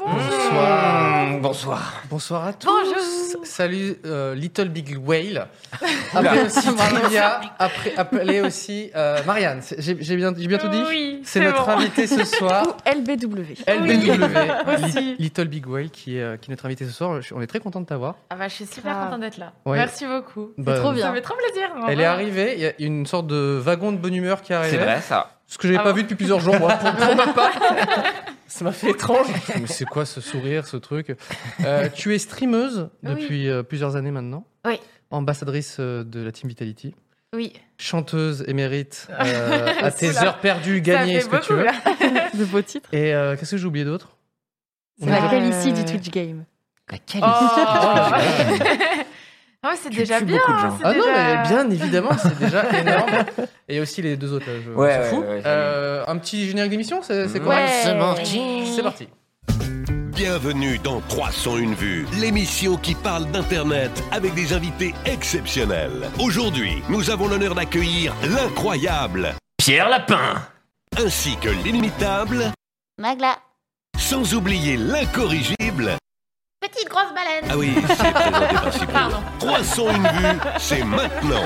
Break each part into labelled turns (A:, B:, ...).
A: Bonsoir. Mmh, Bonsoir.
B: Bonsoir à tous.
C: Bonjour.
B: Salut euh, Little Big Whale.
A: Oula.
B: Après aussi Trivia, après appelée aussi euh, Marianne. C'est- J'ai j'ai bien, j'ai bien tout dit
C: Oui,
B: C'est
C: c'est
B: notre
C: bon.
B: invitée ce soir.
D: LBW.
B: LBW,
C: Ah aussi.
B: Li- Little Big Whale, qui est, euh, qui est notre invitée ce soir. Je- On est très content de t'avoir.
C: Ah bah, je suis super
D: Grave.
C: contente d'être là.
B: Ouais.
C: Merci beaucoup.
B: Bah,
A: euh,
D: trop bien.
C: Ça fait trop plaisir. en
B: Elle
C: vrai.
B: est arrivée, il y a une sorte de wagon de bonne humeur qui est arrivé.
A: C'est vrai ça.
B: Ce que j'avais
C: Ah
B: pas
C: bon
B: vu depuis plusieurs jours, moi, pour, pour ma part. Ça m'a fait étrange. Je me suis dit, Mais c'est quoi ce sourire, ce truc Euh, Tu es streameuse
C: Oui.
B: depuis euh, plusieurs années maintenant.
C: Oui.
B: Ambassadrice euh, de la Team Vitality.
C: Oui.
B: Chanteuse émérite euh, à tes
C: Oula.
B: heures perdues,
C: Ça
B: gagner
C: fait
B: ce que tu
C: beaucoup,
B: veux.
C: là.
D: De beaux titres.
B: Et euh, qu'est-ce que j'ai oublié d'autre
D: C'est
B: On a-
D: la
C: Euh,
D: Félicie du Twitch Game.
C: Oh. Ah ouais, c'est
A: Tu
C: déjà
A: tues
C: bien.
A: beaucoup de
C: hein,
A: gens.
C: c'est
B: Ah non,
C: déjà-
B: mais bien évidemment, c'est déjà énorme. Et aussi les deux autres, là, je
A: Ouais,
B: on s'en
A: ouais,
B: fous.
A: ouais, ouais,
B: Euh, un petit générique d'émission, c'est c'est
A: Ouais.
B: correct
D: C'est
B: C'est parti.
E: Bienvenue dans 301 vues, l'émission qui parle d'Internet avec des invités exceptionnels. Aujourd'hui, nous avons l'honneur d'accueillir l'incroyable
A: Pierre Lapin.
E: ainsi que l'inimitable,
F: Magla,
E: sans oublier l'incorrigible.
F: petite grosse baleine.
E: Ah oui, c'est présenté par Cyprien.
C: Pardon.
E: 301 vues, c'est maintenant.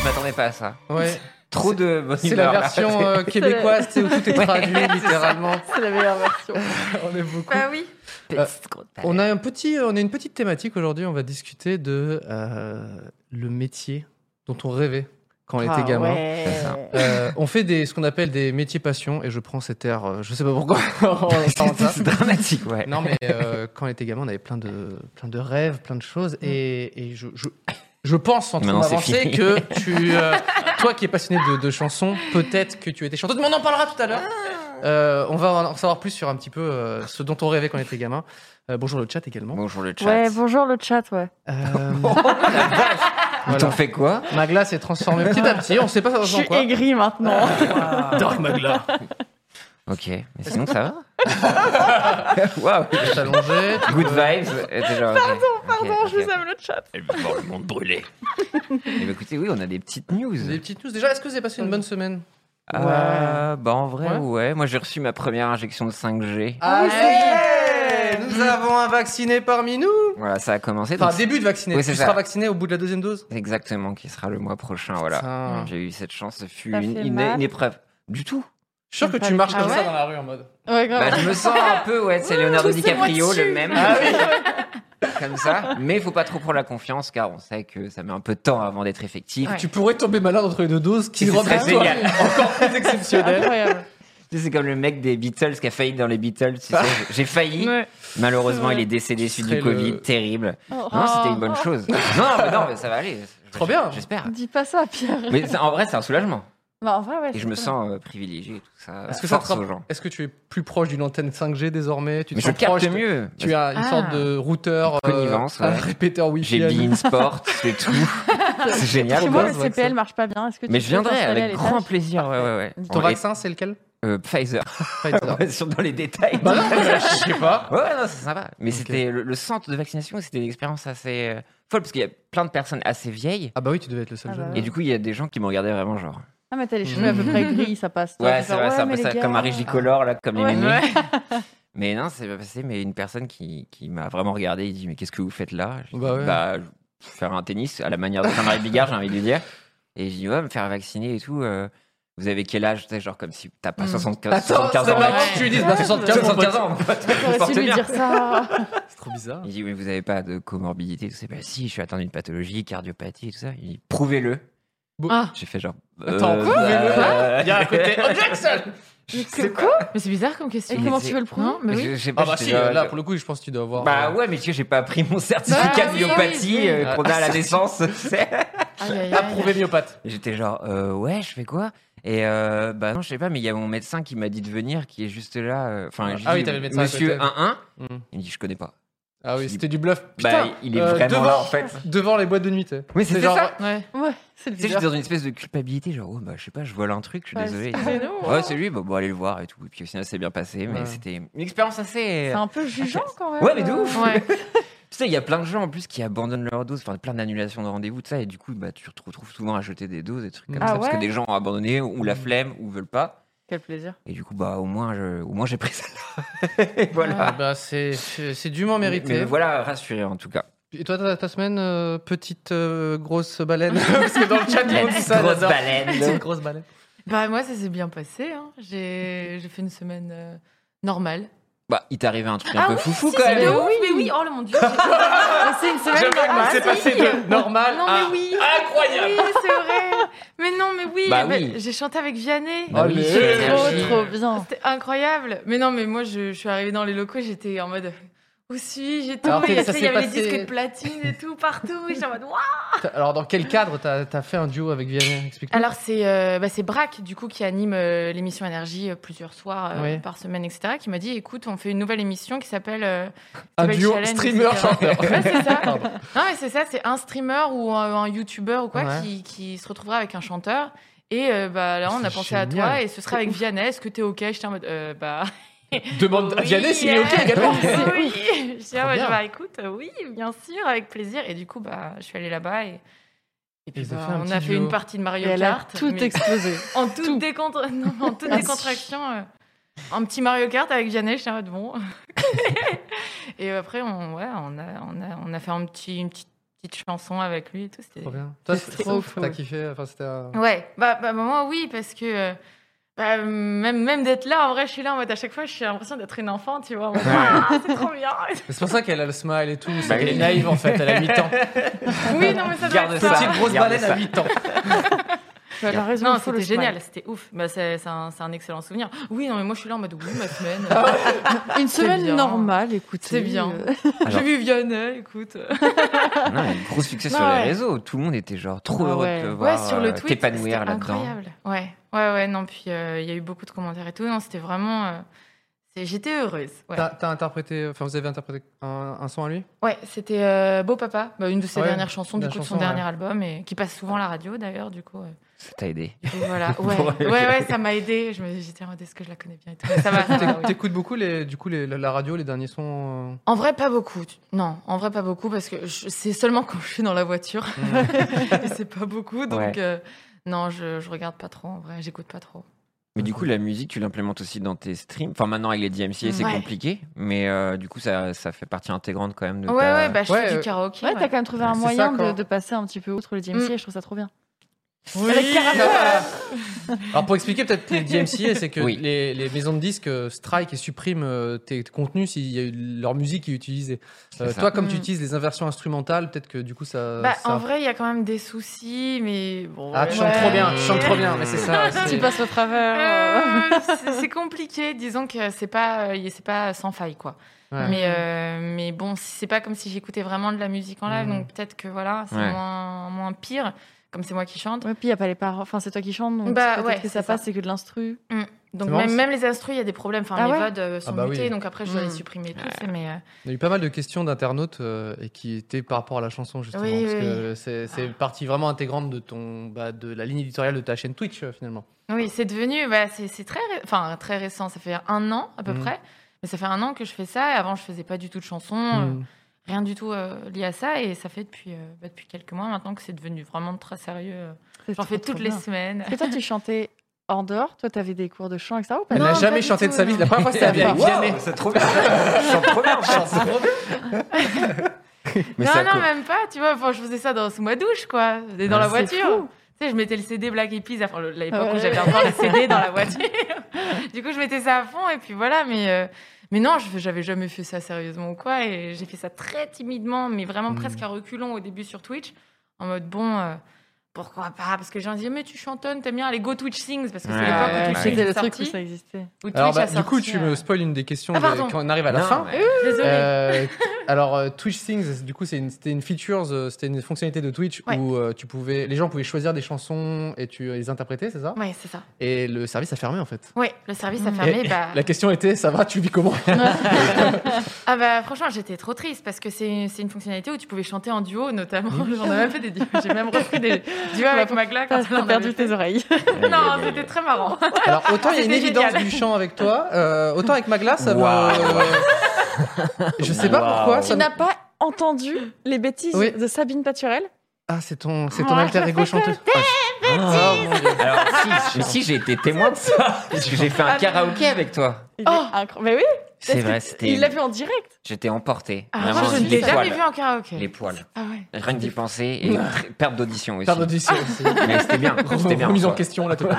A: Je m'attendais pas à ça.
B: Ouais.
A: Trop de bonne
B: C'est la
A: humeur, là.
B: version euh, québécoise, c'est où tout est traduit littéralement.
D: C'est la meilleure version.
B: On est beaucoup.
C: Bah oui.
A: Ah.
B: Petite
F: grosse
B: On a un petit, euh, on a une petite thématique aujourd'hui. On va discuter de euh, le métier dont on rêvait quand on
D: Ah,
B: était gamin.
A: C'est ça.
B: Euh, on fait des, ce qu'on appelle des métiers passions, et je prends cet air, euh, je sais pas pourquoi. en parlant de ça.
A: C'est dramatique, ouais.
B: Non, mais euh, quand on était gamin, on avait plein de, plein de rêves, plein de choses. Et, et je, je, je pense, sans trop
A: Mm. Maintenant, c'est
B: avancer,
A: fini.
B: que tu, euh, toi qui es passionné de, de chansons, peut-être que tu étais chanteuse, mais on en parlera tout à l'heure.
A: Ah.
B: Euh, on va en savoir plus sur un petit peu euh, ce dont on rêvait quand on était gamin. Euh, bonjour le chat également.
A: Bonjour le chat.
D: Ouais, bonjour le chat, ouais.
B: Euh,
A: Oh, Ils
B: voilà.
A: t'ont fait quoi
B: Ma glace est transformée petit à petit, on sait pas
D: Je
B: en
D: suis
B: quoi.
D: aigrie maintenant.
A: Ah,
B: Dark Magla.
A: Ok, mais sinon ça va Waouh
B: T'allonger.
A: Good vibes. euh, pardon,
D: Pardon, je vous aime le chat.
E: Elle va voir le monde brûler.
A: Eh ben, écoutez, oui, on a des petites news.
B: Des petites news. Déjà, est-ce que vous avez passé une bonne semaine
A: Ah, bah en vrai,
B: Ouais.
A: ouais. Moi, j'ai reçu ma première injection de 5G.
D: Ah.
B: Allez Nous avons un vacciné parmi nous
A: Voilà, ça a commencé. donc
B: Enfin, début de vacciné.
A: Oui,
B: tu
A: c'est
B: seras
A: ça.
B: vacciné au bout de la deuxième dose
A: c'est exactement qui sera le mois prochain. Voilà.
B: Putain.
A: J'ai eu cette chance. Ce fut
D: Ça
A: une,
D: fait
A: une-
D: mal.
A: une épreuve. Du tout.
B: Je suis sûr que tu marches comme ça dans la rue en mode.
A: Bah,
D: Ouais, grave.
A: je me sens un peu, ouais, c'est Leonardo
D: Poussez-moi
A: DiCaprio,
D: dessus.
A: le même.
B: Ah
A: Comme ça. Mais faut pas trop prendre la confiance car on sait que ça met un peu de temps avant d'être effectif.
C: Ouais.
B: Tu pourrais tomber malade entre les deux doses qui
A: Et ce
B: rendrait
A: serait
B: toi
A: génial.
B: encore plus exceptionnel.
D: Incroyable.
A: Tu sais, C'est comme le mec des Beatles qui a failli dans les Beatles. tu sais,
B: Ah.
A: j'ai- J'ai failli.
D: Ouais.
A: Malheureusement,
D: C'est
A: il
D: vrai.
A: est décédé suite
B: serais
A: du
B: le-
A: Covid. Terrible.
D: Oh,
A: Non, c'était une bonne chose. Non, mais non, mais ça va aller.
B: Trop bien.
A: J'espère.
D: Dis pas ça, Pierre.
A: Mais c'est- en vrai, c'est un soulagement.
D: Bah, en vrai, ouais.
A: Et je me sens euh, privilégié et tout ça.
B: Est-ce que, ça te
A: Force
B: rapp-
A: aux gens.
B: Est-ce que tu es plus proche d'une antenne 5G désormais tu te
A: Mais je
B: sens
A: capte
B: proche, tu-
A: mieux.
B: Tu as une
C: Ah.
B: sorte de routeur, euh,
A: Connivence,
B: un
A: ouais.
B: répéteur Wi-Fi.
A: J'ai
B: à nous.
A: Bein Sport, c'est tout. c'est génial.
D: Chez moi,
A: quoi.
D: le CPL marche pas bien. Est-ce que tu
A: Mais je
D: peux
A: viendrai
D: t'installer à
A: avec
D: l'étage
A: grand plaisir. Ouais, ouais, ouais.
B: Ton
A: Et-
B: vaccin, c'est lequel
A: euh, Pfizer.
B: Pfizer.
A: On va sur- dans les détails.
B: Bah non, je sais pas.
A: Ouais, ouais, non, c'est sympa. Mais
B: Ok.
A: c'était le, le centre de vaccination, c'était une expérience assez euh, folle parce qu'il y a plein de personnes assez vieilles.
B: Ah bah oui, tu devais être le seul
D: Ah
B: jeune.
D: bah
A: Et du coup, il y a des gens qui me regardaient vraiment genre.
D: Ah, mais t'as les cheveux à
C: Mhm.
D: peu près gris, ça passe. Toi,
A: Ouais,
D: tu
A: c'est
D: fais,
A: vrai, c'est un
D: mais
A: peu
D: les
A: ça,
D: gars, hein.
A: comme un rigicolore, là, comme les
D: Ouais.
A: mémés. Mais non, c'est pas passé. Mais une personne qui, qui m'a vraiment regardé, il dit Mais qu'est-ce que vous faites là Je dis,
B: Bah ouais.
A: je- faire un tennis, à la manière de Jean-Marie Bigard, j'ai envie de lui dire. Et je dis Ouais, me faire vacciner et tout. euh, vous avez quel âge Tu sais, genre comme si
D: Hmm.
A: t'as pas 75,
B: Attends,
A: 75
B: c'est
A: ans.
B: marrant
A: mec.
B: que tu lui dises bah, 75,
A: 75 ans, mon pote,
D: J'aurais
A: porte
D: su lui
A: bien.
D: dire ça.
B: C'est trop bizarre.
A: Il dit, mais vous n'avez pas de comorbidité, tout ça. Bah si, je suis atteint d'une pathologie, cardiopathie et tout ça. Il dit, prouvez-le.
B: Bon.
C: Ah.
A: J'ai fait genre.
B: Attends,
A: euh,
B: prouvez-le.
A: bah,
B: Il y a un côté Objection
A: je sais
D: C'est
A: pas.
C: Mais c'est bizarre comme question.
D: Et comment
A: Mais
D: tu veux le
A: c'est-
D: prouver
C: Non, mais oui.
A: Je- je sais pas,
B: Ah bah
A: j'étais
B: si,
A: genre-
B: là, pour le coup, je pense que tu dois avoir.
A: Bah
B: euh,
A: ouais, mais tu sais, j'ai pas pris mon certificat
C: Bah,
A: de
C: oui,
A: biopathie
C: oui, oui.
A: euh, qu'on a à la naissance. tu sais.
C: Aïe, aïe, aïe.
B: Approuvé myopathe.
A: J'étais genre, euh, ouais, je fais quoi Et euh, bah non, je sais pas, mais il y a mon médecin qui m'a dit de venir, qui est juste là. euh, Enfin, j'ai
B: Ah oui,
A: dit,
B: t'avais le médecin à
A: Monsieur
B: côté.
A: 1-1.
B: Mm.
A: Il me dit, je connais pas.
B: Ah oui, c'était du bluff.
A: Bah,
B: Putain,
A: il est
B: euh,
A: vraiment
B: devant,
A: là, en fait.
B: devant les boîtes de nuit. t'es.
A: Oui, c'était
B: genre-
A: ça.
C: Ouais.
D: Ouais, c'est
A: Tu sais, j'étais
D: bizarre.
A: dans une espèce de culpabilité, genre, oh, bah, je sais pas, je vole un truc, je suis
D: Ouais,
A: désolé.
D: c'est- c'est nous,
A: Ouais, c'est lui, bah, bon, allez le voir et tout. Et puis au final, c'est bien passé, mais
B: Ouais.
A: c'était une expérience assez.
D: C'est un peu jugeant quand même.
A: Ouais, mais de ouf.
C: Ouais.
A: Tu sais, il y a plein de gens en plus qui abandonnent leur dose, enfin plein d'annulations de rendez-vous, tout ça, et du coup, bah, tu te retrouves souvent à jeter des doses, des trucs comme
D: Ah
A: ça, parce que
D: ouais
A: des gens ont abandonné, ou la
B: Mm.
A: flemme, ou veulent pas.
D: Quel plaisir.
A: Et du coup, bah, au moins, je, au moins, j'ai pris celle-là. Et voilà.
B: Ah bah, c'est- c'est c'est dûment mérité.
A: Mais voilà, rassuré en tout cas.
B: Et toi, ta, ta semaine, euh, petite euh, grosse baleine Parce que dans le chat, on dit ça.
A: grosse
B: j'adore.
A: baleine.
B: Petite hein. grosse baleine.
C: Bah, moi, ça s'est bien passé. hein. J'ai j'ai fait une semaine euh, normale.
A: Bah, il t'est arrivé un truc un
C: Ah
A: peu
C: oui,
A: foufou
C: si,
A: quand
C: si,
A: même.
C: mais oui, mais oui. Oh le mon dieu.
D: Mais c'est une semaine
B: J'avoue que
D: normale.
B: c'est passé de normal
C: Non,
B: à
A: Ah,
C: mais oui.
B: incroyable.
C: Oui, c'est vrai. Mais non, mais oui.
A: Bah
C: eh
A: oui.
C: ben, J'ai chanté avec Vianney.
A: Bah oui,
B: Oh,
A: c'est
B: le
A: l'énergie.
D: Trop, trop bien.
C: C'était incroyable. Mais non, mais moi, je, je suis arrivée dans les locaux, et j'étais en mode. Où suis J'ai tout.
B: Alors,
C: et
B: ça
C: après,
B: s'est
C: il y avait
B: passé-
C: les disques de platine et tout partout. J'étais en mode. Waouh
B: T'as- Alors, dans quel cadre t'as as fait un duo avec Vianney Explique-moi.
C: Alors, c'est euh, bah, c'est Braque, du coup, qui anime euh, l'émission Énergie euh, plusieurs soirs euh,
B: Oui.
C: par semaine, etc., qui m'a dit écoute, on fait une nouvelle émission qui s'appelle. euh,
B: Un
C: s'appelle
B: duo
C: Challenge,
B: streamer-chanteur.
C: Ouais, c'est ça.
B: Pardon.
C: Non, mais c'est ça, c'est un streamer ou un, un youtubeur ou quoi
B: Ouais.
C: qui, qui se retrouvera avec un chanteur. Et euh, bah, là, on a
B: C'est
C: pensé à
B: génial.
C: toi et ce sera avec Vianney. Est-ce que t'es OK J'étais en mode euh, bah.
B: Demande à
C: oui,
B: Ah, Vianney s'il est OK
C: euh,
B: également.
C: Oui, je dis, ah,
B: Trop
C: bah,
B: bien.
C: bah, écoute, euh, oui, bien sûr, avec plaisir. Et du coup, bah, je suis allée là-bas et. Et puis,
B: Ils ont
C: bah,
B: fait un
C: on
B: petit
C: a fait
B: duo.
C: une partie de
D: Et
C: Mario
D: elle a
C: Kart.
D: tout
C: mais-
D: explosé.
C: en toute,
D: Tout.
C: décontra- non, mais en toute décontraction. euh, un petit Mario Kart avec Vianney, j'étais en mode bon. et après, on, ouais, on, a, on, a, on a fait un petit, une petite, petite chanson avec lui et tout. c'était-
B: Trop bien. Toi,
D: C'est
B: c'est
D: trop
B: trop
D: fou.
B: T'as kiffé Enfin, c'était un-
C: Ouais, bah, bah, bah, moi oui, parce que euh, bah, même, même d'être là, en vrai, je suis là en mode à chaque fois, j'ai l'impression d'être une enfant, tu vois. en mode, Ah, c'est trop bien.
B: C'est pour ça qu'elle a le smile et tout.
A: Bah
B: C'est qu'elle
A: oui.
B: est naïve en fait. Elle a 8 ans.
C: oui, non, mais ça doit
A: Garde
C: être
A: ça.
C: ça.
B: Petite grosse
A: Garde
B: baleine
A: ça.
B: à 8 ans.
D: Tu as raison.
C: Non,
D: il faut
C: c'était
D: le smile.
C: génial, c'était ouf. Bah, c'est c'est un, c'est un excellent souvenir. Oui, non, mais moi je suis là en mode oui, ma semaine.
D: Une
C: C'est
D: semaine
C: bien.
D: normale, écoutez.
C: C'est bien.
D: euh,
A: Alors-
C: J'ai vu Vianney, écoute.
A: Non, mais gros succès sur
C: Ouais.
A: les réseaux. Tout le monde était genre trop
D: Ah
A: heureux
D: ouais.
A: de te
D: Ouais,
A: voir
C: ouais, sur
A: euh,
C: le tweet, c'était
A: t'épanouir là-dedans.
C: incroyable. Ouais, ouais, ouais, non, puis euh, il y a eu beaucoup de commentaires et tout. Non, c'était vraiment. euh, c'est- J'étais heureuse. Ouais,
B: T'as t'as interprété. Enfin, vous avez interprété un, un son à lui
C: ouais c'était euh, Beau Papa, bah, une de ses
B: Ouais,
C: dernières chansons, du
B: la
C: coup, de son
B: chanson,
C: dernier
B: ouais.
C: album, et qui passe souvent à la radio d'ailleurs, du coup. euh,
A: Ça t'a aidé.
C: du coup, voilà, ouais, ouais, ouais, ça m'a aidé. J'étais en mode, est-ce que je la connais bien et tout. Mais Ça va, ça va,
B: T'éc-
C: oui.
B: T'écoutes beaucoup les, du coup les- la, la radio, les derniers sons.
C: En vrai, pas beaucoup. Non, en vrai, pas beaucoup parce que je- c'est seulement quand je suis dans la voiture.
B: euh, hmm.
C: Et c'est pas beaucoup, donc
A: Mm. Ouais.
C: euh, non, je, je regarde pas trop. En vrai, j'écoute pas trop.
A: Mais du coup, la musique, tu l'implémentes aussi dans tes streams. Enfin, maintenant, avec les DMCA, c'est
C: Ouais.
A: compliqué. Mais euh, du coup, ça, ça fait partie intégrante quand même de
C: Ouais,
A: ta-
C: ouais, bah je
B: Ouais,
C: fais
B: euh,
C: du karaoké.
D: Ouais,
C: ouais.
D: t'as quand même trouvé un
B: C'est
D: moyen
B: ça, quand-
D: de, de passer un petit peu outre le DMC
C: Mm.
D: et je trouve ça trop bien.
B: Oui. euh, Alors pour expliquer peut-être les DMCA, c'est que
A: Oui.
B: les, les maisons de disques euh, strike et suppriment euh, tes contenus s'il y a eu leur musique qui est utilisée. Euh,
A: C'est ça.
B: toi, comme tu
C: Mm.
B: utilises les inversions instrumentales, peut-être que du coup ça.
C: Bah,
B: Euh, ça-
C: en vrai, il y a quand même des soucis, mais bon.
B: Ah, tu chantes
C: ouais.
B: trop bien, tu chantes trop bien, mais c'est ça. c'est-
D: Tu passes au travers. euh,
C: Euh, c'est- c'est compliqué, disons que c'est pas, euh, c'est pas sans faille quoi.
B: Ouais.
C: Mais, euh, mais bon, si- c'est pas comme si j'écoutais vraiment de la musique en live,
B: Mhm.
C: donc peut-être que voilà, c'est
A: Ouais.
C: moins, moins pire, comme c'est moi qui chante.
D: Euh. Ouais, puis il a pas les paroles. Enfin, c'est toi qui chantes, donc
C: Bah,
D: peut-être
C: ouais,
D: que ça
C: c'est ça.
D: passe, c'est que de l'instru.
C: Donc
B: C'est marrant,
C: même,
B: c'est-
C: même les instrus, il y a des problèmes. Enfin,
D: Ah
C: les
D: ouais
C: vodes euh, sont
B: Ah bah oui.
C: mutés, donc après je dois les
D: Mhm.
C: supprimer tous. Mais euh,
B: On a eu pas mal de questions d'internautes euh, et qui étaient par rapport à la chanson justement,
C: Oui,
B: parce
C: oui,
B: que c'est c'est partie vraiment intégrante de ton, bah, de la ligne éditoriale de ta chaîne Twitch euh, finalement.
C: oui, c'est devenu, bah, c'est c'est très, ré- enfin très récent. Ça fait un an à peu
B: Mhm.
C: près. Mais ça fait un an que je fais ça. Et avant, je faisais pas du tout de chansons. euh,
B: Mm.
C: rien du tout euh, lié à ça et ça fait depuis, euh, bah, depuis quelques mois maintenant que c'est devenu vraiment très sérieux. euh.
D: C'est
C: J'en
D: trop,
C: fais
D: trop
C: toutes les
D: bien.
C: semaines.
D: Est-ce que toi, tu chantais en dehors Toi, t'avais des cours de chant, etc. ou pas
B: Elle
C: Non,
B: n'a
C: pas
B: jamais
C: du
B: chanté
C: tout,
B: de sa vie.
C: non.
B: La première fois, c'était avec
A: Wow,
B: Vianney.
A: c'est trop bien. Je chante trop bien, en fait. Mais
C: non,
A: ça
C: non,
A: co-
C: même pas, tu vois, enfin, je faisais ça dans, sous ma douche, quoi, et dans
A: Ah,
C: la
D: c'est
C: voiture.
D: fou.
C: Tu sais, je mettais le CD Black Eyed Peas, enfin, le- l'époque où
D: Ouais.
C: j'avais encore les CD dans la voiture. du coup, je mettais ça à fond et puis voilà, mais, euh, mais non, je- j'avais jamais fait ça sérieusement ou quoi, et j'ai fait ça très timidement, mais vraiment
B: Mm.
D: Hmm.
C: presque à reculons au début sur Twitch, en mode bon. euh, pourquoi pas Parce que les gens disaient, mais tu chantonnes, t'aimes bien, allez, go Twitch Things, parce que c'est
A: Ouais,
C: l'époque où
D: Ouais,
C: Twitch
A: ouais.
C: Things
D: C'était
C: est
D: le truc où
C: sorti,
D: ça existait.
C: où Twitch
B: Alors, bah,
C: a
B: du coup,
C: sorti,
B: tu
C: euh,
B: me spoil une des questions
C: Ah,
B: de-
C: pardon.
B: quand on arrive à la
A: Non,
B: fin.
A: mais-
C: Désolée.
B: Euh, Alors, euh, Twitch Things, du coup, c'est une- c'était une, feature, euh, c'était une fonctionnalité de Twitch
C: Ouais.
B: où euh, tu pouvais, les gens pouvaient choisir des chansons et tu euh, les interprétais, c'est ça
C: Ouais, c'est ça.
B: Et le service a fermé en fait.
C: Ouais, le service a
D: Mm.
C: fermé.
B: Et-
C: bah...
B: La question était, ça va, tu vis comment
C: Ah bah franchement, j'étais trop triste parce que c'est une, c'est une fonctionnalité où tu pouvais chanter en duo notamment. J'en ai même fait des duos. J'ai même repris des duos avec Magla quand elle en
D: T'as
C: avait
D: perdu
C: fait.
D: tes oreilles.
C: Non, c'était très marrant.
B: Alors, autant il y a une
C: C'était
B: évidence
C: génial.
B: du chant avec toi, euh, autant avec Magla, ça va. euh,
A: Waouh.
B: Je sais pas
A: Waouh.
B: pourquoi. Ça
D: Tu
B: me-
D: n'as pas entendu les bêtises
B: Oui.
D: de Sabine Paturel
B: Ah, c'est ton, c'est ton
C: Moi,
B: alter ego chanteuse. Ah, mon Dieu.
A: Alors, si, mais si j'ai été témoin de ça, parce que j'ai fait un karaoké avec toi.
D: Il est
C: Oh
D: incro- Mais oui,
A: C'est
D: Est-ce
A: vrai,
D: que- il l'a
A: c'était.
D: vu en direct.
A: J'étais emporté.
C: Ah,
A: Vraiment,
C: moi, je ne
A: les
C: l'ai jamais
A: poils.
C: vu en karaoké.
A: Les poils.
C: Ah ouais.
A: Rien que d'y penser et tr- perte d'audition aussi.
B: Perte d'audition aussi.
A: Mais c'était bien. C'était bien.
B: Remise en
A: Ouais.
B: question là. totale.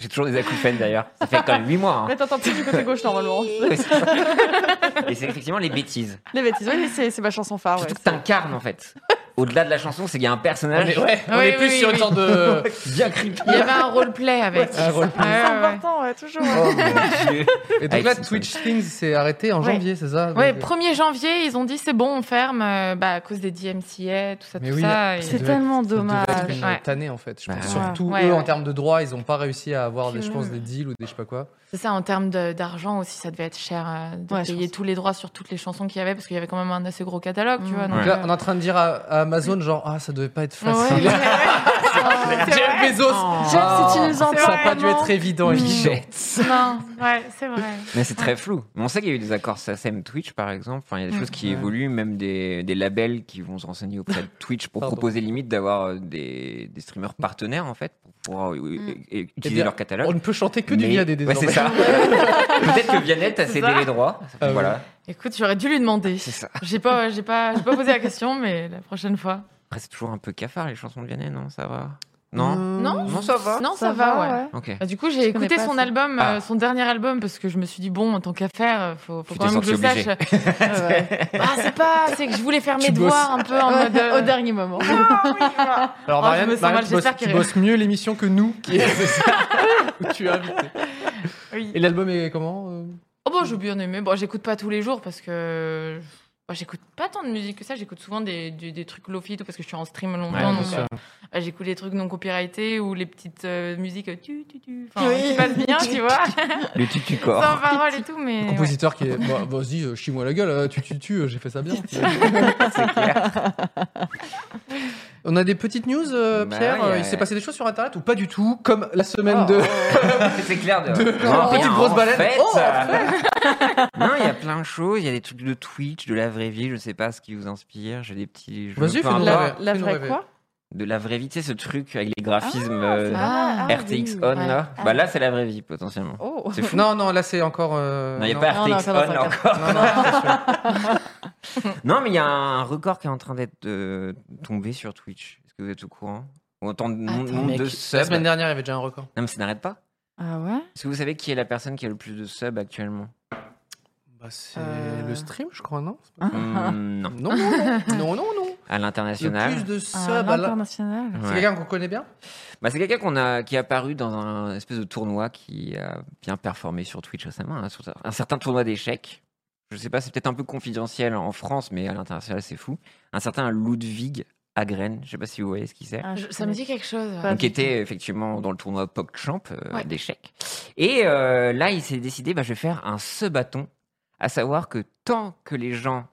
A: J'ai toujours des acouphènes d'ailleurs. Ça fait quand même 8 mois. hein.
D: Mais t'entends plus du côté gauche normalement.
A: Et c'est effectivement les bêtises.
D: Les bêtises, oui, mais c'est c'est ma chanson phare. Ah ouais.
A: Surtout que t'incarnes en fait. Au-delà de la chanson, c'est qu'il y a un
B: On est,
A: personnage
B: ouais, on
C: Oui,
B: est plus
C: Ah. oui,
B: sur
C: oui.
B: une sorte de.
A: bien creepy.
C: Il y avait un roleplay avec.
B: un roleplay.
C: Ah ouais,
D: C'est
C: ouais, ouais.
D: important, ouais, toujours. ouais.
A: Oh mon dieu.
B: Et donc
A: Avec
B: là,
A: Simpson.
B: Twitch Things s'est arrêté en
C: Ouais.
B: janvier, c'est ça
C: Ouais,
B: Donc, euh,
C: 1er janvier, ils ont dit c'est bon, on ferme euh, bah, à cause des DMCA, tout ça,
B: Mais
C: tout
B: oui,
C: ça.
B: mais-
C: et-
B: Ça
D: C'est
B: devait
D: tellement
B: ça devait
D: dommage.
B: être une
C: Ouais.
B: tannée, en fait. Je pense.
A: Bah,
B: Surtout
C: ouais.
B: eux,
C: Ouais,
B: en
C: ouais.
B: termes de droits, ils n'ont pas réussi à avoir, des, je
C: Puis
B: pense,
C: même-
B: des deals ou des je sais pas quoi.
C: C'est ça, en termes de- d'argent aussi, ça devait être cher euh, de
D: Ouais, je
C: payer
D: pense.
C: tous les droits sur toutes les chansons qu'il y avait, parce qu'il y avait quand même un assez gros catalogue, tu
D: Mm.
C: vois.
B: Donc
C: donc,
B: Mmh. là,
C: euh,
B: on est en train de dire à, à Amazon, genre, ah, ça devait pas être
C: ouais,
B: facile.
C: ouais, ouais. C'est
B: Jeff
C: vrai.
B: Bezos
D: Jeff,
B: Ah,
D: si tu nous entends,
B: Ça n'a pas dû
D: vraiment.
B: être évident, évident.
A: Bichette.
C: Non, ouais, c'est vrai.
A: Mais c'est très flou. Mais on sait qu'il y a eu des accords SACEM Twitch par exemple. Enfin, il y a des
C: Mm.
A: choses qui
B: Ouais.
A: évoluent, même des, des labels qui vont se renseigner auprès de Twitch pour
B: Pardon.
A: proposer limite d'avoir euh, des, des streamers partenaires en fait pour pouvoir euh, euh, euh, utiliser
B: bien,
A: leur
B: On
A: catalogue.
B: ne peut chanter que du
A: Mais-
B: Viadet
A: Ouais,
B: désormais.
A: c'est ça. Peut-être que Vianney a
C: C'est
A: cédé
C: ça.
A: les droits.
B: Ah oui.
A: voilà.
C: Écoute, j'aurais dû lui demander.
A: C'est ça.
C: J'ai pas, j'ai pas, j'ai pas posé la question, mais la prochaine fois.
A: Après, c'est toujours un peu cafard les chansons de Vianney, non Ça va Non
C: Non,
A: Non, ça va.
C: non, ça, va, ouais.
A: Ok.
C: Bah, du coup, j'ai
D: Je connais
C: écouté
D: pas
C: son
D: assez.
C: album, euh,
A: Ah.
C: son dernier album, parce que je me suis dit bon, en tant qu'à faire, euh, faut, faut
A: Tu
C: quand
A: t'es
C: même que je
A: senti
C: sache. Ah, ouais. Ah, c'est pas, c'est que je voulais faire mes
B: Tu
C: devoirs un peu en mode.
D: Ouais, Au
C: euh,
D: dernier moment.
B: Alors,
C: Oh, je
B: Marianne,
C: me
B: Marianne,
C: sens mal,
B: tu, bosses,
C: j'espère qu'il
B: tu
C: répond.
B: bosses mieux l'émission que nous, qui est c'est ça, où tu es invité.
C: Oui.
B: Et l'album est comment euh
C: Oh bon, j'ai bien aimé. Bon, j'écoute pas tous les jours parce que. bah, j'écoute pas tant de musique que ça, j'écoute souvent des, des, des trucs lofi tout parce que je suis en stream longtemps.
A: Ouais, bien
C: donc,
A: sûr.
C: euh, bah, j'écoute les trucs non copyrightés ou les petites euh, musiques euh, tu, tu, tu, enfin,
D: Oui.
C: qui passent bien, tu vois,
A: Le tutu
C: sans
A: corps.
C: parole et tout. Mais, ouais.
B: Compositeur qui est. Bah, vas-y, euh, chie-moi la gueule, euh, tu, tu, tu, euh, j'ai fait ça bien. On a des petites news, euh,
A: Bah,
B: Pierre
A: il y a-
B: Il s'est passé des choses sur internet ou pas du tout Comme la semaine de.
A: c'est clair. De...
B: De-
A: Oh. Non,
B: petite
A: rien,
B: grosse
A: en
B: baleine.
A: fait,
B: Oh, en
A: euh, Non, il y a plein de choses. Il y a des trucs de Twitch, de la vraie vie. Je sais pas ce qui vous inspire. J'ai des petits jeux.
B: Vas-y,
A: peu
B: fais-nous
A: importe.
B: rêver.
D: La, la
B: Fais-nous
D: vraie
B: rêver.
D: quoi
A: De la vraie vie, tu sais, ce truc avec les graphismes euh,
C: Ah,
D: oui.
A: RTX on
C: ouais.
A: là. Bah là, c'est la vraie vie potentiellement.
D: Oh.
A: C'est fou.
B: Non, non, là c'est encore. euh,
A: Non, il n'y a
B: non.
A: pas
D: Non, non,
A: RTX
D: ça va,
A: on
D: ça
A: là
D: va.
A: encore.
B: Non, non, attention.
A: Non, mais il y a un record qui est en train d'être euh, tombé sur Twitch. Est-ce que vous êtes au courant Autant de nom-
C: Attends,
A: nombre
B: Mec,
A: de
B: La
A: subs.
B: semaine dernière, il y avait déjà un record.
A: Non, mais ça n'arrête pas.
D: Ah ouais
A: Est-ce que vous savez qui est la personne qui a le plus de subs actuellement
B: Bah, c'est
D: Euh.
B: le stream, je crois, non
A: Hmm, Non.
B: Non, non, non, non, non, non.
A: À
B: Le plus
A: l'international.
B: de subs
D: À
B: à la-
D: l'international.
B: C'est
A: Ouais.
B: quelqu'un qu'on connaît bien
A: Bah, c'est quelqu'un qu'on a, qui est apparu dans un espèce de tournoi qui a bien performé sur Twitch récemment, hein, sur un certain tournoi d'échecs. Je sais pas, c'est peut-être un peu confidentiel en France, mais à l'international, c'est fou. Un certain Ludwig Hagren, je sais pas si vous voyez ce qu'il c'est.
D: Ah,
C: Je-
D: je
C: ça me dit quelque chose. ouais.
D: Pas-
A: Donc, il était effectivement dans le tournoi PogChamp euh,
C: Ouais.
A: d'échecs. Et euh, là, il s'est décidé, bah, je vais faire un ce bâton, à savoir que tant que les gens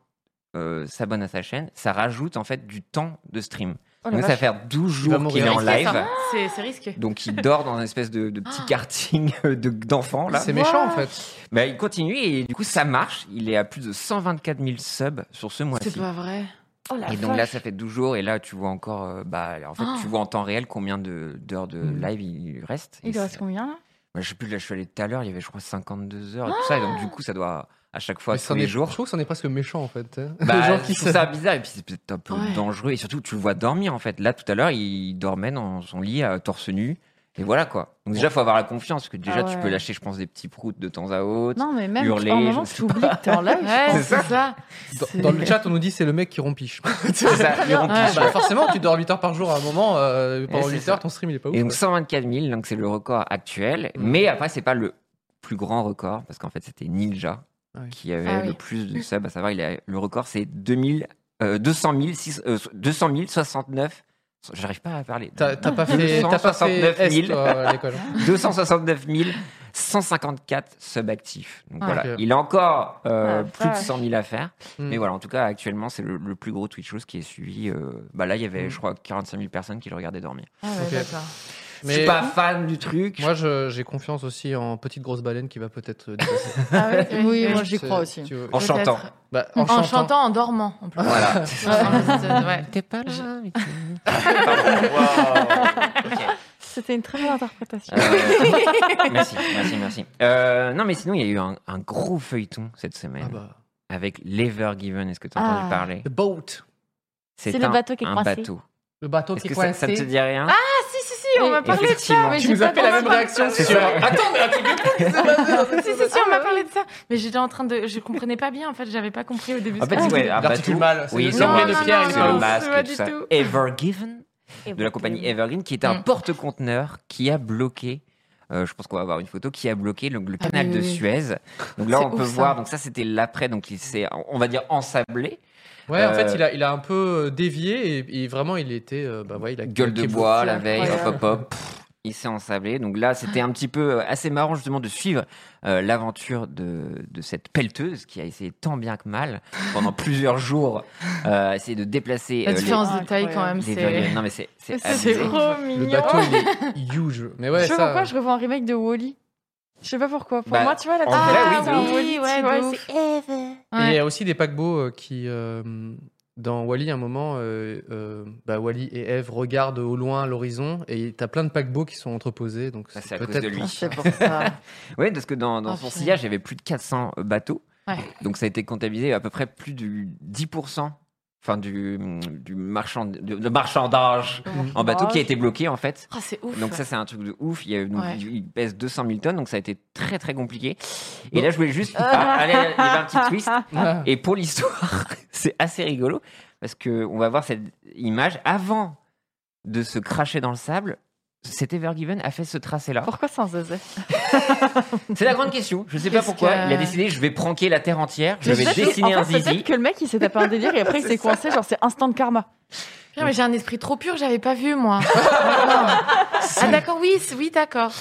A: euh, s'abonnent à sa chaîne, ça rajoute en fait du temps de stream.
D: Oh la
A: Donc, ça va
D: vache.
A: faire 12
B: Il va
A: jours qu'il
B: mourir.
A: est en
C: Est-ce qu'il y a
A: live.
C: ça C'est c'est risqué.
A: Donc il dort dans un espèce de, de petit karting euh, de- d'enfants là.
B: C'est méchant en fait.
A: Mais il continue et du coup ça marche. Il est à plus de 124 000 subs sur ce
C: C'est
A: mois-ci.
C: pas vrai.
D: Oh la
A: Et donc
D: vache.
A: là ça fait 12 jours et là tu vois encore, euh, bah en fait
C: Ah.
A: tu vois en temps réel combien de- d'heures de,
B: Mm.
A: live il reste. Et
D: Il lui reste
A: c'est-
D: combien là
A: bah, je sais plus là je suis allé tout à l'heure, il y avait je crois 52 heures et tout ça. Et donc du coup ça doit à chaque fois
B: Mais
A: tous
B: c'en
A: les
B: est-
A: jours.
B: Je trouve que c'en est presque méchant en fait. hein.
A: Bah,
B: Les gens qui
A: je trouve
B: se-
A: ça bizarre et puis c'est peut-être un peu
C: Ouais.
A: dangereux et surtout tu le vois dormir en fait. Là tout à l'heure il dormait dans son lit à torse nu et voilà quoi. Donc déjà faut avoir la confiance parce que déjà
D: Ah
A: tu
D: ouais.
A: peux lâcher je pense des petits proutes de temps à autre.
D: Non, mais même
A: Hurler,
D: au
A: je
D: moment
A: ne
D: que
A: sais
D: tu oublies que t'es en live.
C: Ouais, c'est ça.
B: Dans, dans le chat, on nous dit c'est le mec qui rompiche.
A: C'est ça, il ronfle.
B: Ah, bah, forcément, tu dors 8 heures par jour à un moment. euh, pendant
A: c'est
B: 8
A: ça.
B: heures, ton stream il est pas ouf.
A: Et donc
B: ouais.
A: 124 000 donc c'est le record actuel.
B: Mm.
A: Mais après c'est pas le plus grand record parce qu'en fait c'était Ninja
B: Ah oui.
A: qui avait
C: Ah
A: le
C: oui.
A: plus de subs, à savoir, il a, le record, c'est 2000, euh, 200 000, six- euh, 200 069. J'arrive pas à parler.
B: T'as t'as pas fait, t'as pas fait
A: 269 000.
B: S, toi, à l'école.
A: 269 154 subs actifs. Donc
B: Ah,
A: voilà,
B: ok.
A: il a encore euh,
D: Ah,
A: plus de
D: vache.
A: 100 000 à faire.
B: Hmm.
A: Mais voilà, en tout cas, actuellement, c'est le, le plus gros Twitch Shows qui est suivi. euh, bah là, il y avait,
B: Hmm.
A: je crois, 45 000 personnes qui le regardaient dormir.
C: Ah ouais,
B: Ok.
C: d'accord.
A: Je suis
B: Mais
A: pas fan du truc.
B: moi, je- j'ai confiance aussi en petite grosse baleine qui va peut-être. euh, dépasser.
D: Ah ouais
C: Oui,
D: oui,
C: oui,
D: moi j'y crois aussi.
B: euh, Tu veux-
A: en chantant.
C: Peut-être.
B: Bah,
C: En,
B: en, chantant.
C: chantant, en dormant, en plus.
A: Voilà.
C: Ouais.
A: T'es pas
C: là,
D: C'était une très belle interprétation.
A: Ah, Euh, merci, merci, merci. Euh, non, mais sinon, il y a eu un, un gros feuilleton cette semaine
B: Ah bah.
A: avec l'Ever Given. Est-ce que tu as
D: Ah.
A: entendu parler
B: The boat.
D: C'est le
A: un-
D: bateau qui est
A: un
D: coincé.
A: bateau.
B: Le bateau
A: Est-ce
B: qui
A: que ça, ça te
B: coincé.
A: dit rien
C: Ah si, si, si, on
A: Oui,
C: m'a parlé de ça.
A: effectivement.
C: mais
B: Tu
C: j'ai
B: nous
C: pas
B: as fait la
C: pensé-
B: même réaction
A: C'est
B: sur.
A: ça.
B: Attends, mais un truc de fou qui s'est passé dans cette
C: Si, si, si, on m'a parlé de ça. Mais j'étais en train de. Je comprenais pas bien, en fait, j'avais pas compris au début.
A: En
C: ce
A: fait,
C: que
A: c'est ouais, ah, un
B: L'articule
A: bateau.
B: mâle, c'est
A: Oui,
B: le
A: c'est un
C: nom,
A: bateau,
C: non, non,
A: c'est
C: non,
A: le
C: non,
A: masque
C: pas
A: et tout
C: du
A: ça.
C: tout.
A: Ever Given de la compagnie Evergreen, qui est un
C: Mm.
A: porte-conteneur qui a bloqué. euh, je pense qu'on va avoir une photo qui a bloqué le, le
C: Ah
A: canal
C: oui,
A: de
C: oui, oui.
A: Suez. Donc là,
C: C'est
A: on peut
C: ouf, ça.
A: voir. Donc ça, c'était l'après. Donc il s'est, on va dire, ensablé.
B: Ouais, en
A: Euh,
B: fait, il a, il a un peu euh, dévié et, et vraiment, il était. euh, bah ouais, il a
A: Gueule de
B: bloqué
A: bois
B: beaucoup.
A: la veille. Hop,
D: incroyable.
A: hop, hop. pff, Il s'est ensablé. Donc là, c'était un petit peu euh, assez marrant justement de suivre euh, l'aventure de, de cette pelleteuse qui a essayé tant bien que mal pendant plusieurs jours euh, essayer de déplacer
C: La
A: euh, les-
C: différence de
D: les-
C: taille, quand même,
A: les
C: c'est.
A: verrières. Non mais c'est c'est
C: C'est
A: abusé.
C: trop
B: Le
C: mignon.
B: bateau, il est huge. Mais ouais,
D: je sais pas
B: ça.
D: pourquoi je revois un remake de Wally. Je sais pas pourquoi. Pour
A: Bah,
D: moi, tu vois, la
A: en
D: petite
A: vrai, oui, de
D: fille, c'est un
A: ouf.
D: Wally,
C: Oui, ouais,
D: tu vois,
C: de ouf.
D: c'est-
F: C'est Eve.
B: Et il y a aussi des paquebots euh, qui. euh, dans Wally, à un moment, euh, euh, bah, Wally et Eve regardent au loin l'horizon et t'as plein de paquebots qui sont entreposés. Donc
A: Ça,
B: c'est
A: c'est à cause
B: peut-être
A: de lui.
D: Ah, C'est pour ça.
A: Oui, parce que dans, dans
C: Ah,
A: son
C: putain.
A: sillage, il y avait plus de 400 bateaux.
C: Ouais.
A: Donc ça a été comptabilisé à peu près plus du 10%. Enfin, du, du, marchand, du, de marchandage en bateau qui a été bloqué en fait.
C: Ah, c'est ouf.
A: Donc ça c'est un truc de ouf. Il, y a, donc,
C: Ouais.
A: il- il pèse 200 000 tonnes, donc ça a été très très compliqué. Et là je voulais juste... Ah, allez, il y avait un petit twist.
B: Ah.
A: Et pour l'histoire, c'est assez rigolo parce que on va voir cette image avant de se cracher dans le sable. Cet Evergiven a fait ce tracé-là.
D: Pourquoi sans zézé
A: C'est la grande question. Je sais pas
C: Qu'est-ce
A: pourquoi.
C: que-
A: Il a décidé, je vais pranker la terre entière. Je
D: Mais
A: vais
D: peut-être-
A: dessiner
D: en
A: un
D: fait, Peut-être
A: zizi.
D: que le mec, il s'est tapé un délire et après, il s'est coincé. Genre, c'est instant de karma.
C: Putain, mais j'ai un esprit trop pur, j'avais pas vu, moi. ah d'accord, oui, c'est- oui, d'accord.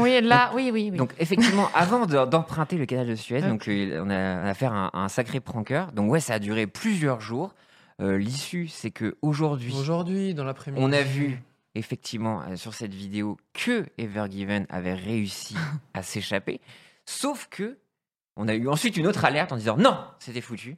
C: Oui, là, oui, oui. oui.
A: Ah, Donc effectivement, avant de- d'emprunter le canal de Suez, donc euh, on a on a affaire à un, un sacré prankeur. Donc ouais, ça a duré plusieurs jours. Euh, L'issue, c'est que aujourd'hui,
B: Aujourd'hui, dans l'après-midi.
A: on a vu effectivement euh, sur cette vidéo que Evergiven avait réussi à s'échapper. Sauf que on a eu ensuite une autre alerte en disant non, c'était foutu.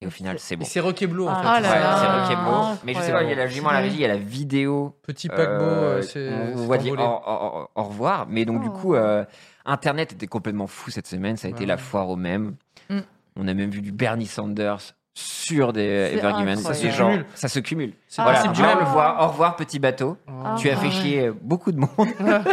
A: Et au final, c'est
B: Et
A: bon.
B: c'est Roqueblo, en
D: Ah
B: fait.
D: là
A: Ouais,
D: là.
A: c'est Roquebot. Mais je sais pas, il y a la,
D: Incroyable.
A: justement, à la régie, il y a la vidéo
B: Petit paquebot,
A: Euh,
B: euh, c'est.
A: on
B: c'est
A: voit dire
B: envolé.
A: au, au- au- au revoir. Mais donc, du
D: Oh.
A: coup, euh, Internet était complètement fou cette semaine. Ça a été
B: Ouais.
A: la foire au même.
C: Mm.
A: On a même vu du Bernie Sanders sur des
D: C'est
A: Evergiven. Ça, c'est
D: incroyable.
A: genre,
B: Cumule.
A: ça se cumule.
B: C'est
D: Ah.
A: voilà,
B: possible,
A: on
B: du
A: va
B: mal.
A: le voir. Au revoir, petit bateau.
B: Ah.
A: tu as fait
C: ouais.
A: chier euh, beaucoup de monde.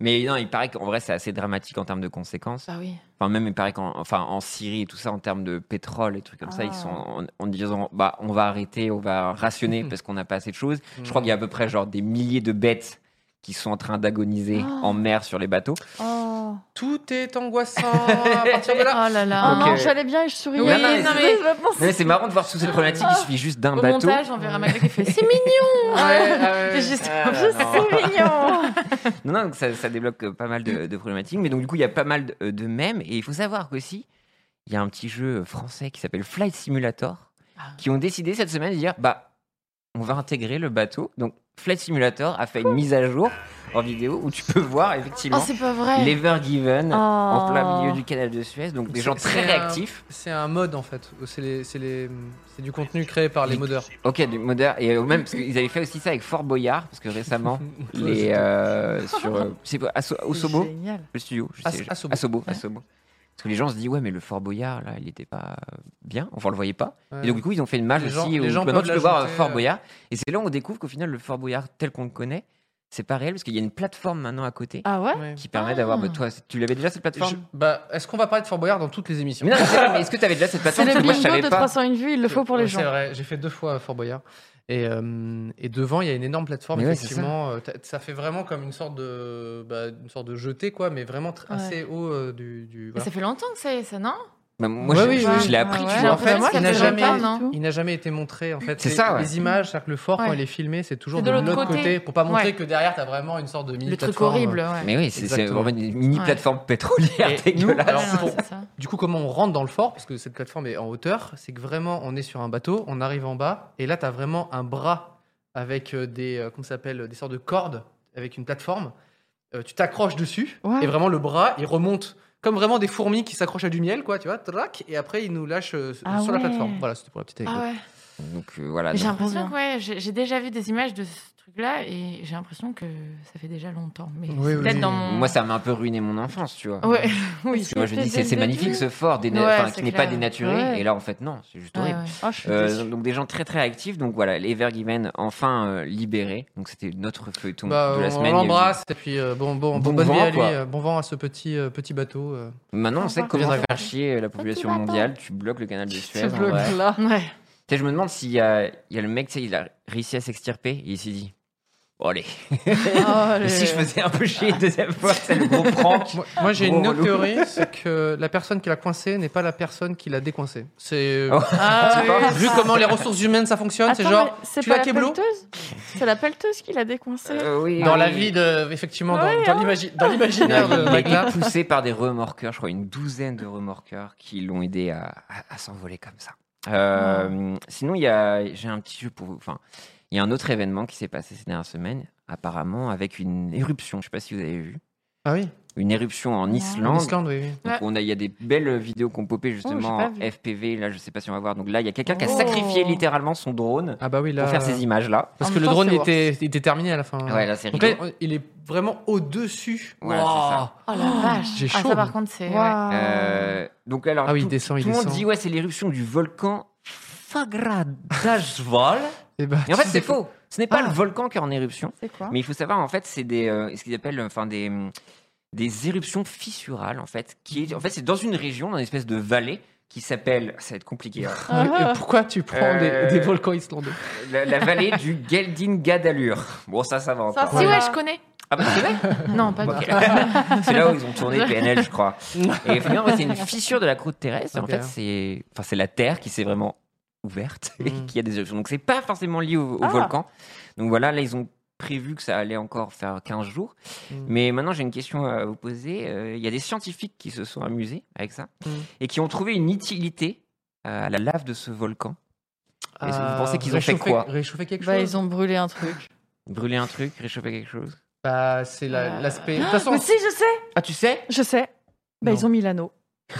A: Mais non, il paraît qu'en vrai, c'est assez dramatique en termes de conséquences.
C: Bah oui.
A: Enfin, même, il paraît qu'en enfin, en Syrie et tout ça, en termes de pétrole et trucs comme ça, ils
D: Ah.
A: sont en, en disant bah, on va arrêter, on va rationner
B: Mhm.
A: parce qu'on n'a pas assez de choses. Je crois qu'il y a à peu près genre des milliers de bêtes qui sont en train d'agoniser
D: Ah.
A: en mer sur les bateaux.
D: Oh.
B: Tout est angoissant à partir de là.
C: Oh là là.
D: Ah
A: Ok.
D: non, j'allais bien et je souriais.
C: Oui,
A: Non, non,
C: mais-
D: Je vais penser-
A: Mais c'est marrant de voir sous cette problématique, il suffit juste d'un
C: Au
A: bateau.
C: montage, on verra Magritte qui fait C'est mignon
B: Ouais,
D: Euh,
B: ouais, ouais.
C: C'est juste-
A: Ah,
D: Je
A: non.
D: suis mignon.
A: Non, non, donc ça, ça débloque euh, pas mal de, de problématiques. Mais donc, du coup, il y a pas mal de, de mèmes. Et il faut savoir qu'aussi, il y a un petit jeu euh, français qui s'appelle Flight Simulator
C: Ah.
A: qui ont décidé cette semaine de dire bah, on va intégrer le bateau. Donc, Flight Simulator a fait une mise à jour en vidéo où tu peux voir
C: Oh,
A: effectivement
C: c'est pas vrai.
A: l'Ever Given en plein
D: Oh.
A: milieu du canal de Suez. Donc, des
B: C'est-
A: gens très
B: c'est un-
A: réactifs.
B: C'est un mode en fait. C'est les- c'est les- c'est du contenu créé par les modeurs.
A: Ok, du modeur. Et euh, même, parce qu'ils avaient fait aussi ça avec Fort Boyard, parce que récemment, les. euh, sur. euh, c'est quoi, Asso- Osobo
D: Génial.
A: Le studio, je
B: As-
A: sais. je-
B: Asobo.
A: Asobo, Asobo. Parce que les gens se disent, ouais, mais le Fort Boyard, là, il était pas euh, bien, enfin, on le voyait pas.
B: Ouais.
A: Et donc, du coup, ils ont fait une mage
B: Les
A: aussi
B: gens-
A: où
B: les gens
A: maintenant
B: peuvent
A: tu peux voir euh,
B: l'ajouter,
A: Fort
B: euh.
A: Boyard. Et c'est là où on découvre qu'au final, le Fort Boyard, tel qu'on le connaît, c'est pas réel, parce qu'il y a une plateforme maintenant à côté
D: Ah ouais
B: Ouais.
A: qui permet d'avoir.
C: Ah.
A: bah, toi, tu l'avais déjà cette
B: Je-
A: plateforme
B: bah, Est-ce qu'on va parler de Fort Boyard dans toutes les émissions
A: Mais non, mais c'est vrai, mais est-ce que tu avais déjà cette
D: C'est
A: plateforme
D: le
A: Parce que
D: bingo
A: Moi, je savais
D: de
A: pas.
D: 301 vues, il le faut pour les
B: Ouais, C'est
D: gens.
B: vrai, j'ai fait deux fois Fort Boyard. Et, euh, et devant, il y a une énorme plateforme,
A: Mais ouais, c'est
B: effectivement. euh, t'as- Ça. fait vraiment comme une sorte de, bah, une sorte de jetée, quoi, mais vraiment tr-
D: Ouais.
B: assez haut euh, du. du-
C: Mais
B: voilà.
C: ça fait longtemps que ça y est, ça, non
A: Bah, moi,
B: Ouais,
A: je,
B: oui,
A: je-
B: oui.
A: je l'ai appris,
D: Ah
A: tu
D: ouais.
A: vois.
B: En fait,
C: Ouais,
B: il
C: ça
B: n'a
C: fait
B: jamais,
C: longtemps, non
B: il n'a jamais été montré. En fait,
A: C'est
B: les,
A: ça, ouais.
B: les images, c'est-à-dire que le fort quand
C: Ouais.
B: il est filmé, c'est toujours
C: C'est
B: de l'autre côté. pour pas montrer
C: Ouais.
B: que derrière t'as vraiment une sorte de mini
C: Le truc
B: plateforme.
C: horrible, ouais.
A: Mais oui, c'est- c'est
B: Exactement.
A: vraiment une mini
C: Ouais.
A: plateforme pétrolière
B: Et nous,
A: dégueulasse.
C: Ouais,
B: alors,
C: non,
B: pour-
C: Ah c'est ça.
B: Du coup, comment on rentre dans le fort Parce que cette plateforme est en hauteur. C'est que vraiment, on est sur un bateau, on arrive en bas, et là, t'as vraiment un bras avec euh, des, euh, comment ça s'appelle, des sortes de cordes avec une plateforme. Euh, tu t'accroches dessus,
D: Ouais.
B: et vraiment le bras, il remonte comme vraiment des fourmis qui s'accrochent à du miel, quoi, tu vois, trac, et après, il nous lâche euh,
D: Ah
B: sur la
D: ouais.
B: plateforme. Voilà, c'était pour la petite anecdote.
C: Ah ouais.
A: Donc euh, voilà.
C: Mais J'ai
A: donc-
C: l'impression
D: bien.
C: que ouais, j'ai j'ai déjà vu des images de ce truc-là et j'ai l'impression que ça fait déjà longtemps. Mais
B: Oui,
C: c'est
B: oui,
C: peut-être
B: oui.
C: dans mon.
A: euh, Moi, ça m'a un peu ruiné mon enfance, tu vois.
C: Ouais,
D: Oui,
C: oui.
A: Parce que moi, je me dis, c'est c'est magnifique ce fort, déna-
C: Ouais,
A: enfin,
C: c'est
A: qui n'est
C: clair.
A: pas dénaturé.
D: Ouais.
A: Et là, en fait, non, c'est juste
C: Ouais,
A: horrible.
C: ouais.
D: Ah, je suis
A: Euh,
D: déçue.
A: donc des gens très très actifs. Donc voilà, l'Evergiven enfin euh, libéré. Donc c'était notre feuilleton
B: Bah,
A: de la
B: on
A: semaine. Il y a eu-
B: l'embrasse, et puis euh, bon, bon,
A: Bon
B: bonne
A: vent,
B: vie à lui,
A: quoi.
B: euh, bon vent à ce petit, euh, petit bateau. euh.
A: Maintenant, on sait
D: Au revoir.
A: comment
B: Viendra
A: faire chier la population
F: Petit bateau.
A: mondiale. Tu bloques le canal de Suez.
D: Ce
A: en vrai.
D: blog-là.
C: Ouais.
A: Tu sais, je me demande s'il y a, il y a le mec, tu sais, il a réussi à s'extirper et il s'est dit. Bon, allez,
D: Ah,
C: Euh.
A: Et si
D: les-
A: je faisais un peu chier une deuxième fois, c'est le gros prank.
B: Moi, moi, j'ai
A: Gros
B: une autre
A: relou.
B: théorie, c'est que la personne qui l'a coincé n'est pas la personne qui l'a décoincé. C'est
A: Oh.
C: Ah, oui.
B: vu comment les ressources humaines ça fonctionne, c'est
D: Attends,
B: genre
D: mais c'est
B: tu
D: pas
B: l'as
D: la
B: Keblo
D: pelleteuse C'est la pelleteuse qui l'a décoincé.
A: Euh, oui,
B: dans
A: oui.
B: la vie de effectivement dans-
D: Ouais,
B: dans, l'imagi- dans l'imaginaire
A: Non,
B: de
A: il a été
B: Magla.
A: poussé par des remorqueurs, je crois une douzaine de remorqueurs qui l'ont aidé à, à- à s'envoler comme ça. Euh, Sinon, il y a, j'ai un petit jeu pour vous. Enfin, il y a un autre événement qui s'est passé ces dernières semaines, apparemment avec une éruption. Je ne sais pas si vous avez vu.
B: Ah oui,
A: Une éruption en
C: Ouais.
B: en
A: Islande.
B: Islande, oui. oui.
A: Donc, on a, il y a des belles vidéos qu'on popait justement
D: Oh, j'ai pas
A: en
D: vu.
A: FPV. Là, je ne sais pas si on va voir. Donc là, il y a quelqu'un qui a
D: Oh.
A: sacrifié littéralement son drone
B: Ah bah oui là.
A: pour faire ces images-là.
B: Parce
D: En
B: que
D: même
B: le
D: temps,
B: drone
D: c'est
B: il était, il était terminé à la fin.
A: Ouais, là, c'est
B: Donc
A: rigolo.
B: là, il est vraiment au dessus.
A: Voilà, c'est ça.
C: Oh la vache.
B: j'ai
C: Ah,
B: chaud.
C: ça, par contre, c'est. ouais.
D: Waouh.
A: Euh, donc alors,
B: Ah oui, il
A: tout-
B: descend, il
A: Tout le monde
B: descend.
A: dit ouais, c'est l'éruption du volcan Fagradalsval.
B: Et bah,
A: Et en fait,
B: tu
A: c'est
B: sais-
A: faux. Ce n'est pas
B: Ah.
A: le volcan qui est en éruption.
D: C'est quoi
A: Mais il faut savoir, en fait, c'est des, euh, ce qu'ils appellent, enfin, des, hum, des éruptions fissurales, en fait. Qui est, en fait, c'est dans une région, dans une espèce de vallée qui s'appelle, ça va être compliqué, hein,
D: Ah.
B: Et Pourquoi tu prends
A: Euh,
B: des, des volcans islandais
A: la, la vallée du Geldingadalur. Bon, ça, ça va encore.
C: Ça, si,
D: Voilà.
C: ouais, je connais.
A: Ah bah, c'est vrai
C: Non, pas du
A: Ok.
C: tout.
A: c'est là où ils ont tourné PNL, je crois. Et finalement, c'est une fissure de la croûte terrestre. Et en
B: Ok.
A: fait, c'est enfin, c'est la Terre qui s'est vraiment ouverte et
B: Mm.
A: qui a des éruptions. Donc, c'est pas forcément lié au, au
D: Ah.
A: volcan. Donc, voilà, là, ils ont prévu que ça allait encore faire 15 jours.
B: Mm.
A: Mais maintenant, j'ai une question à vous poser. Euh, Il y a des scientifiques qui se sont amusés avec ça
B: Mm.
A: et qui ont trouvé une utilité euh, à la lave de ce volcan. Est-ce que vous
B: Euh,
A: pensez qu'ils ont fait
B: réchauffer-
A: quoi
B: Réchauffer quelque
D: Bah,
B: chose
D: ils ont brûlé un truc.
A: Brûler un truc, réchauffer quelque chose
B: Bah, c'est la-
D: Euh,
B: l'aspect. De toute façon,
D: Mais si, je sais
A: Ah, tu sais
D: Je sais. Bah,
B: Non.
D: ils ont mis l'anneau.
B: Eh,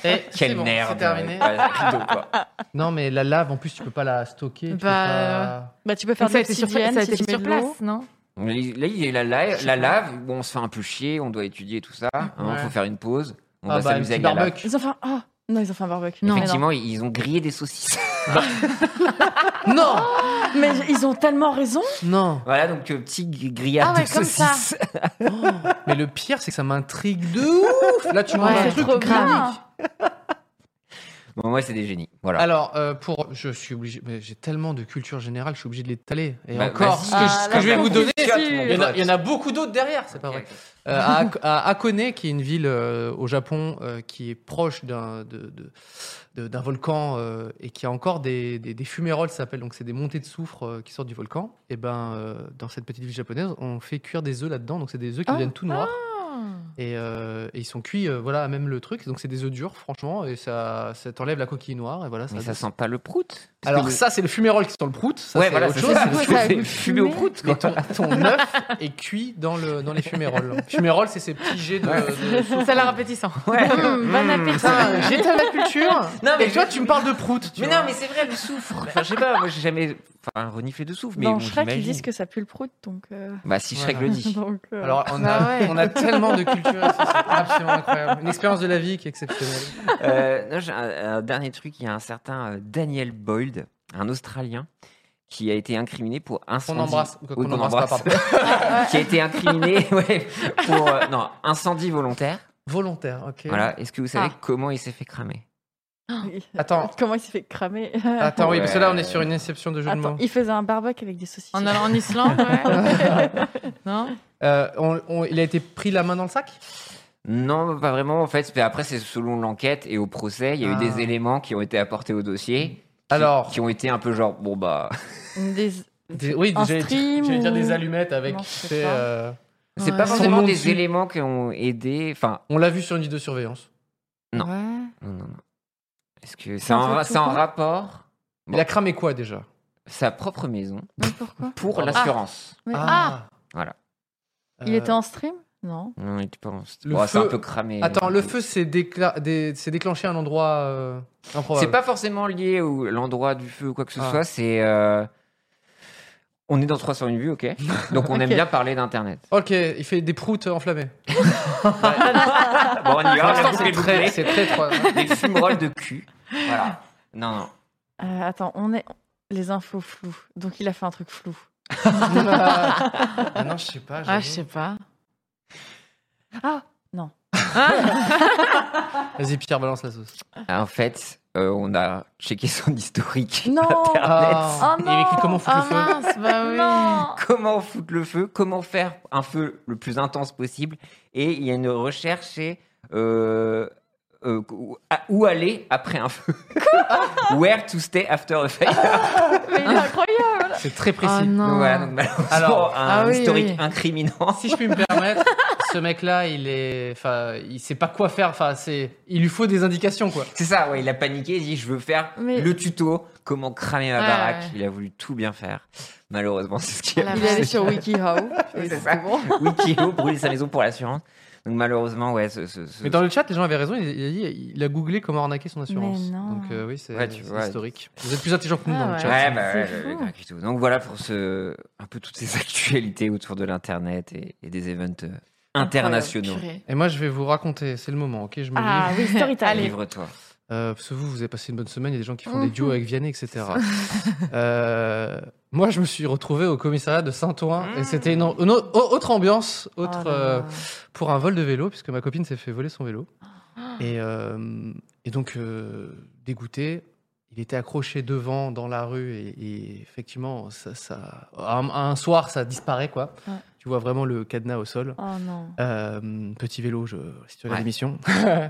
B: c'est
A: Quel
B: bon,
A: nerf
B: C'est terminé.
A: Ouais, rideau, quoi.
B: Non, mais la lave, en plus, tu peux pas la stocker. tu peux
C: Bah,
A: euh,
B: pas- Ah,
D: Bah, tu peux faire
C: Donc,
D: de
C: Ça a été sur,
D: l'obsidienne
C: ça a
D: si tu
C: été
D: mets
C: sur
D: de l'eau.
C: place, non
A: Là, il là, il y a la, la- la lave, bon, on se fait un peu chier, on doit étudier tout ça, il
B: Ouais.
A: faut faire une pause, on va
B: Ah bah, un
A: s'amuser
B: petit
A: avec la lave.
B: barbecue.
D: Ils ont fait un... ah, Non, ils ont fait un barbecue.
C: Non.
D: Mais
A: Effectivement, ils ont grillé des saucisses.
B: Non
D: Mais ils ont tellement raison.
B: Non
A: voilà, donc euh, petit gr- grillade
C: Ah ouais,
A: de
C: comme ça.
A: saucisses.
B: Oh, Mais le pire, c'est que ça m'intrigue de ouf Là, tu m'en
C: Ouais,
B: un
C: c'est
B: truc
C: trop
B: grave.
C: bien.
A: Bon, moi, c'est des génies. Voilà.
B: Alors, euh, pour. Je suis obligé. mais J'ai tellement de culture générale, je suis obligé de l'étaler. Et
A: Bah,
B: encore,
A: vas-y.
B: ce que,
D: Ah,
B: ce que
D: là,
B: je vais vous donner.
D: c'est
B: Il y, en a, il y en a beaucoup d'autres derrière, c'est pas vrai. Euh, à, Ak- à Hakone, qui est une ville euh, au Japon euh, qui est proche d'un de- de- de- d'un volcan euh, et qui a encore des, des, des fuméroles, ça s'appelle, donc c'est des montées de soufre euh, qui sortent du volcan. Et ben, euh, dans cette petite ville japonaise, on fait cuire des œufs là-dedans, donc c'est des œufs qui
D: Ah.
B: deviennent tout noirs et, euh, et ils sont cuits, euh, voilà, à même le truc. Donc c'est des œufs durs, franchement, et ça, ça t'enlève la coquille noire et voilà. Ça
A: Mais ça sent pas le prout Parce
B: Alors
A: que le-
B: ça, c'est le fumérol qui sent le prout. Ça,
A: ouais,
B: c'est
A: voilà,
B: autre
A: c'est
B: chose.
A: ça,
D: Ouais,
A: c'est-
D: ça a
A: c'est
D: goût de
A: fumé au
D: fumée.
A: prout.
B: Mais
A: quoi.
B: ton, ton œuf est cuit dans, le, dans les fuméroles. Fumérol, c'est ces petits jets de, de soufre.
C: Ça a l'air appétissant.
A: Ouais.
C: Hum,
D: Mm.
C: bon appétit.
B: Putain, j'ai la culture.
A: Non, mais
B: et toi, tu me parles de prout. tu
A: Mais
B: vois.
A: non, mais c'est vrai, le soufre. Enfin, je sais pas, moi, j'ai jamais enfin, reniflé de soufre. Mais
D: Dans
A: bon,
D: Shrek, ils
A: j'imagine.
D: disent que ça pue le prout, donc... euh,
A: Bah, si Shrek
B: Voilà.
A: le dit.
D: donc, euh,
B: Alors, on a,
C: Ah ouais.
B: on a tellement de culture, ça, c'est absolument incroyable. Une expérience de la vie qui est exceptionnelle.
A: Euh, non, j'ai un, un dernier truc, il y a un certain euh, Daniel Boyd, un Australien, qui a été incriminé pour
B: On
A: incendie.
B: embrasse.
A: Oui,
B: qu'on
A: qu'on
B: embrasse pas,
A: embrasse. qui a été incriminé ouais, pour euh, non, incendie volontaire.
B: Volontaire, ok.
A: Voilà. Est-ce que vous savez
C: Ah.
A: comment il s'est fait cramer
D: oui.
B: Attends.
D: Comment il s'est fait cramer
B: Attends, oui,
A: Ouais.
B: parce que là, on est sur une exception de jeu de
D: Attends,
B: mots.
D: il faisait un barbecue avec des saucisses.
C: En allant en Islande, ouais. non
B: Euh, on- on- il a été pris la main dans le sac
A: Non, pas vraiment en fait. Mais Après, c'est selon l'enquête et au procès, il y a eu
B: Ah.
A: des éléments qui ont été apportés au dossier. qui-
B: Alors-
A: Qui ont été un peu genre, bon bah.
D: Des-
B: Des- oui,
D: Un
B: j'allais dire-
D: stream
B: j'allais dire
D: ou-
B: des allumettes avec.
D: Non,
B: tu
D: je sais
B: sais,
D: pas.
B: euh,
A: C'est
D: Ouais.
A: pas
B: Son
A: forcément
B: nom
A: des
B: dessus.
A: éléments qui ont aidé. Enfin,
B: on l'a vu sur une vidéosurveillance.
A: non.
D: Ouais.
A: non, non, non. Est-ce que
D: C'est
A: c'est en,
D: un
A: ra-
D: truc
A: c'est en
D: tout con
A: rapport Bon.
B: Il a cramé quoi déjà
A: sa propre maison
D: Mais pourquoi
A: pour
B: Ah.
A: l'assurance
D: Mais-
A: Voilà.
D: Il
B: Euh,
D: était en stream Non.
A: Non, il était pas en-
B: Le
A: Bon, c'est un
B: feu-
A: peu cramé. euh,
B: Attends, le feu s'est décla- dé- s'est déclenché à un endroit euh, improbable.
A: C'est pas forcément lié au l'endroit du feu ou quoi que ce
B: Ah.
A: soit. C'est euh, on est dans 301 vues, ok. Donc on aime
D: Ok.
A: bien parler d'internet.
B: Ok, il fait des proutes enflammées.
A: Bon, on y
B: Pour
A: va.
B: l'instant,
A: s'il
B: c'est
A: vous
B: très,
A: plaît.
B: c'est très trois-
A: des fumerolles de cul. Voilà. Non, non.
D: Euh, attends, on est. Les infos floues. Donc il a fait un truc flou.
B: Ah non, je sais pas.
C: Ah,
B: j'avoue.
C: je sais pas.
D: Ah Non.
B: Vas-y, Pierre, balance la sauce.
A: En fait, euh, on a checké son historique.
D: Non
A: Internet.
D: Ah
B: il
D: non
B: avait écrit comment foutre
C: Ah
B: le feu
C: mince, bah oui.
D: Non
A: Comment foutre le feu Comment faire un feu le plus intense possible Et il y a une recherche c'est euh, euh, où- à- où aller après un feu. Where to stay after a fire.
D: Mais il est incroyable
B: C'est très
C: Ah
B: précis.
C: non.
A: Donc voilà, donc malheureusement,
B: Alors,
A: un
C: ah oui,
A: historique
C: oui.
A: incriminant.
B: Si je puis me permettre, ce mec-là, il est, enfin, il sait pas quoi faire. Enfin, c'est, il lui faut des indications, quoi.
A: C'est ça, ouais, il a paniqué, il dit je veux faire
D: Mais-
A: le tuto, comment cramer ma
C: Ouais,
A: baraque.
C: ouais.
A: Il a voulu tout bien faire. Malheureusement, c'est ce qui
C: Ah,
A: a
C: la
D: Il est allé sur WikiHow.
A: c'est
D: et c'est
A: ça.
D: bon.
A: Wikio brûler sa maison pour l'assurance. Donc malheureusement, ouais, ce, ce- ce-
B: Mais dans le chat, les gens avaient raison. Il, il a, dit- il a googlé comment arnaquer son assurance.
D: Mais non.
B: Donc euh, oui, c'est
A: Ouais, tu
B: c'est
A: vois.
B: historique. Vous êtes plus intelligents que nous
D: Ah
B: dans le
D: ouais.
B: chat.
A: Ouais, bah,
D: c'est
A: ouais,
D: fou.
A: le grec et tout. Donc voilà pour ce, un peu toutes ces actualités autour de l'internet et, et des events euh, internationaux.
C: Oh Purée.
B: Et moi, je vais vous raconter. C'est le moment, ok Je me
D: Ah
B: livre.
D: oui, story time.
A: Livre-toi.
B: Euh, parce que vous, vous avez passé une bonne semaine. Il y a des gens qui font des duos avec Vianney, etc. Euh, moi, je me suis retrouvé au commissariat de Saint-Ouen et c'était une, une au- autre ambiance, autre.
D: Mmh. Oh là
B: euh,
D: là.
B: pour un vol de vélo, puisque ma copine s'est fait voler son vélo. Et, euh, et donc, euh, dégoûté, il était accroché devant dans la rue. Et, et effectivement, ça, ça, un, un soir, ça disparaît, quoi.
D: Ouais.
B: Tu vois vraiment le cadenas au sol.
D: Oh non.
B: Euh, petit vélo, je, si tu regardes
A: Ouais.
B: l'émission.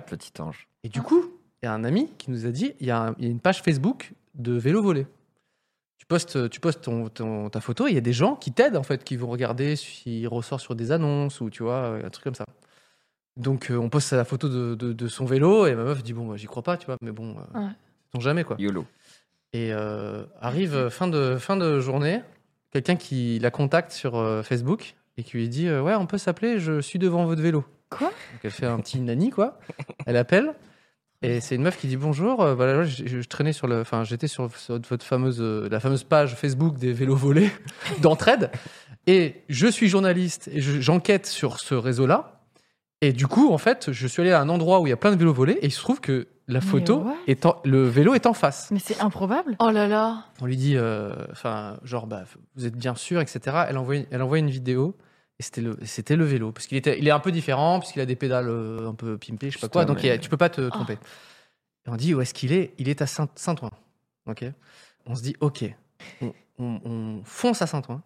A: Petit ange.
B: Et du coup, il y a un ami qui nous a dit il y, a un- il y a une page Facebook de vélo volé. Tu postes, tu postes ton, ton- ta photo et il y a des gens qui t'aident, en fait, qui vont regarder s'il ressort sur des annonces ou tu vois, un truc comme ça. Donc, euh, on poste la photo de, de- de son vélo et ma meuf dit Bon, moi, j'y crois pas, tu vois, mais bon, euh,
D: Ouais.
B: sait-on jamais, quoi.
A: YOLO.
B: Et euh, arrive euh, fin de, fin de journée, quelqu'un qui la contacte sur euh, Facebook et qui lui dit euh, Ouais, on peut s'appeler, je suis devant votre vélo.
D: Quoi
B: Donc elle fait un petit nani, quoi. Elle appelle. Et c'est une meuf qui dit bonjour. euh, voilà, je, je- je traînais sur le, enfin, j'étais sur, sur votre fameuse, euh, la fameuse page Facebook des vélos volés d'entraide. Et je suis journaliste et je- j'enquête sur ce réseau-là. Et du coup, en fait, je suis allé à un endroit où il y a plein de vélos volés et il se trouve que la
D: Mais
B: photo
D: ouais.
B: est en- le vélo est en face.
D: Mais c'est improbable
C: Oh là là.
B: On lui dit, euh, enfin, genre, bah, vous êtes bien sûr, etc. Elle envoie, elle envoie une vidéo. Et c'était le, c'était le vélo. Parce qu'il était, il est un peu différent, puisqu'il a des pédales euh, un peu pimpées, je sais pas quoi.
A: Putain,
B: Donc il y a-
A: mais-
B: tu peux pas te tromper. Et on dit, où est-ce qu'il est Il est à Saint- Saint-Ouen. Ok On se dit, ok. On, on- on fonce à Saint-Ouen.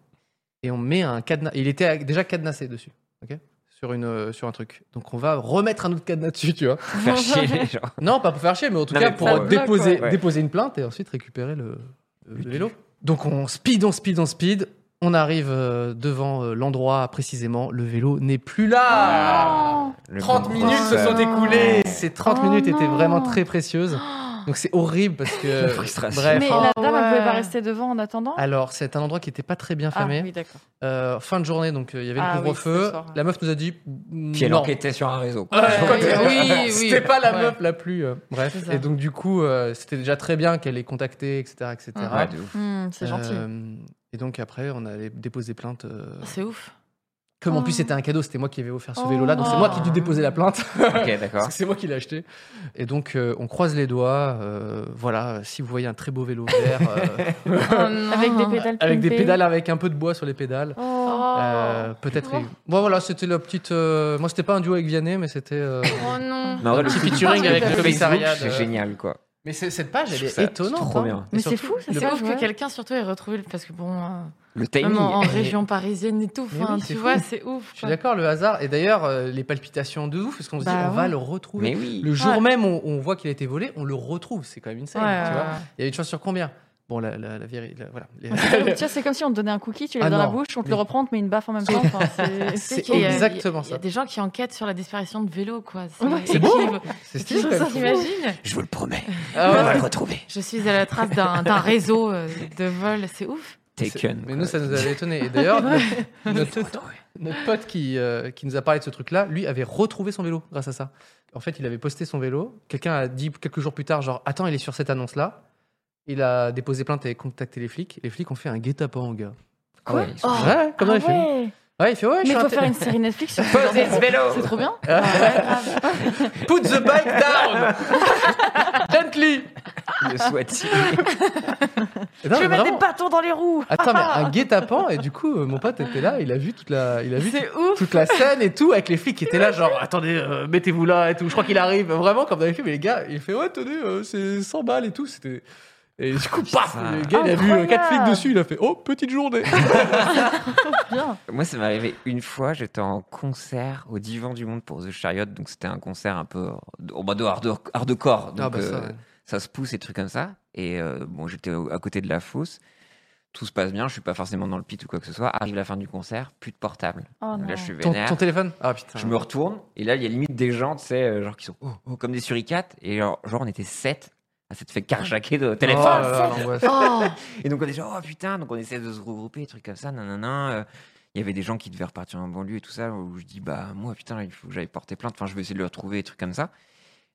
B: Et on met un cadenas. Il était à- déjà cadenassé dessus. Ok sur, une, euh, sur un truc. Donc on va remettre un autre cadenas dessus, tu vois.
A: Pour faire chier les gens.
B: Non, pas pour faire chier, mais en tout
A: Non,
B: cas
A: mais
B: pour
A: pour,
D: euh,
B: déposer,
D: bloque,
A: ouais.
B: déposer une plainte et ensuite récupérer le, le vélo. Donc on speed, on speed, on speed. On arrive euh, devant euh, l'endroit précisément. Le vélo n'est plus là.
A: Le euh,
B: 30
A: bon
B: minutes se
A: professeur.
B: sont écoulées. Ces 30
D: Ah. Oh
B: minutes étaient
D: non.
B: vraiment très précieuses. Donc c'est horrible parce que.
A: La frustration.
B: Bref.
D: Mais
C: Oh,
D: la dame, elle pouvait pas
C: ouais.
D: rester devant en attendant
B: Alors c'est un endroit qui n'était pas très bien
D: Ah
B: fermé.
D: oui, d'accord.
B: Euh, fin de journée, donc euh, il y avait
D: Ah
B: le
D: oui,
B: couvre-feu.
D: ce soir, ouais.
B: La meuf nous a dit.
A: Puis elle
B: non.
A: enquêtait sur un réseau. euh, quoi.
B: Ouais,
C: Ouais.
B: quand-
C: Oui, oui.
B: C'était pas la
C: Ouais.
B: meuf la plus. euh, bref.
D: C'est ça.
B: Et donc, du coup, euh, c'était déjà très bien qu'elle ait contacté, etc. etc.
A: Ouais, de ouf.
D: Hmm, c'est gentil.
B: Euh, et donc, après, on allait déposer plainte. euh,
C: C'est ouf.
B: Comme en plus,
D: Oh.
B: c'était un cadeau, c'était moi qui avais offert ce
D: Oh.
B: vélo-là. Donc, c'est moi
A: Ah.
B: qui ai dû déposer la plainte.
A: Ok, d'accord.
B: Parce que c'est moi qui l'ai acheté. Et donc, euh, on croise les doigts. euh, voilà, si vous voyez un très beau vélo vert, euh,
C: Oh non.
D: Avec des pédales
B: avec des
D: pimpées.
B: pédales, avec un peu de bois sur les pédales.
D: Oh.
C: Oh,
B: euh, Peut-être. Bon, voilà, c'était la petite. euh, Moi, c'était pas un duo avec Vianney, mais c'était. euh,
C: Oh non.
A: Mais en vrai,
B: petit
A: coup du
B: featuring avec le
A: Facebook,
B: commissariat de-
A: C'est génial, quoi.
B: Mais c'est- cette page, elle
A: Je trouve
B: est
A: ça
B: étonnante.
A: trop
B: hein.
A: bien.
B: Et
D: Mais c'est
B: surtout,
D: fou, ça,
B: le-
D: c'est
C: Je trouve
D: ouais.
C: que quelqu'un surtout ait retrouvé le- parce que bon, euh,
A: Le
C: même
A: timing.
C: en, en
A: est-
C: région parisienne et tout,
B: Mais
C: enfin,
B: oui, c'est
C: tu
B: fou.
C: vois, c'est ouf.
B: Je suis
C: quoi.
B: d'accord, le hasard. Et d'ailleurs, euh, les palpitations de ouf, parce qu'on se dit,
D: Bah
B: on va
D: ouais.
B: le retrouver.
A: Mais oui.
B: Le jour
C: Ouais.
B: même où on voit qu'il a été volé, on le retrouve. C'est quand même une scène.
C: Ouais,
B: tu vois.
C: ouais, ouais.
B: Il y avait une chance sur combien Bon, la, la, la vérité. la- Voilà. Les-
D: Tu vois, c'est comme si on te donnait un cookie, tu l'as
B: Ah
D: dans la
B: non.
D: bouche, on te
B: Mais-
D: le reprend, on te met une baffe en même temps. Enfin, c'est-
C: Tu sais
B: C'est
C: qu'il y a-
B: exactement
C: Il y a
B: ça.
C: des gens qui enquêtent sur la disparition de vélos, quoi.
D: Ouais.
B: C'est beau, hein C'est
C: Tu
B: stylé quand même.
C: t'imagines
A: Je vous le promets.
B: Ah ouais.
A: On va le retrouver.
C: Je suis à la trace d'un d'un réseau euh, de vols, c'est ouf.
A: Taken.
B: Mais
A: quoi.
B: nous, ça nous avait étonné. Et d'ailleurs, notre, notre- notre pote qui, euh, qui nous a parlé de ce truc-là, lui avait retrouvé son vélo grâce à ça. En fait, il avait posté son vélo. Quelqu'un a dit quelques jours plus tard, genre, attends, il est sur cette annonce-là. Il a déposé plainte et contacté les flics. Les flics ont fait un guet-apens, gars.
A: Ah ouais, ils sont-
D: Oh.
B: Ouais, comme dans
D: Ah
B: les films.
D: ouais.
B: Ouais, il fait, ouais, je
D: Mais
B: suis
D: il faut
B: un-
D: faire une série Netflix sur ce genre
A: Posez
D: de-
A: ce vélo.
D: C'est trop bien.
B: Put the bike down Gently
A: Le soit-il.
B: Et non, mais
D: Je vais mettre
B: vraiment.
D: des bâtons dans les roues.
B: Attends, mais un guet-apens, et du coup, euh, mon pote était là, il a vu toute la, il a vu
C: C'est ouf
B: toute la scène et tout, avec les flics qui étaient là, genre, attendez, euh, mettez-vous là et tout. Je crois qu'il arrive vraiment comme dans les films. Mais les gars, il fait, ouais, attendez, euh, c'est 100 balles et tout. C'était. Et du coup, paf
A: Putain.
B: Le gars, il a vu euh, quatre flics
D: Incroyable.
B: dessus, il a fait, oh, petite journée
D: Bien.
A: Moi, ça m'est arrivé une fois, j'étais en concert au Divan du Monde pour The Chariot, donc c'était un concert un peu en mode hard- hardcore.
B: Ah,
A: Donc,
B: bah,
A: euh, ça se pousse et des trucs comme ça. Et euh, bon, j'étais au- à côté de la fosse. Tout se passe bien, je suis pas forcément dans le pit ou quoi que ce soit. Arrive la fin du concert, plus de portable.
D: Oh
A: Donc
D: non.
A: là, je suis
B: ton,
A: vénère.
B: ton téléphone Ah putain.
A: je me retourne et là, il y a limite des gens, tu sais, euh, genre qui sont oh, oh, comme des suricates. Et genre, genre, on était sept à s'être fait carjacker de
B: Oh
A: téléphone.
B: là là, l'angoisse.
D: Oh,
A: Et donc on est genre, oh putain, donc on essaie de se regrouper, des trucs comme ça, nanana. euh, Il y avait des gens qui devaient repartir en banlieue et tout ça, où je dis, bah moi, putain, il faut que j'aille porter plainte, enfin, je vais essayer de le retrouver, des trucs comme ça.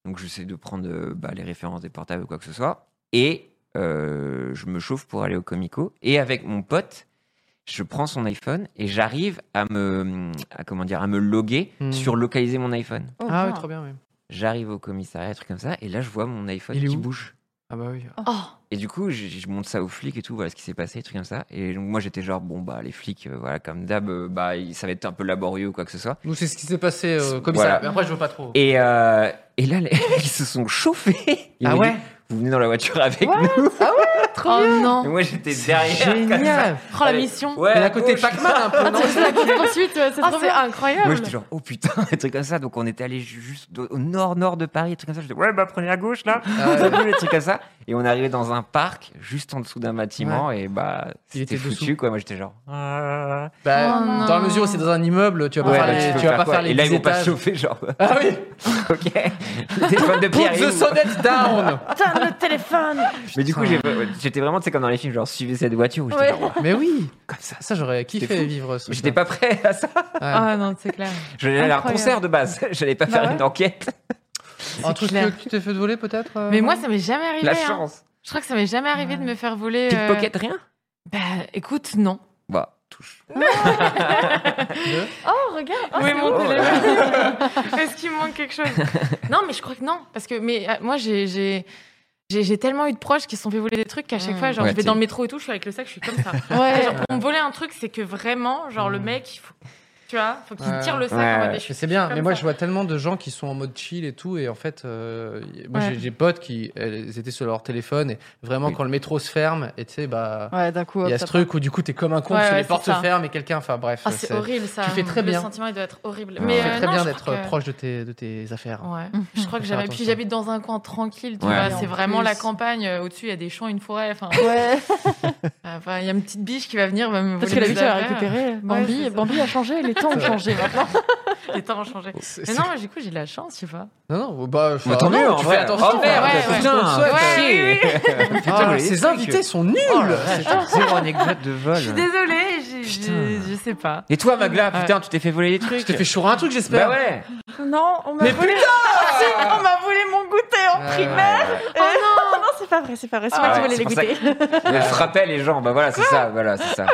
A: Donc j'essaie de prendre euh, bah, les références des portables ou quoi que ce soit. Et euh, je me chauffe pour aller au Comico. Et avec mon pote, je prends son iPhone et j'arrive à me, à, comment dire, à me loguer
B: Hmm.
A: sur localiser mon iPhone.
D: Oh,
B: Ah oui,
D: bien.
B: trop bien, oui.
A: J'arrive au commissariat, des trucs comme ça, et là, je vois mon iPhone
B: Il est
A: qui
B: où
A: bouge.
B: Ah bah oui.
D: Oh,
A: Et du coup, je, je montre ça aux flics et tout, voilà ce qui s'est passé, des trucs comme ça. Et donc, moi, j'étais genre, bon, bah, les flics, euh, voilà, comme d'hab, euh, bah, ils- ça va être un peu laborieux ou quoi que ce soit.
B: Nous, c'est ce qui s'est passé
A: C'est-
B: euh, comme ça.
A: voilà.
B: Mais après, je veux pas trop.
A: Et, euh, et là, les mecs, ils se sont chauffés. Ils
B: ah
A: m'ont
B: ouais
A: dit, Vous venez dans la voiture avec
D: What
A: nous.
D: trop
C: Oh
D: bien.
A: Et
C: non
A: moi, j'étais derrière.
B: Génial
C: Oh la
A: Allez.
C: mission
A: Ouais,
B: Mais
A: à
B: à côté
A: gauche.
B: Pac-Man un peu, non
C: C'est la course poursuite, ouais, c'est
D: Ah,
C: trop
D: c'est
C: bien.
A: Moi,
D: incroyable.
A: j'étais genre, oh putain, des trucs comme ça. Donc, on était allé ju- juste au nord-nord de Paris, des trucs comme ça. J'étais, ouais, bah, prenez à gauche, là.
B: Ah ouais.
A: Ça bouge, des trucs comme ça. Et on arrivait dans un parc, juste en dessous d'un bâtiment. Et bah,
B: Il
A: c'était
B: était
A: foutu,
B: dessous.
A: quoi. Moi, j'étais genre, ah.
B: Bah,
C: Oh non.
B: dans la mesure où c'est dans un immeuble, tu vas pas
D: Ouais,
B: faire
A: bah,
D: là,
B: les,
D: tu
B: tu
D: peux
B: vas pas
A: quoi
B: faire les
A: Et là, ils
B: 10
A: vont pas se
B: étages.
A: chauffer, genre. euh,
B: Ah oui,
A: Ok. Le téléphone de
B: put
A: Pierre. il
B: the
A: ouvre.
B: sonnet down.
D: Putain, le téléphone.
A: Mais du coup, j'ai- j'étais vraiment, tu sais, comme dans les films, genre suivez cette voiture. où j'étais
D: Ouais.
A: genre, ouais.
B: Mais oui,
A: Comme ça.
B: ça j'aurais
A: C'était
B: kiffé
A: fou.
B: vivre. ce
A: J'étais
B: truc-là.
A: pas prêt à ça.
B: Ouais.
C: Ah non, c'est clair.
A: J'allais aller à un
D: Incroyable.
A: concert de base. J'allais pas
D: Bah
A: faire
D: ouais.
A: une enquête.
B: Un truc
C: clair.
B: que tu t'es fait voler peut-être. euh,
C: Mais moi, ça m'est jamais arrivé.
A: La
C: hein.
A: chance.
C: Je crois que ça m'est jamais arrivé de me faire voler. euh,
A: Pickpocket, rien.
C: Bah écoute, non.
A: Bah, touche.
B: deux.
D: Oh, regarde. Oh,
C: Où est
D: c'est
C: mon
D: beau.
A: bon.
C: téléphone Est-ce qu'il me manque quelque chose Non, mais je crois que non. Parce que mais, euh, moi, j'ai- j'ai. J'ai j'ai tellement eu de proches qui se sont fait voler des trucs qu'à chaque
D: Mm.
C: fois, genre,
A: Ouais,
C: je vais
A: t'es-
C: dans le métro et tout, je suis avec le sac, je suis comme ça.
D: Ouais.
C: Genre, pour me voler un truc, c'est que vraiment, genre, le mec, il faut, tu vois, faut qu'il
B: Ouais.
C: tire le sac
A: Ouais,
C: en mode
A: ouais.
C: des
B: Mais
C: choses.
B: c'est bien,
C: Comme
B: mais moi
C: ça.
B: je vois tellement de gens qui sont en mode chill et tout, et en fait, euh, y- moi
C: Ouais.
B: j'ai j'ai des potes qui elles étaient sur leur téléphone, et vraiment
A: Oui.
B: quand le métro se ferme, et tu sais, bah, il
D: Ouais, d'un coup. hop,
B: y a ce
D: ça
B: truc où du coup t'es comme un con,
C: Ouais,
B: parce que
C: ouais,
B: les portes
C: c'est
B: se
C: ça.
B: ferment et quelqu'un, enfin bref,
C: Ah, c'est
B: c'est-
C: horrible ça.
B: tu fais très
C: le
B: bien.
C: sentiment, il doit être horrible.
A: Ouais.
C: Mais
B: c'est
C: euh,
B: très
C: non,
B: bien
C: je
B: d'être
C: crois que- Oh.
B: proche de tes, de tes affaires.
C: Ouais.
D: Mhm.
C: Je crois que
B: Faire
C: j'avais.
B: attention.
C: Puis j'habite dans un coin tranquille, tu
A: Ouais.
C: vois.
A: Et
C: C'est
D: en
C: vraiment
D: plus-
C: la campagne. euh, Au-dessus, il y a des champs, une forêt. Enfin,
D: part. Ouais.
C: Ah, enfin, il y a une petite biche qui va venir. Va me
D: Parce
C: voler
D: que la
C: mes
D: vie, tu l'as
C: affaires.
D: récupéré. Bambi,
C: c'est ça.
D: Bambi a changé. Les temps ont
B: C'est vrai.
D: changé maintenant.
C: Les temps ont changé.
B: Oh, C'est-
C: Mais
B: c'est-
C: non, moi, du coup, j'ai de la chance, tu vois.
B: non, non, bah,
A: Mais tant
B: ah non,
A: mieux, en
B: tu fais
A: vrai.
B: attention.
A: Oh merde,
C: Ouais, ouais.
B: putain,
A: putain,
B: ouais,
A: chier.
B: Ah,
A: Putain, les
B: ces
A: trucs.
B: invités sont nuls.
A: Oh la vache, Zéro anecdote de
B: Ah,
C: Je suis
A: vol.
C: désolée, j'ai- j'ai-
A: Putain.
C: je sais pas.
A: Et toi, Magla,
C: Ouais.
A: putain, tu t'es fait voler des trucs.
B: Je t'ai fait chourer un truc,
A: Bah
B: j'espère.
A: ouais.
D: Non, on m'a
B: Mais
D: volé. Si, on m'a volé mon goûter en
B: Ah.
D: primaire.
C: Oh non
D: Non, c'est pas vrai, c'est pas vrai. C'est
C: Ah
D: moi qui
A: ouais,
D: voulais
A: c'est
D: les
A: pour ça
D: goûter.
A: Elle frappait les gens. Bah voilà, c'est ça. Voilà, c'est ça.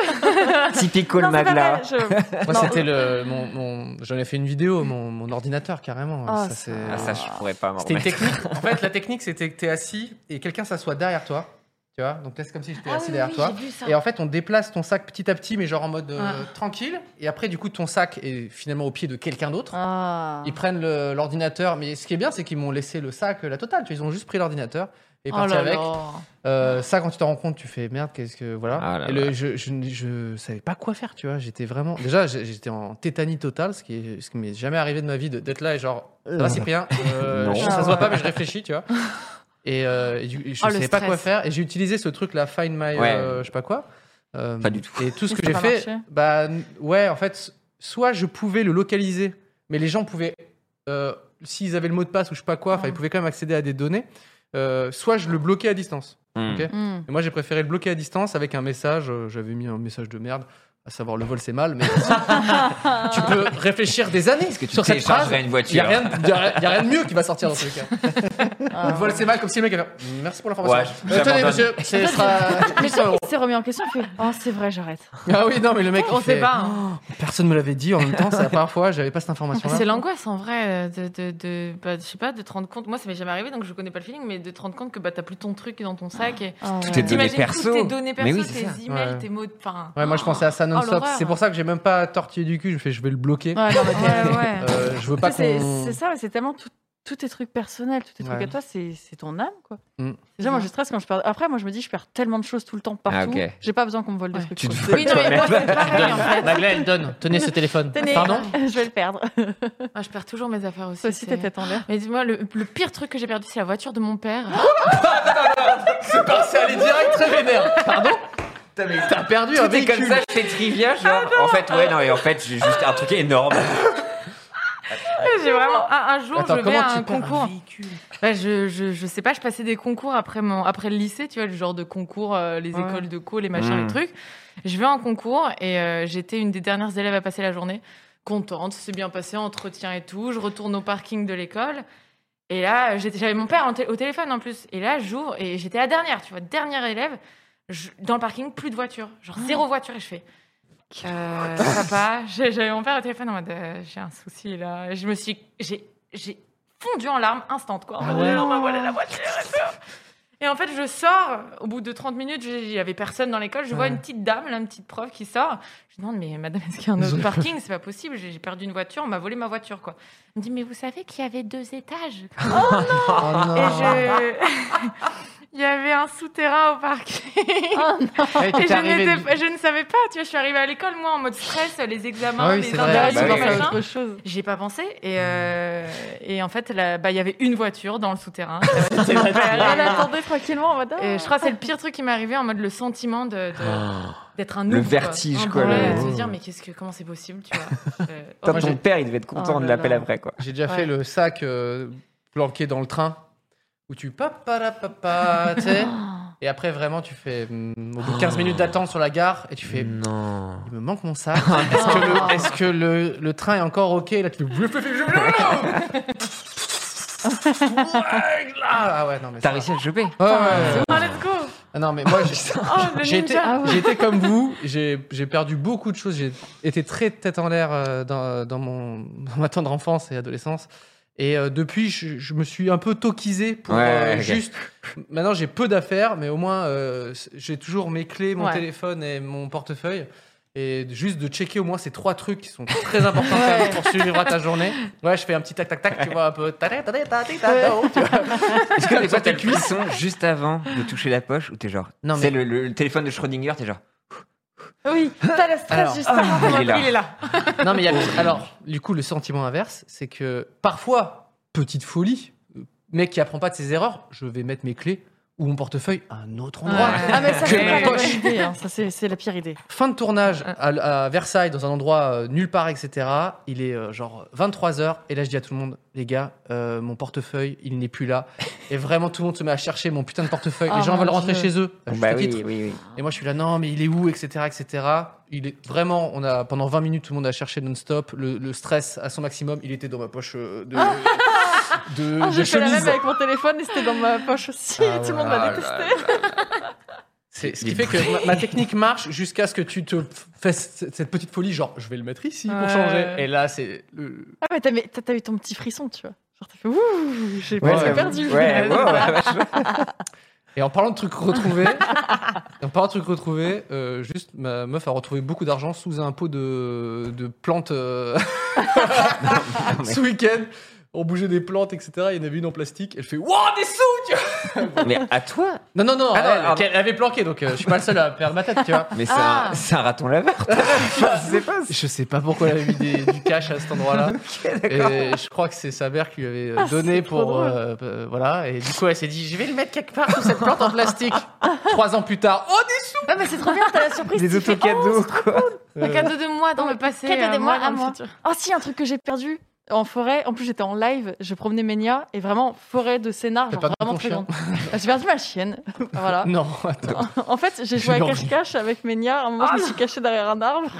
A: Typico le
D: Non, c'est pas
A: Magla.
D: vrai. je-
B: Moi,
D: Non.
B: c'était le. Mon, mon- J'en ai fait une vidéo, mon, mon ordinateur, carrément.
C: Oh,
D: Ah,
B: ça,
D: ça.
B: c'est-
A: Ah, ça, je pourrais pas m'en
B: C'était une
A: remettre.
B: technique. En fait, la technique, c'était que t'es assis et quelqu'un s'assoit derrière toi. Tu vois Donc là, c'est comme si
C: Ah
B: j'étais assis derrière toi.
C: vu ça.
B: Et en fait, on déplace ton sac petit à petit, mais genre en mode euh,
C: Ah.
B: tranquille. Et après, du coup, ton sac est finalement au pied de quelqu'un d'autre.
D: Ah.
B: Ils prennent le- l'ordinateur, mais ce qui est bien, c'est qu'ils m'ont laissé le sac, euh, la totale. Tu vois, Ils ont juste pris l'ordinateur. est
C: Oh
B: parti
C: là
B: avec.
C: là.
B: Euh, ça, quand tu t'en rends compte, tu fais merde, qu'est-ce que. Voilà.
A: Ah là
B: et
A: là.
B: le, je, je, je savais pas quoi faire, tu vois. J'étais vraiment. Déjà, j'ai- j'étais en tétanie totale, ce qui, est- ce qui m'est jamais arrivé de ma vie de- d'être là et genre, ça va, Cyprien Euh,
A: Non.
B: je- Ça se voit pas, mais je réfléchis, tu vois. Et, euh, et du- et je
C: Oh, le
B: savais pas
C: stress.
B: quoi faire. Et j'ai utilisé ce truc là, Find My.
A: Ouais.
B: euh, je sais pas quoi. Euh,
A: Pas du tout.
B: Et tout ce
C: Mais
B: que
C: ça
B: j'ai
C: a
B: fait,
C: marché.
B: bah n- ouais, en fait, soit je pouvais le localiser, mais les gens pouvaient. euh, S'ils avaient le mot de passe ou je sais pas quoi, enfin, ils pouvaient quand même accéder à des données. Euh, soit je le bloquais à distance.
A: Hmm.
B: Ok.
C: Hmm.
B: Et moi, j'ai préféré le bloquer à distance avec un message. euh, J'avais mis un message de merde, à savoir le vol c'est mal, mais tu peux réfléchir des années
A: Est-ce que tu
B: sur cette phrase.
A: téléchargerais une
B: Il n'y
A: voiture
B: a, rien de- y a- y a rien de mieux qui va sortir dans tous les cas.
C: Ah.
B: le vol c'est mal, comme si le mec avait. Merci pour l'information.
A: Ouais,
B: Euh, tenez,
A: j'abandonne.
B: monsieur, c'est sera.
D: Mais genre, il s'est remis en question, il fait Oh, c'est vrai, j'arrête.
B: Ah oui, non, mais le mec.
C: On
B: il
C: sait
B: fait, Oh,
C: pas. hein.
B: Personne me l'avait dit en même temps, c'est la première fois, j'avais pas cette information-là.
C: C'est l'angoisse en vrai de, de, de- bah, je sais pas, de te rendre compte. Moi, ça m'est jamais arrivé, donc je connais pas le feeling, mais de te rendre compte que bah t'as plus ton truc dans ton sac et
D: Ah, ouais.
A: Tes données
C: t'imagines
A: perso.
C: toutes tes données
A: Mais
C: perso,
A: oui, c'est
C: tes
A: ça.
C: emails,
B: Ouais.
C: tes mots. de- Enfin.
B: Ouais, moi je pensais à ça non-stop.
C: Oh, l'horreur.
B: c'est pour ça que j'ai même pas tortillé du cul, je fais je vais le bloquer.
D: Ouais, non, mais t'es-
C: Ouais, ouais.
B: Euh, je veux
D: Tu sais,
B: pas
D: c'est
B: qu'on.
D: c'est ça, ouais, c'est tellement tout- tous tes trucs personnels, tous tes trucs
B: Ouais.
D: à toi, c'est c'est ton âme, quoi.
B: Mm.
D: Déjà, moi, je stresse quand je perds. Après, moi, je me dis, je perds tellement de choses tout le temps, partout.
A: Ah, ok.
D: J'ai pas besoin qu'on me vole des
C: Ouais.
D: trucs.
A: Tu te
D: quoi.
A: voles
C: Oui, non, mais moi,
A: toi-même.
C: c'est pareil en fait.
B: Madeleine, donne, tenez ce téléphone.
D: Tenez,
B: Pardon
D: je vais le perdre.
C: Ah, je perds toujours mes affaires aussi.
D: Toi aussi,
C: c'est-
D: t'es tête en l'air.
C: Mais dis-moi, le, le pire truc que j'ai perdu, c'est la voiture de mon père.
D: Oh,
B: C'est parti, aller direct très vénère. Pardon T'as perdu un
A: Tout est hein. comme
B: véhicule.
A: ça, je fais trivia,
D: Ah
A: genre. en fait, ouais, non, et en fait, j'ai juste un truc énorme.
C: J'ai vraiment un, un jour
B: Attends,
C: je vais
B: comment
C: à
B: tu
C: un
B: perds un
C: concours. Ouais, Bah, je, je je sais pas, je passais des concours après mon après le lycée, tu vois, le genre de concours euh, les
D: Ouais.
C: écoles de co, les machins,
A: Mm.
C: les trucs. Je vais à un concours et euh, j'étais une des dernières élèves à passer la journée, contente, c'est bien passé, entretien et tout. Je retourne au parking de l'école. Et là, j'étais- j'avais mon père en tél- au téléphone en plus. Et là, j'ouvre et j'étais la dernière, tu vois, dernière élève. Je- dans le parking, plus de voiture. Genre
B: Ah.
C: zéro voiture. Et je fais. euh, papa, j'ai- j'avais mon père au téléphone en mode euh, j'ai un souci là. Et Je me suis. J'ai j'ai fondu en larmes instant quoi. En mode,
B: Ah ouais.
C: on m'a volé la voiture et tout. Et en fait, je sors. Au bout de 30 minutes, j'ai- il y avait personne dans l'école. Je vois
B: Ouais.
C: une petite dame, là, une petite prof qui sort. Je demande, mais madame, est-ce qu'il y a un autre parking C'est pas possible, j'ai j'ai perdu une voiture, on m'a volé ma voiture, quoi. Elle me dit, mais vous savez qu'il y avait deux étages
B: Oh
C: Et je... Il y avait un souterrain au parking.
B: Ah. Hey,
C: Et
B: t'es
C: je,
B: arrivé
C: n'étais
B: de-
C: pas- je ne savais pas, tu vois, je suis arrivée à l'école, moi, en mode stress, les examens,
B: Ah oui,
C: les
B: c'est vrai.
C: interviews,
A: Bah oui,
C: les
A: oui.
C: machins.
D: autre chose.
C: J'y ai pas pensé. Et, euh, et en fait, là, bah, il y avait une voiture dans le souterrain. La voiture de mon père.
D: Elle attendait Bah, tranquillement en mode.
C: Et je crois que c'est le pire truc qui m'est arrivé en mode le sentiment de-
A: Ah.
D: Oh,
C: de, d'être un
A: Le
C: noob, quoi.
A: vertige,
C: Un
A: quoi,
C: bourrelet,
A: le-
C: de se dire mais qu'est-ce que comment c'est possible tu vois Euh,
A: Putain,
C: oh,
A: ton père, il devait être content
D: Oh
A: de
D: là
A: l'appel
D: là.
A: après, quoi.
B: J'ai déjà
C: Ouais.
B: fait le sac euh, planqué dans le train où tu paparapapa, tu sais. Et après, vraiment, tu fais. hum, au bout de 15 minutes d'attente sur la gare, et tu fais.
A: Mm. Non.
B: Il me manque mon sac. Est-ce que, le, est-ce que le- le train est encore OK Là, tu fais. Bleu, bleu, bleu, bleu, bleu. Ouais, là. Ah ouais, non, mais.
A: T'as
B: ça va.
A: réussi à le choper
B: Ouais, ouais, ouais.
C: Ah, let's go
B: Ah Non, mais moi, j'ai-
C: Oh, le
B: j'ai été,
C: ninja
D: Ah ouais.
B: j'ai été comme vous, j'ai j'ai perdu beaucoup de choses, j'ai été très tête en l'air euh, dans, dans mon, dans ma tendre enfance et adolescence. Et euh, depuis, je, je me suis un peu toquisé pour
A: Ouais,
B: euh,
A: ok.
B: juste. Maintenant, j'ai peu d'affaires, mais au moins, euh, j'ai toujours mes clés, mon
C: Ouais.
B: téléphone et mon portefeuille. Et juste de checker au moins ces trois trucs qui sont très importants quand même pour suivre ta journée. Ouais, je fais un petit tac tac tac, tu vois, un peu. tadé, tadé, tadé, tadé, tu vois.
A: Est-ce que des fois, t'as
B: Ça, t'es
A: le cuisson juste avant de toucher la poche ou t'es genre.
B: Non,
A: C'est le,
B: mais-
A: le- le téléphone de Schrödinger, t'es genre.
D: Oui, t'as le
B: Alors,
D: stress justement.
A: il est là.
B: Non, mais il y a le- alors, du coup, le sentiment inverse, c'est que parfois, petite folie, euh, mec qui apprend pas de ses erreurs, je vais mettre mes clés ou mon portefeuille à un autre endroit.
C: Ouais.
D: Ah, mais ça,
B: Que
D: c'est
B: la
D: la
B: poche.
D: bonne idée. hein. Ça, c'est c'est la pire idée.
B: Fin de tournage à, à Versailles, dans un endroit euh, nulle part, etc. Il est euh, genre 23h, et là je dis à tout le monde, les gars, euh, mon portefeuille, il n'est plus là. Et vraiment, tout le monde se met à chercher mon putain de portefeuille. les
D: Oh
B: gens
D: mon
B: veulent rentrer
D: Dieu.
B: chez eux. à juste
A: bah
B: titre.
A: oui, oui, oui.
B: Et moi, je suis là, non, mais il est où, etc., etc. Il est vraiment, on a pendant 20 minutes, tout le monde a cherché non-stop. Le, le stress à son maximum, il était dans ma poche euh, de, de,
D: Ah,
B: de
D: j'ai fait la
B: chemise.
D: même avec mon téléphone et c'était dans ma poche aussi.
B: Ah,
D: Tout le
B: ouais.
D: monde m'a détesté.
B: C'est ce qui
A: Les
B: fait que ma, ma technique marche jusqu'à ce que tu te f- fasses c- cette petite folie, genre, je vais le mettre ici pour
C: Ouais.
B: changer. Et là, c'est le-
D: Ah, mais t'as- mais t'as t'as eu ton petit frisson, tu vois. Genre, t'as fait ouh, j'ai
B: Ouais,
D: presque
B: ouais.
D: perdu.
A: Ouais, wow, la vache.
B: Et en parlant de trucs retrouvés, en parlant de trucs retrouvés, euh, juste ma meuf a retrouvé beaucoup d'argent sous un pot de, de plantes euh,
A: mais-
B: ce week-end. on bougeait des plantes, etc. Il y en avait une en plastique. Elle fait Wouah, des sous tu vois
A: Mais à toi
B: Non, non, non,
A: Ah, non,
B: elle,
A: pardon.
B: elle avait planqué, donc euh, je suis pas le seul à perdre ma tête, tu vois.
A: Mais c'est un-
C: Ah.
A: c'est un, raton laveur. toi. Je sais pas.
B: Je sais pas pourquoi elle avait mis des- du cash à cet endroit-là. et je crois que c'est sa mère qui lui avait euh, donné
D: trop
B: pour.
D: drôle.
B: euh, euh, voilà. Et du coup, elle s'est dit je vais le mettre quelque part sous cette plante en plastique. Trois ans plus tard, oh, des
D: Ouais, Ah, mais c'est trop bien, t'as la surprise.
A: Des
D: tu fais, oh,
A: autocadeaux, quoi.
B: sous
C: Un cadeau de moi dans
D: Ouais,
C: le passé.
D: cadeau de
C: un
D: moi à
C: dans le
D: moi.
C: futur.
D: Oh si, un truc que j'ai perdu en forêt. En plus, j'étais en live, je promenais Ménia et vraiment forêt de Sénart,
B: T'as
D: genre
B: perdu
D: vraiment
B: ton
D: très
B: chien
D: grande. Ah, j'ai perdu ma chienne. voilà.
B: Non, attends.
D: En fait, j'ai
B: J'ai
D: joué à
B: envie.
D: cache-cache avec Ménia. À un moment, je me suis cachée derrière un arbre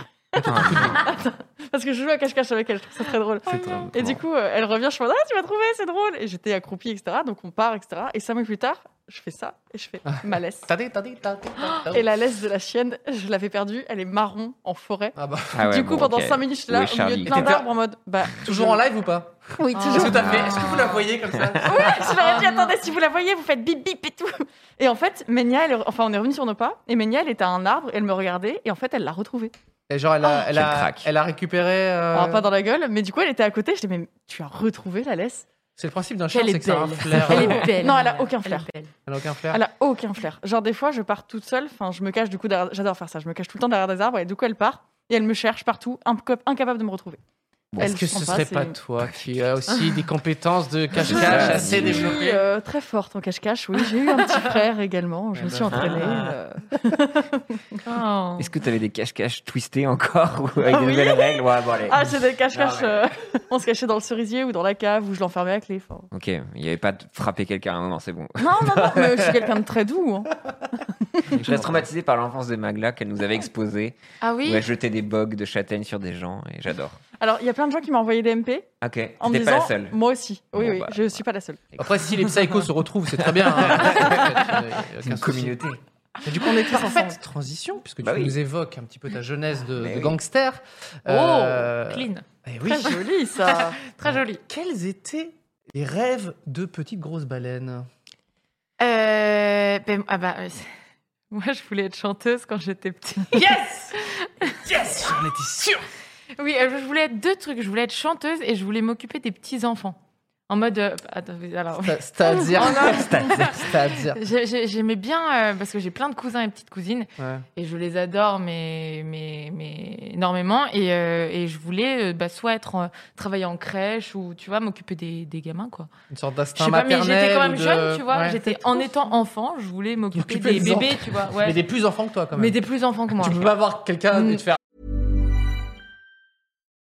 D: parce que je jouais à cache-cache avec elle. Je trouve ça très drôle.
B: Oh
D: Et du coup, euh, elle revient, je fais Ah, tu m'as trouvé, c'est drôle. Et j'étais accroupie, etc. Donc on part, etc. Et cinq minutes plus tard, je fais ça et je fais
B: Ah.
D: ma laisse.
B: Attendez, attendez, attendez, attendez.
D: Et la laisse de la chienne, je l'avais perdue. Elle est marron en forêt.
B: Ah bah,
A: Ah ouais,
D: du coup,
A: bon,
D: pendant
A: ok.
D: 5 minutes, j'étais
A: Oui,
D: là au
A: Charlie.
D: milieu de plein
B: Et t'étais-
D: d'arbres en mode bah.
B: toujours en live ou pas
D: Oui,
C: Ah.
D: toujours.
B: Tout à fait. Est-ce que vous la voyez comme ça
D: Oui, je leur ai dit,
C: Ah, non.
D: attendez, si vous la voyez, vous faites bip bip et tout. Et en fait, Ménia, elle est- enfin, on est revenu sur nos pas, et Ménia, elle était à un arbre, et elle me regardait, et en fait, elle l'a retrouvée.
B: Et genre, elle a, elle
A: Quel
B: a,
A: crack.
B: elle a récupéré. euh,
D: Alors, Ah, pas dans la gueule, mais du coup, elle était à côté, je dis, mais tu as retrouvé la laisse
B: C'est le principe d'un chien,
C: Elle
B: c'est
C: est
B: que ça a un
C: belle.
B: flair.
C: Elle est belle.
D: Non, elle a
C: Mia.
D: aucun
C: Elle
D: flair.
C: est belle.
B: Elle a aucun flair.
D: Elle a aucun flair. Genre, des fois, je pars toute seule, enfin, je me cache du coup derrière- J'adore faire ça, je me cache tout le temps derrière des arbres, et du coup, elle part, et elle me cherche partout, inco- incapable de me retrouver.
A: Bon,
D: Elle
B: Est-ce que
D: se
B: ce
D: prend
B: serait
D: c'est-
B: pas
D: Ah.
B: toi qui a aussi des compétences de cache-cache
A: ça,
B: assez
A: c'est-
D: Oui,
B: développées
D: euh, très forte en cache-cache, oui. J'ai eu un petit frère également, je
B: Eh
D: me
B: ben,
D: suis entraînée.
B: ah.
D: euh,
C: Oh.
A: Est-ce que t'avais des cache-cache twistés encore ou avec des
D: Oui.
A: nouvelles règles Ouais, bon, allez.
D: Ah, c'est des cache-cache.
B: Non, mais-
D: euh, on se cachait dans le cerisier ou dans la cave où je l'enfermais à clé. enfin.
A: Ok, il n'y avait pas de frapper quelqu'un à un moment, c'est bon.
D: Non, non, non, mais je suis quelqu'un de très doux. hein.
A: Je reste traumatisé par l'enfance de Magla qu'elle nous avait exposée,
C: Ah
A: où
C: oui
A: elle jetait des bogues de châtaignes sur des gens, et j'adore.
D: Alors, il y a plein de gens qui m'ont envoyé des MP
A: Ok, t'étais
D: en me disant.
A: pas la seule.
D: Moi aussi. Oui,
A: Bon,
D: oui,
A: bah,
D: je suis pas la seule.
B: Après, si les psychos se retrouvent, c'est très bien. hein.
A: C'est une
B: Aucun souci.
A: communauté.
B: Mais du coup, on est parfaite transition, puisque tu
A: Bah oui.
B: nous évoques un petit peu ta jeunesse de,
A: Mais
B: de
A: oui.
B: gangster.
C: Oh,
B: Euh,
C: clean.
B: eh oui.
D: Très joli, ça.
C: Très joli.
B: Quels étaient les rêves de petite grosse baleine
C: Euh, ben, ah bah, euh, c'est- moi, je voulais être chanteuse quand j'étais petite.
B: Yes Yes J'en étais sûr
C: Oui, euh, je voulais être deux trucs. Je voulais être chanteuse et je voulais m'occuper des petits-enfants. En mode... euh, attends, alors...
B: C'est-à-dire.
C: Oh non.
B: C'est-à-dire.
C: j'ai- j'ai- J'aimais bien, euh, parce que j'ai plein de cousins et petites cousines,
B: Ouais.
C: et je les adore mais, mais, mais énormément, et, euh, et je voulais euh, bah, soit être en- travailler en crèche ou, tu vois, m'occuper des, des gamins, quoi.
B: Une sorte
C: Je
B: d'instinct
C: sais pas, mais
B: maternel.
C: j'étais quand même
B: ou de-
C: jeune, tu vois.
B: Ouais.
C: J'étais en étant enfant, je voulais m'occuper
B: M'occuper
C: des
B: des
C: bébés, tu vois. Ouais.
B: Mais des plus enfants que toi, quand même.
C: Mais des plus enfants Mm. que moi.
B: Tu peux pas avoir quelqu'un et te faire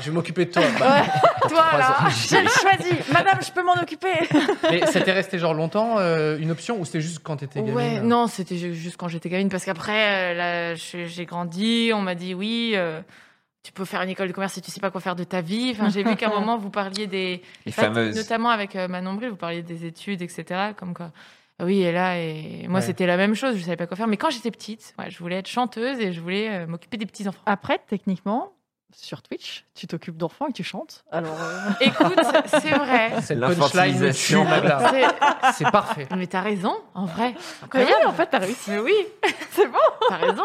B: Je vais m'occuper de toi. Bah,
D: Ouais,
C: Oh
D: toi,
B: trois
D: là.
B: ans.
D: J'ai choisi. Madame, je peux m'en occuper.
B: Mais ça t'est resté genre longtemps euh, une option ou c'était juste quand t'étais gamine
C: Ouais,
B: euh,
C: non, c'était ju- juste quand j'étais gamine, parce qu'après, euh, là, je- j'ai grandi, on m'a dit oui, euh, tu peux faire une école de commerce si tu sais pas quoi faire de ta vie. Enfin, j'ai vu qu'à un moment, vous parliez des.
A: Les
C: pas-
A: fameuses.
C: Notamment avec euh, Manon Bril, vous parliez des études, etc. Comme quoi. Ah Oui, et là, et moi,
B: Ouais.
C: c'était la même chose, je savais pas quoi faire. Mais quand j'étais petite, ouais, je voulais être chanteuse et je voulais euh, m'occuper des petits-enfants.
D: Après, techniquement, sur Twitch, tu t'occupes d'enfants et tu chantes. Alors, euh,
C: Écoute, c'est vrai.
B: Cette punchline me tue,
A: L'infantilisation.
B: Magla.
C: C'est-
B: C'est parfait.
C: Mais t'as raison, en
D: mais
C: vrai.
D: Ah oui,
C: Incroyable.
D: en fait, t'as réussi.
C: Mais oui,
D: C'est bon.
C: t'as raison.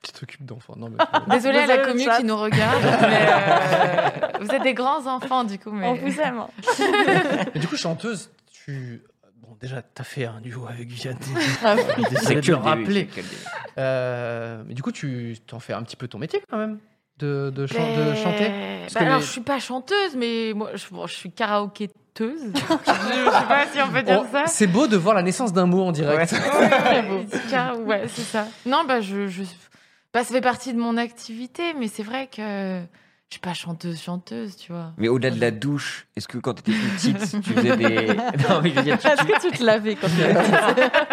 B: Tu t'occupes d'enfants. Non, mais.
C: Désolée à la
D: Désolée,
C: commu
D: le chat.
C: qui nous regarde, mais euh, vous êtes des grands enfants du coup. Mais...
D: On vous aime.
B: Mais du coup, chanteuse, tu. Bon, déjà, t'as fait un duo avec Vianney.
D: Ah oui.
B: Désolé de le
A: le début,
B: rappeler.
A: c'est que le début.
B: Euh, mais du coup, tu t'en fais un petit peu ton métier quand même de, de, chan-
C: Mais-
B: de chanter. Parce
C: bah
B: que
C: alors,
B: les-
C: je suis pas chanteuse, mais moi, je, bon, je suis karaokéteuse. je sais pas si on peut dire
B: Oh,
C: ça.
B: c'est beau de voir la naissance d'un mot en direct.
C: Ouais, car- ouais, c'est ça. Non, bah je, je- bah, ça fait partie de mon activité, mais c'est vrai que Je suis pas chanteuse, chanteuse, tu vois.
A: Mais au-delà de la douche, est-ce que quand t'étais plus petite, tu faisais des. Non, mais je veux dire, tu-
D: Est-ce que tu te lavais quand tu étais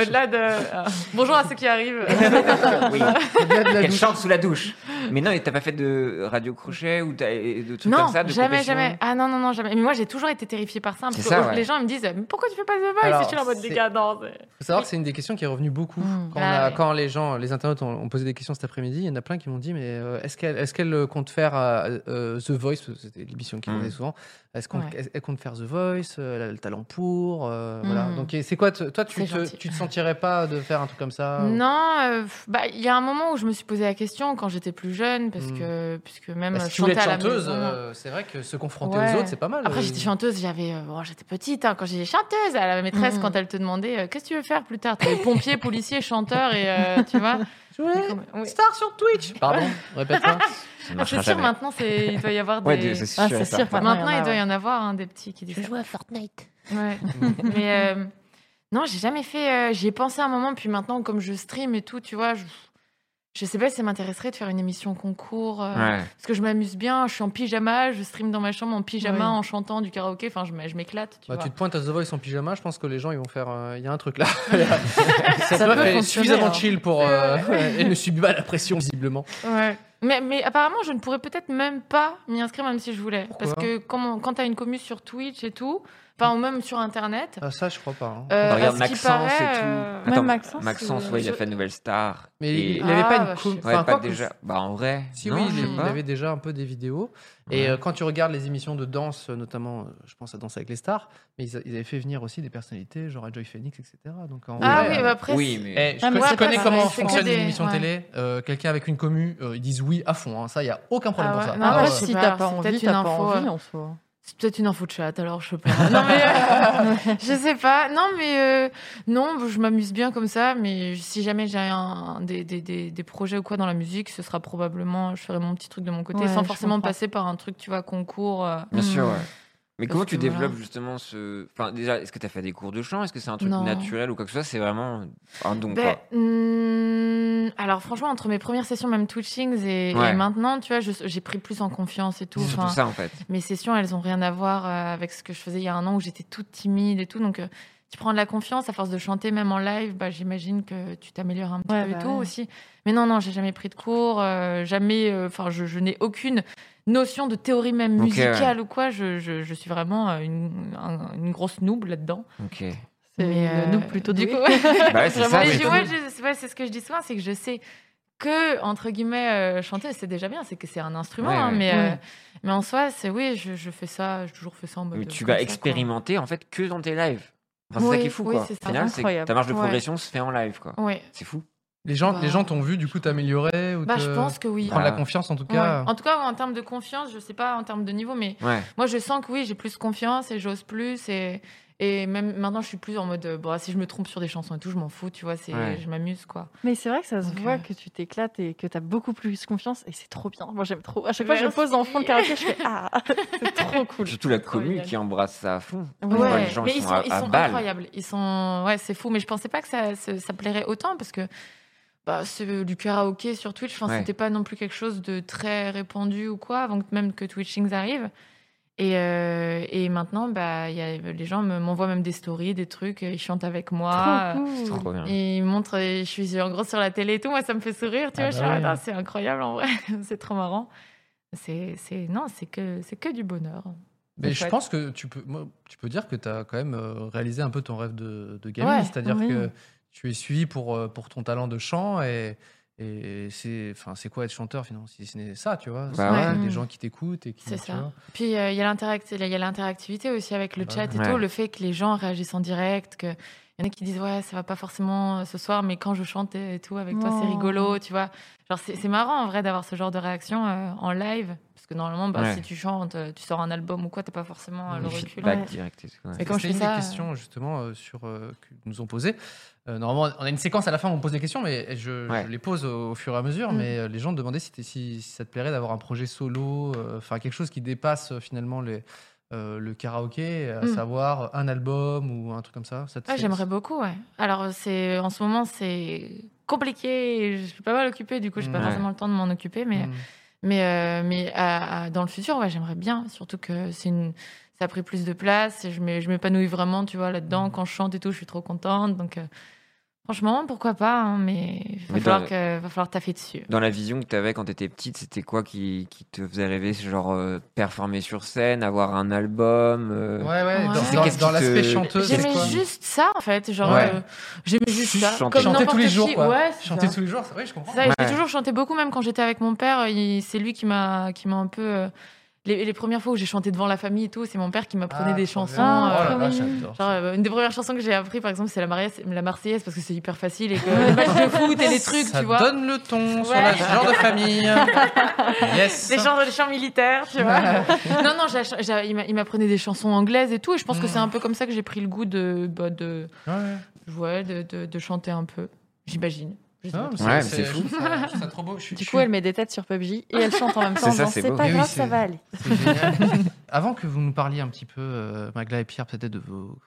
C: Au-delà de. euh, Bonjour à ceux qui arrivent.
A: Oui. Qu'elle chante sous la douche. Mais non, et t'as pas fait de radio crochet ou t'as- et de trucs
C: non,
A: comme ça de
C: jamais,
A: compétition
C: jamais. Ah non, non, non, jamais. Mais moi, j'ai toujours été terrifiée par ça. Parce
A: C'est
C: que
A: ça,
C: oh,
A: ouais.
C: les gens ils me disent Mais pourquoi tu fais pas The Voice
B: Alors,
C: Et je suis là en mode
B: c'est-
C: décadence.
B: faut savoir que c'est une des questions qui est revenue beaucoup.
C: Mm.
B: Quand, on
C: Ah
B: a-
C: ouais.
B: quand les gens, les internautes ont, ont posé des questions cet après-midi, il y en a plein qui m'ont dit Mais euh, est-ce qu'elle est qu'elle compte faire euh, euh, The Voice Parce que C'était l'émission qui
A: Mm.
B: revenait souvent. Est-ce qu'on-
C: Ouais.
B: est-ce qu'elle compte faire The Voice Euh, Elle a le talent pour euh,
C: Mm.
B: Voilà. Donc et c'est quoi te- Toi, tu
C: C'est
B: te,
C: gentil.
B: tu te sentirais pas de faire un truc comme ça ou-
C: Non, euh, pff, bah, il y a un moment où je me suis posé la question quand j'étais plus jeune, parce
B: Mm.
C: que, puisque même
B: Bah,
C: euh,
B: si tu voulais être
C: chanter à la
B: chanteuse,
C: maison-
B: euh, c'est vrai que se confronter
C: Ouais.
B: aux autres, c'est pas mal.
C: Après,
B: Euh,
C: j'étais chanteuse, j'avais, euh, bon, j'étais petite, hein, quand j'étais chanteuse, à la maîtresse,
B: Hmm.
D: Mm.
C: quand elle te demandait euh, qu'est-ce que tu veux faire plus tard, t'avais pompier, policier, chanteur, et euh, tu vois.
B: Je voulais être
C: Comme- oui.
B: Star sur Twitch Pardon, hein. répète-moi.
A: Ça
C: Ah,
A: marchera
C: c'est sûr,
A: jamais.
C: maintenant, c'est- il doit y avoir des.
A: Ouais, des- c'est sûr.
D: Ah,
A: et
D: c'est
A: certain.
D: sûr.
C: Maintenant, il doit y en avoir hein, des petits qui disent
F: Je
C: ça.
F: joue à Fortnite.
C: Ouais.
B: Mm.
C: Mais euh, non, j'ai jamais fait. euh, J'y ai pensé un moment, puis maintenant, comme je stream et tout, tu vois, je, je sais pas si ça m'intéresserait de faire une émission concours. euh,
A: Ouais.
C: Parce que je m'amuse bien, je suis en pyjama, je stream dans ma chambre en pyjama
D: Ouais.
C: en chantant du karaoké, enfin, je, m- je m'éclate. Tu
B: Bah,
C: vois.
B: tu te pointes à The Voice en pyjama, je pense que les gens ils vont faire. euh, Il y a un truc là. ça
D: peut
B: peut être
D: fonctionner,
B: suffisamment
D: hein.
B: chill pour. euh, elle ne subit pas la pression visiblement.
C: Ouais. Mais, mais apparemment, je ne pourrais peut-être même pas m'y inscrire, même si je voulais. parce
B: Pourquoi
C: que quand, on- quand t'as une commu sur Twitch et tout, enfin, ou même sur Internet.
B: Ah, ça, je crois pas. hein.
C: euh, à
A: regarde
C: ce qui
A: Maxence
C: paraît,
A: et tout.
C: euh,
D: Même Maxence,
A: Maxence,
D: c'est-
A: ouais, il a
C: je-
A: fait Nouvelle Star.
B: Mais
A: Et-
B: il n'avait
C: Ah,
B: pas
C: bah,
B: une.
C: je
B: com-
C: sais
A: Ouais,
B: enfin,
A: pas
B: quoi que-
A: déjà. Bah, en vrai.
B: Si
A: non,
B: oui,
A: je
B: il,
A: sais
B: il
A: pas.
B: avait déjà un peu des vidéos. Et
A: Ouais.
B: euh, quand tu regardes les émissions de danse, euh, notamment, euh, je pense à Danse avec les stars, mais ils, a- ils avaient fait venir aussi des personnalités, genre à Joy Phoenix, etc. Donc en
C: Ah
B: vrai,
C: oui,
B: euh,
C: bah après.
A: Oui,
C: c'est-
A: mais.
B: Eh, je,
D: Ah, mais
B: co- je
D: c'est
B: connais
D: pas
B: comment
D: pareil, c'est que
B: fonctionne
C: des-
B: une émission
C: ouais.
B: télé. Euh, Quelqu'un avec une commu, euh, ils disent oui à fond. hein. Ça, il n'y a aucun problème
C: Ah
B: pour
C: ouais,
B: ça.
C: non,
B: Ah
C: ouais,
D: Après,
B: ouais.
C: je sais
D: si
C: pas,
D: t'as pas
C: c'est
D: envie,
C: peut-être
D: t'as
C: une
D: pas
C: info,
D: envie
C: euh.
D: en soi.
C: C'est peut-être une info de chat, alors je sais pas. Non, mais. euh, je sais pas. Non, mais. euh, non, je m'amuse bien comme ça, mais si jamais j'ai un, des, des, des, des projets ou quoi dans la musique, ce sera probablement. Je ferai mon petit truc de mon côté,
D: Ouais,
C: sans
D: je
C: forcément
D: comprends.
C: passer par un truc, tu vois, concours. euh,
A: Bien sûr,
D: Hmm.
A: ouais. Mais
C: Parce
A: comment tu
C: que voilà.
A: développes justement ce. Enfin, déjà, est-ce que t'as fait des cours de chant Est-ce que c'est un truc
C: Non.
A: naturel ou quoi que ce soit C'est vraiment un don,
C: Ben,
A: quoi.
C: hmm, alors franchement, entre mes premières sessions, même Twitchings et, et
A: euh, Ouais.
C: maintenant, tu vois, je- j'ai pris plus en confiance et tout.
A: C'est surtout
C: Enfin,
A: ça, en fait.
C: mes sessions, elles ont rien à voir euh, avec ce que je faisais il y a un an où j'étais toute timide et tout. Donc, euh, tu prends de la confiance à force de chanter, même en live, bah, j'imagine que tu t'améliores un petit
D: Ouais,
C: peu
D: bah
C: et tout
D: ouais.
C: aussi. Mais non, non, j'ai jamais pris de cours, euh, jamais, enfin, je, je n'ai aucune notion de théorie même
A: Ok,
C: musicale ou quoi. Je, je- je suis vraiment euh, une, un- une grosse noob là-dedans.
A: Ok.
D: C'est
C: Mais, euh,
D: nous plutôt
C: du
D: doués.
C: coup-
A: Bah, ouais, c'est ça.
D: Vraiment,
C: mais
A: mais-
C: je- ouais, je- ouais, c'est ce que je dis souvent, c'est que je sais que, entre guillemets, euh, chanter, c'est déjà bien, c'est que c'est un instrument,
A: Ouais,
C: hein,
A: ouais.
C: Mais, euh,
D: Ouais.
C: mais en soi, c'est oui, je, je fais ça, j'ai toujours fait ça en mode.
A: Mais
C: euh,
A: tu
C: comme
A: vas
C: ça,
A: expérimenter, en fait, que dans tes lives. Enfin, c'est ça
C: Oui,
A: qui est fou,
C: oui,
A: quoi.
C: c'est ça.
A: Au final, c'est que
D: Incroyable.
A: ta marge de
C: Ouais.
A: progression se fait en live, quoi.
C: quoi. Ouais.
A: C'est fou.
B: Les gens, les
C: Bah.
B: gens t'ont vu du coup t'améliorer ou
C: Bah,
B: te-
D: euh,
C: je pense que oui.
B: prendre la
A: Bah.
B: confiance en tout
C: Ouais.
B: cas.
C: En tout cas, en termes de confiance, je sais pas en termes de niveau, mais
A: Ouais.
C: moi, je sens que oui, j'ai plus confiance et j'ose plus. Et, et même maintenant, je suis plus en mode, euh, bon, si je me trompe sur des chansons et tout, je m'en fous, tu vois, c'est
A: Ouais.
C: je m'amuse, quoi.
D: Mais c'est vrai que ça se
C: Donc,
D: voit
C: euh,
D: que tu t'éclates et que t'as beaucoup plus confiance et c'est trop bien. Moi j'aime trop. À chaque fois je me
C: Merci.
D: pose en fond de karaoké, je fais ah, c'est trop cool.
A: Surtout la
C: Trop
A: commu
C: génial.
A: qui embrasse ça à fond.
D: Ouais.
A: Ouais, les gens,
C: mais
A: ils
C: ils
A: sont
C: sont,
A: à-
C: ils
A: à
C: sont
A: balle.
C: incroyables. Ils sont, ouais, c'est fou. Mais je pensais pas que ça, ça, ça plairait autant parce que bah, ce- du karaoké sur Twitch, enfin,
A: Ouais.
C: c'était pas non plus quelque chose de très répandu ou quoi, avant que même que Twitchings arrive. Et, euh, et maintenant, bah, il y a, les gens me- m'envoient même des stories, des trucs, ils chantent avec moi.
D: Trop
A: C'est
D: cool.
A: trop bien.
C: Et ils montrent, et je suis en gros sur la télé et tout, moi ça me fait sourire, tu
B: Ah
C: vois, je suis
B: bah
C: là,
B: ouais.
C: Attends, c'est incroyable en vrai, c'est trop marrant. C'est, c'est, non, c'est que, c'est que du bonheur.
B: Mais je
C: Ouais.
B: pense que tu peux, moi, tu peux dire que tu as quand même euh, réalisé un peu ton rêve de, de gamine,
C: Ouais,
B: c'est-à-dire
D: oui.
B: que tu es suivi pour, euh, pour ton talent de chant et, et c'est enfin, c'est quoi être chanteur finalement si ce n'est ça, tu vois
A: Bah
B: C'est
C: ouais.
B: des gens qui t'écoutent et qui.
C: C'est
B: tu
C: ça.
B: vois.
C: Puis euh, il y a l'interact- il y a l'interactivité aussi avec le
B: Bah
C: chat et
A: ouais.
C: tout, le fait que les gens réagissent en direct, que il y en a qui disent ouais ça va pas forcément euh, ce soir, mais quand je chante et et tout avec toi c'est
D: Oh.
C: rigolo, tu vois. Genre c'est c'est marrant en vrai d'avoir ce genre de réaction euh, en live, parce que normalement bah,
A: Ouais.
C: si tu chantes, euh, tu sors un album ou quoi, t'as pas forcément euh,
B: Le
C: le
A: Le
C: recul.
A: feedback
D: Ouais.
A: direct et tout. ouais.
C: Et quand je
B: C'était
C: fais
B: une
C: ça,
B: des questions justement euh, sur, euh, que nous ont posées. Euh, normalement, on a une séquence à la fin où on pose des questions, mais je,
A: Ouais.
B: je les pose au, au fur et à mesure.
C: Mm.
B: Mais euh, les gens demandaient si, t'es- si, si ça te plairait d'avoir un projet solo, euh, enfin quelque chose qui dépasse euh, finalement les, euh, le karaoké, à
C: Mm.
B: savoir un album ou un truc comme ça. ça te
C: Ouais,
B: fait-
C: Ah, j'aimerais beaucoup. Ouais. Alors euh, c'est en ce moment c'est compliqué, je suis pas mal occupée, du coup j'ai pas
B: Ouais.
C: forcément le temps de m'en occuper, mais
B: Mm.
C: Mais, euh, mais à- à- dans le futur, ouais, j'aimerais bien. Surtout que c'est une... ça a pris plus de place. et Je m'é- je m'épanouis vraiment, tu vois, là-dedans.
B: Mmh.
C: Quand je chante et tout, je suis trop contente. Donc, euh, franchement, pourquoi pas hein, Mais il va,
A: Mais
C: falloir
A: dans-
C: que... va falloir taffer dessus.
A: Dans la vision que tu avais quand tu étais petite, c'était quoi qui, qui te faisait rêver ce Genre euh, performer sur scène, avoir un album euh,
B: Ouais, ouais, dans,
C: Ouais. C'est
B: dans-
A: qu'est-ce qui
B: dans
A: te-
B: l'aspect chanteuse. c'est
C: J'aimais
B: quoi
C: juste ça, en fait. Genre,
B: Ouais.
C: euh, j'aimais juste
A: Juste
C: ça.
A: chanter.
C: Comme
B: Chanter tous les
C: n'importe
B: jours,
C: qui.
B: quoi.
C: Ouais, c'est
B: Chanter
C: ça.
B: tous les jours, oui, je comprends.
C: Ça,
A: Ouais.
C: J'ai toujours chanté beaucoup, même quand j'étais avec mon père. il- C'est lui qui m'a qui m'a un peu. euh, Les, les premières fois où j'ai chanté devant la famille et tout, c'est mon père qui m'apprenait
B: Ah,
C: des
B: trop
C: chansons.
B: bien.
C: euh,
B: Oh là là,
D: euh,
B: j'adore.
C: genre, euh, une des premières chansons que j'ai appris, par exemple, c'est la, Marseillaise- la Marseillaise parce que c'est hyper facile et que les matchs de foot et les trucs,
B: ça
C: tu vois.
B: donne le ton sur
C: Ouais.
B: la- ce genre de famille. yes.
C: Les chants, les chants militaires, tu vois. non, non, j'ai- j'ai- il m'a- il m'apprenait des chansons anglaises et tout, et je pense que c'est
B: Mm.
C: un peu comme ça que j'ai pris le goût de, bah, de,
B: Ouais.
C: ouais, de, de- de chanter un peu, j'imagine. Je sais
B: Non, Ah,
C: pas.
B: mais c'est-
A: Ouais, mais
B: c'est
A: c'est
B: je
A: fou.
B: trouve ça- je trouve ça trop beau. Je suis-
D: Du
B: je
D: coup,
B: suis-
D: elle met des têtes sur PUBG et elle chante en même temps.
A: C'est ça,
D: en disant,
A: c'est
D: c'est
A: beau.
D: pas
B: Mais oui,
D: grave,
B: c'est-
D: ça va aller.
B: C'est génial. Avant que vous nous parliez un petit peu, euh, Magla et Pierre, peut-être de vos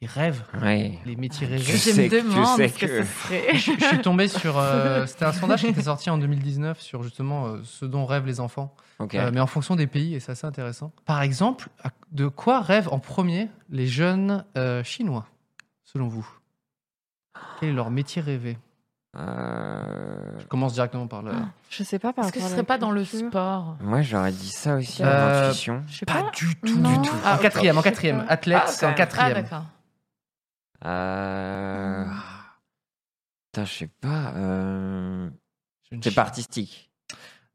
B: les rêves,
A: Ouais.
B: les métiers
A: Je
B: rêvés.
C: Je
A: sais
C: me
A: que- je
C: demande
A: sais
C: ce que,
A: que-
C: ce serait.
B: Je, je suis tombé sur. euh, C'était un sondage qui était sorti en 2019 sur justement euh, ce dont rêvent les enfants,
A: Ok.
B: euh, mais en fonction des pays, et c'est assez intéressant. Par exemple, à- de quoi rêvent en premier les jeunes euh, chinois, selon vous Quel est leur métier rêvé
A: Euh,
B: Je commence directement par le.
C: Ah.
D: Je sais pas par
C: Est-ce que ce
D: rapport à la
C: serait pas dans le
D: culture.
C: sport
A: Moi, j'aurais dit ça aussi,
B: Euh,
A: l'intuition.
D: Je sais
B: Pas
D: pas.
B: du tout,
D: Non.
B: du tout.
C: Ah,
B: en quatrième, en quatrième.
D: Je sais pas.
B: Athlète, c'est en
C: Ah,
B: quatrième.
C: d'accord.
A: Euh... Putain, je sais pas. Euh...
B: Je ne
A: C'est
B: sais-
A: pas artistique.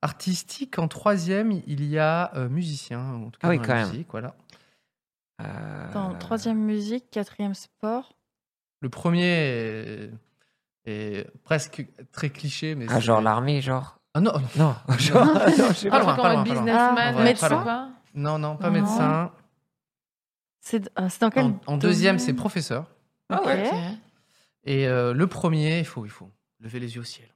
B: Artistique, en troisième, il y a euh, musicien, en tout cas
A: Ah oui,
B: dans
A: quand
B: la
A: même.
B: musique, voilà.
A: Euh...
D: Attends, troisième musique, quatrième sport.
B: Le premier est, est presque très cliché, mais
A: Ah,
B: c'est-
A: genre l'armée, genre.
B: Ah non,
A: Non, genre. non, je sais
B: Pas
A: pas.
B: loin, pas
C: Un truc en
B: loin,
C: mode
B: pas loin.
D: Ah,
C: businessman,
D: ouais,
C: médecin,
B: pas loin.
C: quoi.
B: non, non, pas
C: Non.
B: médecin.
D: C'est ah, c'est dans quel
B: En, en deuxième,
D: domaine
B: c'est professeur.
A: Ah
D: ouais.
C: Ok.
B: Et euh, le premier, il faut, il faut lever les yeux au ciel.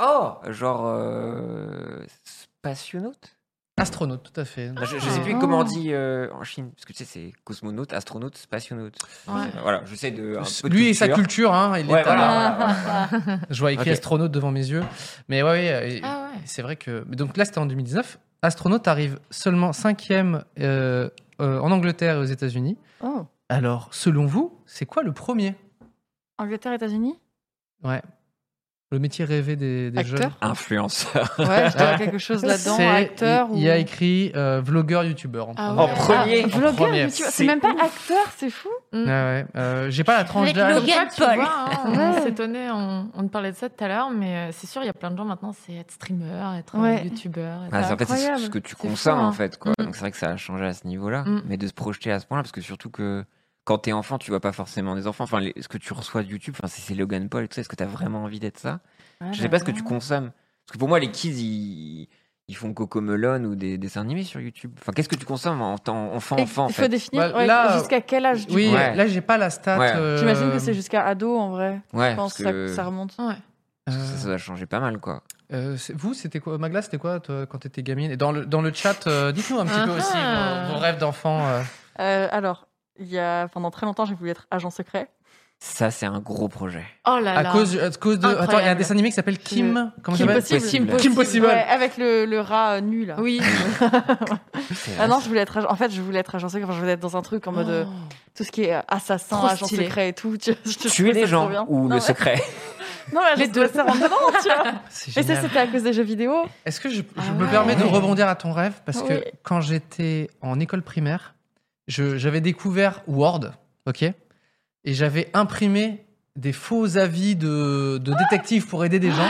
A: Oh, genre euh, spationaute.
B: Astronaute, tout à fait.
A: Bah, je, je sais plus
D: Ah.
A: comment on dit euh, en Chine, parce que tu sais, c'est cosmonaute, astronaute, spationaute.
D: Ah.
A: Euh,
C: Ouais.
A: Voilà, je sais de. Un peu de
B: Lui et sa culture, hein, il
A: Ouais,
B: est à la-
D: Ah.
A: voilà, voilà, voilà.
B: Je vois écrit
A: Ok.
B: astronaute devant mes yeux. Mais ouais, ouais, et-
C: Ah ouais.
B: et c'est vrai que. mais Donc là, c'était en 2019. Astronaute arrive seulement cinquième euh, euh, en Angleterre et aux États-Unis.
D: Oh.
B: Alors, selon vous, c'est quoi le premier
D: Angleterre, États-Unis
B: Ouais. Le métier rêvé des, des
D: Acteur
B: jeunes
A: Influenceur.
D: Ouais, je dirais
B: Ouais.
D: quelque chose là-dedans.
B: C'est-
D: Acteur
B: il,
D: ou.
B: il y a écrit euh, vlogueur, youtubeur. en
C: Ah mm.
B: premier.
A: En premier.
D: Ah,
B: En
D: vlogueur,
B: premier.
D: mais tu vois,
A: C'est
D: c'est même pas acteur, c'est fou.
B: Ouais, ouais. Euh, J'ai pas la tranche
F: Avec
B: d'âge.
F: le- Logan
C: Comme quoi, tu
F: Paul.
C: vois, hein,
D: Ouais.
C: on s'étonnait, on, on te parlait de ça tout à l'heure, mais euh, c'est sûr, il y a plein de gens maintenant, c'est être streamer, être
D: Ouais.
C: euh, youtubeur. être-
A: Ah, c'est- en fait, c'est
D: incroyable.
A: ce que tu
D: C'est
A: consommes,
D: fou, hein.
A: en fait. Quoi.
C: Mm.
A: Donc, c'est vrai que ça a changé à ce niveau-là.
C: Mm.
A: Mais de se projeter à ce point-là, parce que surtout que quand t'es enfant, tu vois pas forcément des enfants. Enfin, les- ce que tu reçois de YouTube, enfin, c'est c'est Logan Paul et tout ça. Est-ce que t'as vraiment envie d'être ça
D: Ah,
A: Je sais pas ce que tu consommes. Parce que pour moi, les kids, ils, ils font Coco Melon ou des des dessins animés sur YouTube. Enfin, qu'est-ce que tu consommes en tant enfant,
D: Et
A: enfant, en
D: Il faut
A: fait
D: définir
B: Bah,
D: ouais,
B: là-
D: jusqu'à quel âge du
B: Oui, euh,
D: coup.
A: Ouais.
B: là j'ai pas la stat.
A: Ouais.
B: euh,
D: J'imagine que c'est jusqu'à ado en vrai.
A: Ouais,
D: Je pense
A: parce
D: que ça-
A: que,
D: ça remonte.
C: Ouais.
B: euh,
A: parce que ça, ça doit changer pas mal, quoi.
B: euh, c'est- vous, c'était quoi Magla, c'était quoi toi, quand t'étais gamine Et dans le, dans le chat, euh, dites-nous un petit peu
C: Ah
B: aussi
C: ah.
B: vos, vos rêves d'enfant. euh.
D: Euh, alors, il y a pendant très longtemps, j'ai voulu être agent secret.
A: Ça, c'est un gros projet.
C: Oh là
B: à,
C: là.
B: cause, à cause de. Attends, il y a un
C: Incroyable.
B: dessin animé qui s'appelle Kim. Comment ça
D: Kim
B: s'appelle
D: Possible.
A: Possible.
B: Kim Possible.
D: Ouais, avec le, le rat euh, nu là.
C: Oui.
A: C'est-
D: Ah non, je voulais être agent- en fait, je voulais être agent secret. Enfin, je voulais être dans un truc en mode euh, tout ce qui est euh, assassin,
C: Oh. Trop
D: agent
C: stylé.
D: secret et tout. Tu- je te
A: Tuer
D: trouvais ça
A: les gens
D: trop bien.
A: ou
D: non,
A: le
D: ouais.
A: secret
D: Non, mais
C: Les
D: les deux,
C: deux.
D: ça rentre dedans, tu vois.
B: C'est
D: Et ça,
B: génial.
D: c'était à cause des jeux vidéo.
B: Est-ce que je,
C: Ah
B: je me
C: ouais.
B: permets de
A: Ouais.
B: rebondir à ton rêve Parce que
D: Oui.
B: quand j'étais en école primaire, je- j'avais découvert Word, ok Et j'avais imprimé des faux avis de,
D: Ah
B: de détectives pour aider des gens.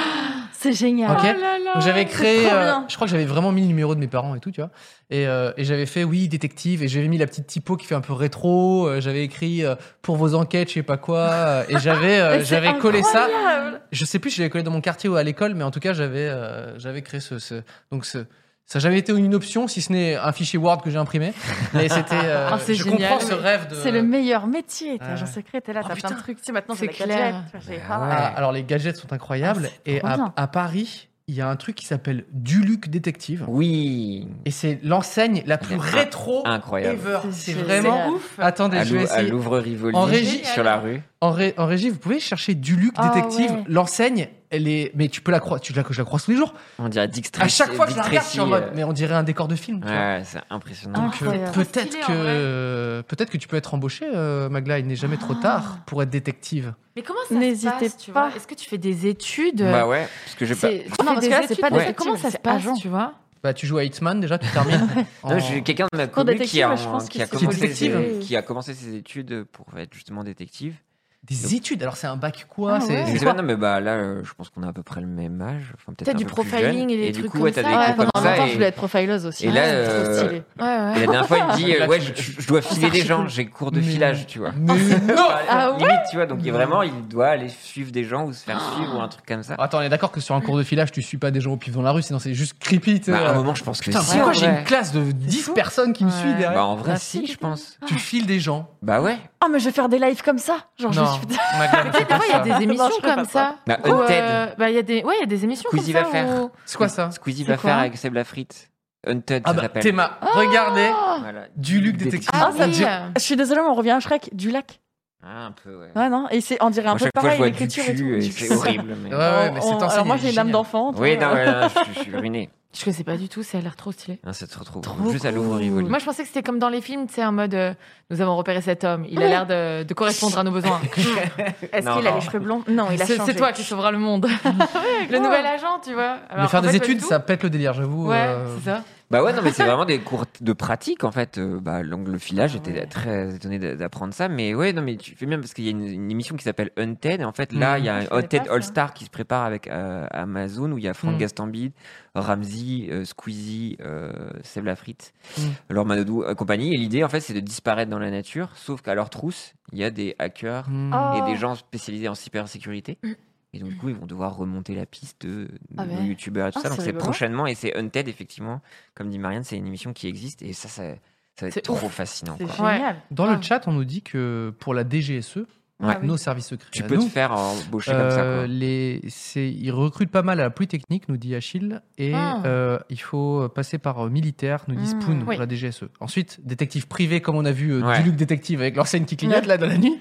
D: C'est génial.
B: Ok.
C: Oh là là.
B: Donc j'avais créé,
D: Ah, trop
B: euh,
D: bien.
B: je crois que j'avais vraiment mis le numéro de mes parents et tout, tu vois. Et, euh, et j'avais fait, oui, détective, et j'avais mis la petite typo qui fait un peu rétro. euh, j'avais écrit euh, pour vos enquêtes, je sais pas quoi. euh, et j'avais, euh,
D: Mais c'est
B: j'avais collé ça.
D: incroyable.
B: Je sais plus si j'avais collé dans mon quartier ou à l'école, mais en tout cas, j'avais euh, j'avais créé ce. ce- donc, ce, ça n'a jamais été une option, si ce n'est un fichier Word que j'ai imprimé. Mais c'était. euh,
C: Ah, c'est
B: je
C: génial,
B: comprends ce
C: oui.
B: rêve de.
D: C'est le meilleur métier. T'es
B: Ouais.
D: agent secret, t'es là,
B: Oh,
D: t'as plein de
B: putain.
D: trucs. Tu sais, maintenant,
C: C'est
D: j'ai la
C: clair.
D: gadget. tu vois, j'ai-
A: Bah
D: ah.
A: ouais.
B: Ah, alors, les gadgets sont incroyables.
D: Ah, c'est
B: et
D: trop
B: à,
D: bien.
B: à Paris, il y a un truc qui s'appelle Duluc Détective.
A: Oui.
B: Et c'est l'enseigne la plus
A: Ah,
B: rétro
A: Incroyable.
B: ever.
D: C'est
B: C'est
D: génial.
B: vraiment.
D: C'est
B: Attendez,
A: à
B: je vais
A: Lou- à
B: essayer.
A: Louvre Rivoli
B: En régie.
A: sur la rue.
B: En, ré- en régie, vous pouvez chercher Duluc
D: Ah,
B: Détective.
D: ouais.
B: L'enseigne, elle est. Mais tu peux la croire. Tu la, je la croise tous les jours.
A: On dirait Dick Tracy.
B: À chaque fois que je
A: Dick
B: la regarde, je suis en
A: Tracy,
B: mode.
A: euh,
B: Mais on dirait un décor de film. tu vois.
A: Ouais, c'est impressionnant.
D: Ah.
B: Donc, euh,
D: Incroyable.
B: peut-être
C: Stylé, en
B: que peut-être que tu peux être embauchée, euh, Magla. Il n'est jamais trop
C: Ah.
B: tard pour être détective.
C: Mais comment ça se
D: N'hésitez
C: passe, tu
D: pas.
C: vois Est-ce que tu fais des études
A: Bah ouais, parce que j'ai pas.
C: C'est- tu fais
D: Non, parce
C: des
D: que là, c'est
C: études
D: pas
C: de-
D: détective,
C: Comment ça
D: c'est
C: se passe,
D: agent.
C: tu vois
B: Bah, tu joues à Hitman déjà. Tu termines. en-
A: Non, j'ai quelqu'un de ma
D: Cours
A: commune qui a,
D: détective, je pense
A: qui,
D: que
A: a
D: c'est
A: commencé
B: détective.
A: ses, qui a commencé ses études pour être justement détective.
B: Des études. Alors, c'est un bac quoi
D: Ah,
B: c'est-
D: ouais.
B: c'est
A: Je sais
B: quoi
A: pas, non, mais bah là, euh, je pense qu'on a à peu près le même âge. Enfin, peut-être
C: T'as
A: un
C: du
A: peu plus
C: profiling
A: jeune.
C: et des
A: et du
C: trucs
A: coup,
C: comme
A: ouais, t'as des
C: ça.
D: Ouais,
A: cours
D: pendant
A: comme ça.
D: longtemps, je voulais
A: Et,
D: être profileuse aussi.
A: et là,
D: Ah, c'est trop
A: euh,
D: stylé.
C: Ouais, ouais.
A: et la dernière fois, il me dit,
B: Là,
A: euh, ouais, je,
B: tu-
A: je- je dois filer des gens, j'ai cours de
B: Mais-
A: filage, tu vois.
B: Mais non
D: Ah ouais
A: Limite, tu vois, donc il- vraiment, il doit aller suivre des gens ou se faire suivre ou un truc comme ça.
B: Attends, on est d'accord que sur un cours de filage, tu suis pas des gens au pif dans la rue, sinon c'est juste creepy. tu sais.
A: Bah, à un moment, je pense que
B: Putain,
A: si.
B: pourquoi
A: en
B: j'ai
A: vrai.
B: une classe de 10 personnes qui me
C: Ouais.
B: suit derrière
A: Bah, en vrai, si, je pense.
B: Tu files des gens.
A: Bah ouais.
D: Ah, mais je vais faire des lives comme ça. Genre, je me suis
B: Magla, ne fais
C: Des
B: pas
C: fois, il y a
B: ça.
C: des
D: Non, je
C: émissions
D: ferai pas
C: comme
D: ça.
C: ça.
A: Bah,
C: Ou,
A: Unted.
C: euh, bah, il y a des, ouais, il y a des émissions
A: Squeezie
C: comme
A: va
C: ça.
A: faire.
C: où-
B: C'est quoi ça
A: Squeezie
C: C'est
A: va
C: quoi
A: faire avec Seb Lafrite. Hunted,
B: Ah
A: ça
B: bah,
A: s'appelle.
B: Théma, regardez
A: Voilà.
B: du Luc détective.
D: Ah,
C: oui.
D: ça me dit- Je suis désolée, mais on revient à Shrek, du lac.
A: Ah, un peu, ouais.
D: Ouais, non Et c'est, on dirait un
A: Moi,
D: peu
A: chaque fois, je
D: pareil,
A: vois du
D: l'écriture et
A: cul
D: tout.
A: et
D: Du
A: c'est
D: cul.
A: horrible. mais-
B: Ouais, ouais,
D: On-
B: mais cette
D: on-
B: enseigne
D: alors, moi,
B: est
D: j'ai une âme
B: géniale.
D: d'enfant. tu
A: Oui,
D: vois.
A: non, mais non, je, je suis ruiné.
C: Je connaissais pas du tout, ça a l'air trop stylé.
A: Ah, c'est trop, trop.
D: Trop
A: Juste à l'ouvre
D: cool.
A: Rivoli.
C: Moi, je pensais que c'était comme dans les films, tu sais, en mode euh, nous avons repéré cet homme, il a
D: Ouais.
C: l'air de, de correspondre à nos besoins.
D: Est-ce
A: Non,
D: qu'il a
A: non.
D: les cheveux blonds Non, il a
C: C'est
D: changé.
C: c'est toi qui sauveras le monde. le nouvel agent, tu vois. Alors,
B: Mais faire
C: en fait,
B: des
C: pas
B: études,
C: du tout.
B: ça pète le délire, j'avoue.
C: Ouais,
B: euh,
C: c'est ça.
A: Bah ouais, non, mais c'est vraiment des cours de pratique en fait. Euh, bah, l'angle le filage, j'étais très étonné d'a- d'apprendre ça. Mais ouais, non, mais tu fais bien parce qu'il y a une, une émission qui s'appelle Unted. Et en fait, là,
B: Mm.
A: il y a
D: Mmh. Je connais
A: Unted
D: pas, ça. Mmh.
A: All Star qui se prépare avec euh, Amazon où il y a Franck
B: Mm.
A: Gastambide, Ramsey, euh, Squeezie, euh, Seb Lafrite,
D: Mmh.
B: Mm.
A: Laure Manodou et compagnie. Et l'idée en fait, c'est de disparaître dans la nature. Sauf qu'à leur trousse, il y a des hackers
B: hmm.
D: Ah.
A: et des gens spécialisés en cybersécurité. Et donc, du coup, ils vont devoir remonter la piste de
D: Ah
A: nos
D: ouais.
A: youtubeurs et tout
D: Ah,
A: ça. Donc,
D: c'est
A: c'est
D: rigolo.
A: prochainement. Et c'est Unted, effectivement. Comme dit Marianne, c'est une émission qui existe. Et ça, ça, ça va être
C: C'est
A: trop fascinant.
D: C'est
A: quoi.
D: génial.
B: Dans le
C: Ah.
B: chat, on nous dit que pour la DGSE,
A: Ouais.
D: Ah
B: nos services secrets,
A: Tu
B: à
A: peux
B: nous,
A: te Euh, faire embaucher comme ça.
B: euh,
A: Quoi.
B: les, c'est, ils recrutent pas mal à la pluie technique, nous dit Achille, et
C: Ah.
B: euh, il faut passer par euh, militaire, nous dit
C: Mm.
B: Spoon
C: Oui.
B: pour la DGSE. E. Ensuite, détective privé, comme on a vu euh,
A: Ouais.
B: Duluc détective avec l'enseigne qui clignote là dans la nuit.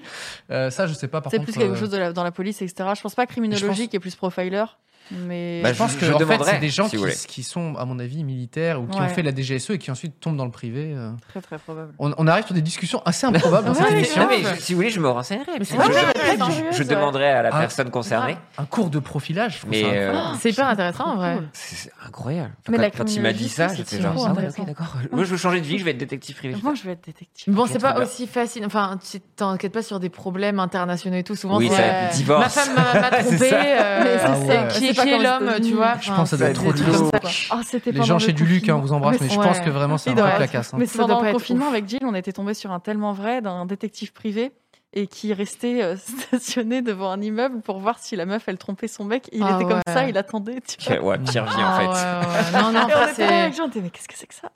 B: Euh, ça, je sais pas. Par
D: C'est
B: contre,
D: plus quelque
B: euh,
D: chose de la- dans la police, etc. Je pense pas criminologie qui est plus profiler, mais.
A: Bah,
B: Je pense
A: Je-
B: que
A: je
B: en fait,
A: demanderai,
B: c'est des gens
A: si vous voulez.
B: qui, qui sont, à mon avis, militaires ou qui ont
D: Ouais.
B: fait la DGSE E et qui ensuite tombent dans le privé. euh.
D: Très très probable.
B: On, on arrive sur des discussions assez improbables dans
C: Ouais,
B: cette
C: mais-
B: émission.
A: Non, mais je- si vous voulez, je me renseignerai.
C: Mais
A: Je,
C: c'est vrai,
A: je-
D: très
A: je-
D: curieuse,
A: je
D: ouais.
A: demanderai à la
B: Ah.
A: personne concernée.
C: Grave.
B: Un cours de profilage, je trouve ça
A: Mais euh,
B: incroyable.
C: C'est hyper intéressant en vrai.
A: c'est c'est incroyable. Enfin,
D: Mais
A: quand
D: la
A: quand il m'a dit
D: criminologie,
A: ça,
D: c'est
A: j'étais
D: trop
A: genre, ah ouais,
D: intéressant.
A: ok, d'accord. Moi, je veux changer de vie, je vais être détective privé.
D: Moi, je vais être détective.
C: Bon,
A: Ok,
C: c'est
A: trop
C: pas
A: bien.
C: aussi facile. Enfin, tu t'inquiètes pas sur des problèmes internationaux et tout. Souvent,
A: Oui,
C: c'est,
A: ça,
C: euh,
A: divorce.
C: Ma femme m'a- m'a
A: C'est
C: trompé.
A: ça.
C: euh,
D: Mais c'est
B: Ah ça. ouais.
C: Qui
D: Je sais
C: est,
D: pas
C: qui est
D: comment
C: l'homme,
D: c'est
C: tu
D: devenu.
C: vois
B: Je pense que ça doit être trop
A: des
B: dur.
A: trucs
C: comme ça, quoi.
D: Ah, c'était
B: Les
D: pendant
B: gens
D: le
B: chez Duluc, hein, on
D: confinement.
B: vous embrasse, mais, je
C: ouais.
B: pense que vraiment c'est un
D: Oui,
B: peu
D: ouais.
B: la casse. hein.
D: Mais
C: Ça
D: pendant
C: doit pas
D: le
C: être
D: confinement
C: ouf.
D: avec Jill, on était tombé sur un tellement vrai d'un détective privé et qui restait euh, stationné devant un immeuble pour voir si la meuf elle trompait son mec. Et il
C: Ah
D: était comme
C: ouais.
D: ça, il attendait. Tu vois.
A: Ouais, ouais, pire vie en
C: Ah,
A: fait.
C: ouais, ouais. Non, non,
D: Et on
C: après,
D: était là
C: c'est...
D: avec Jill, on était mais qu'est-ce que c'est que ça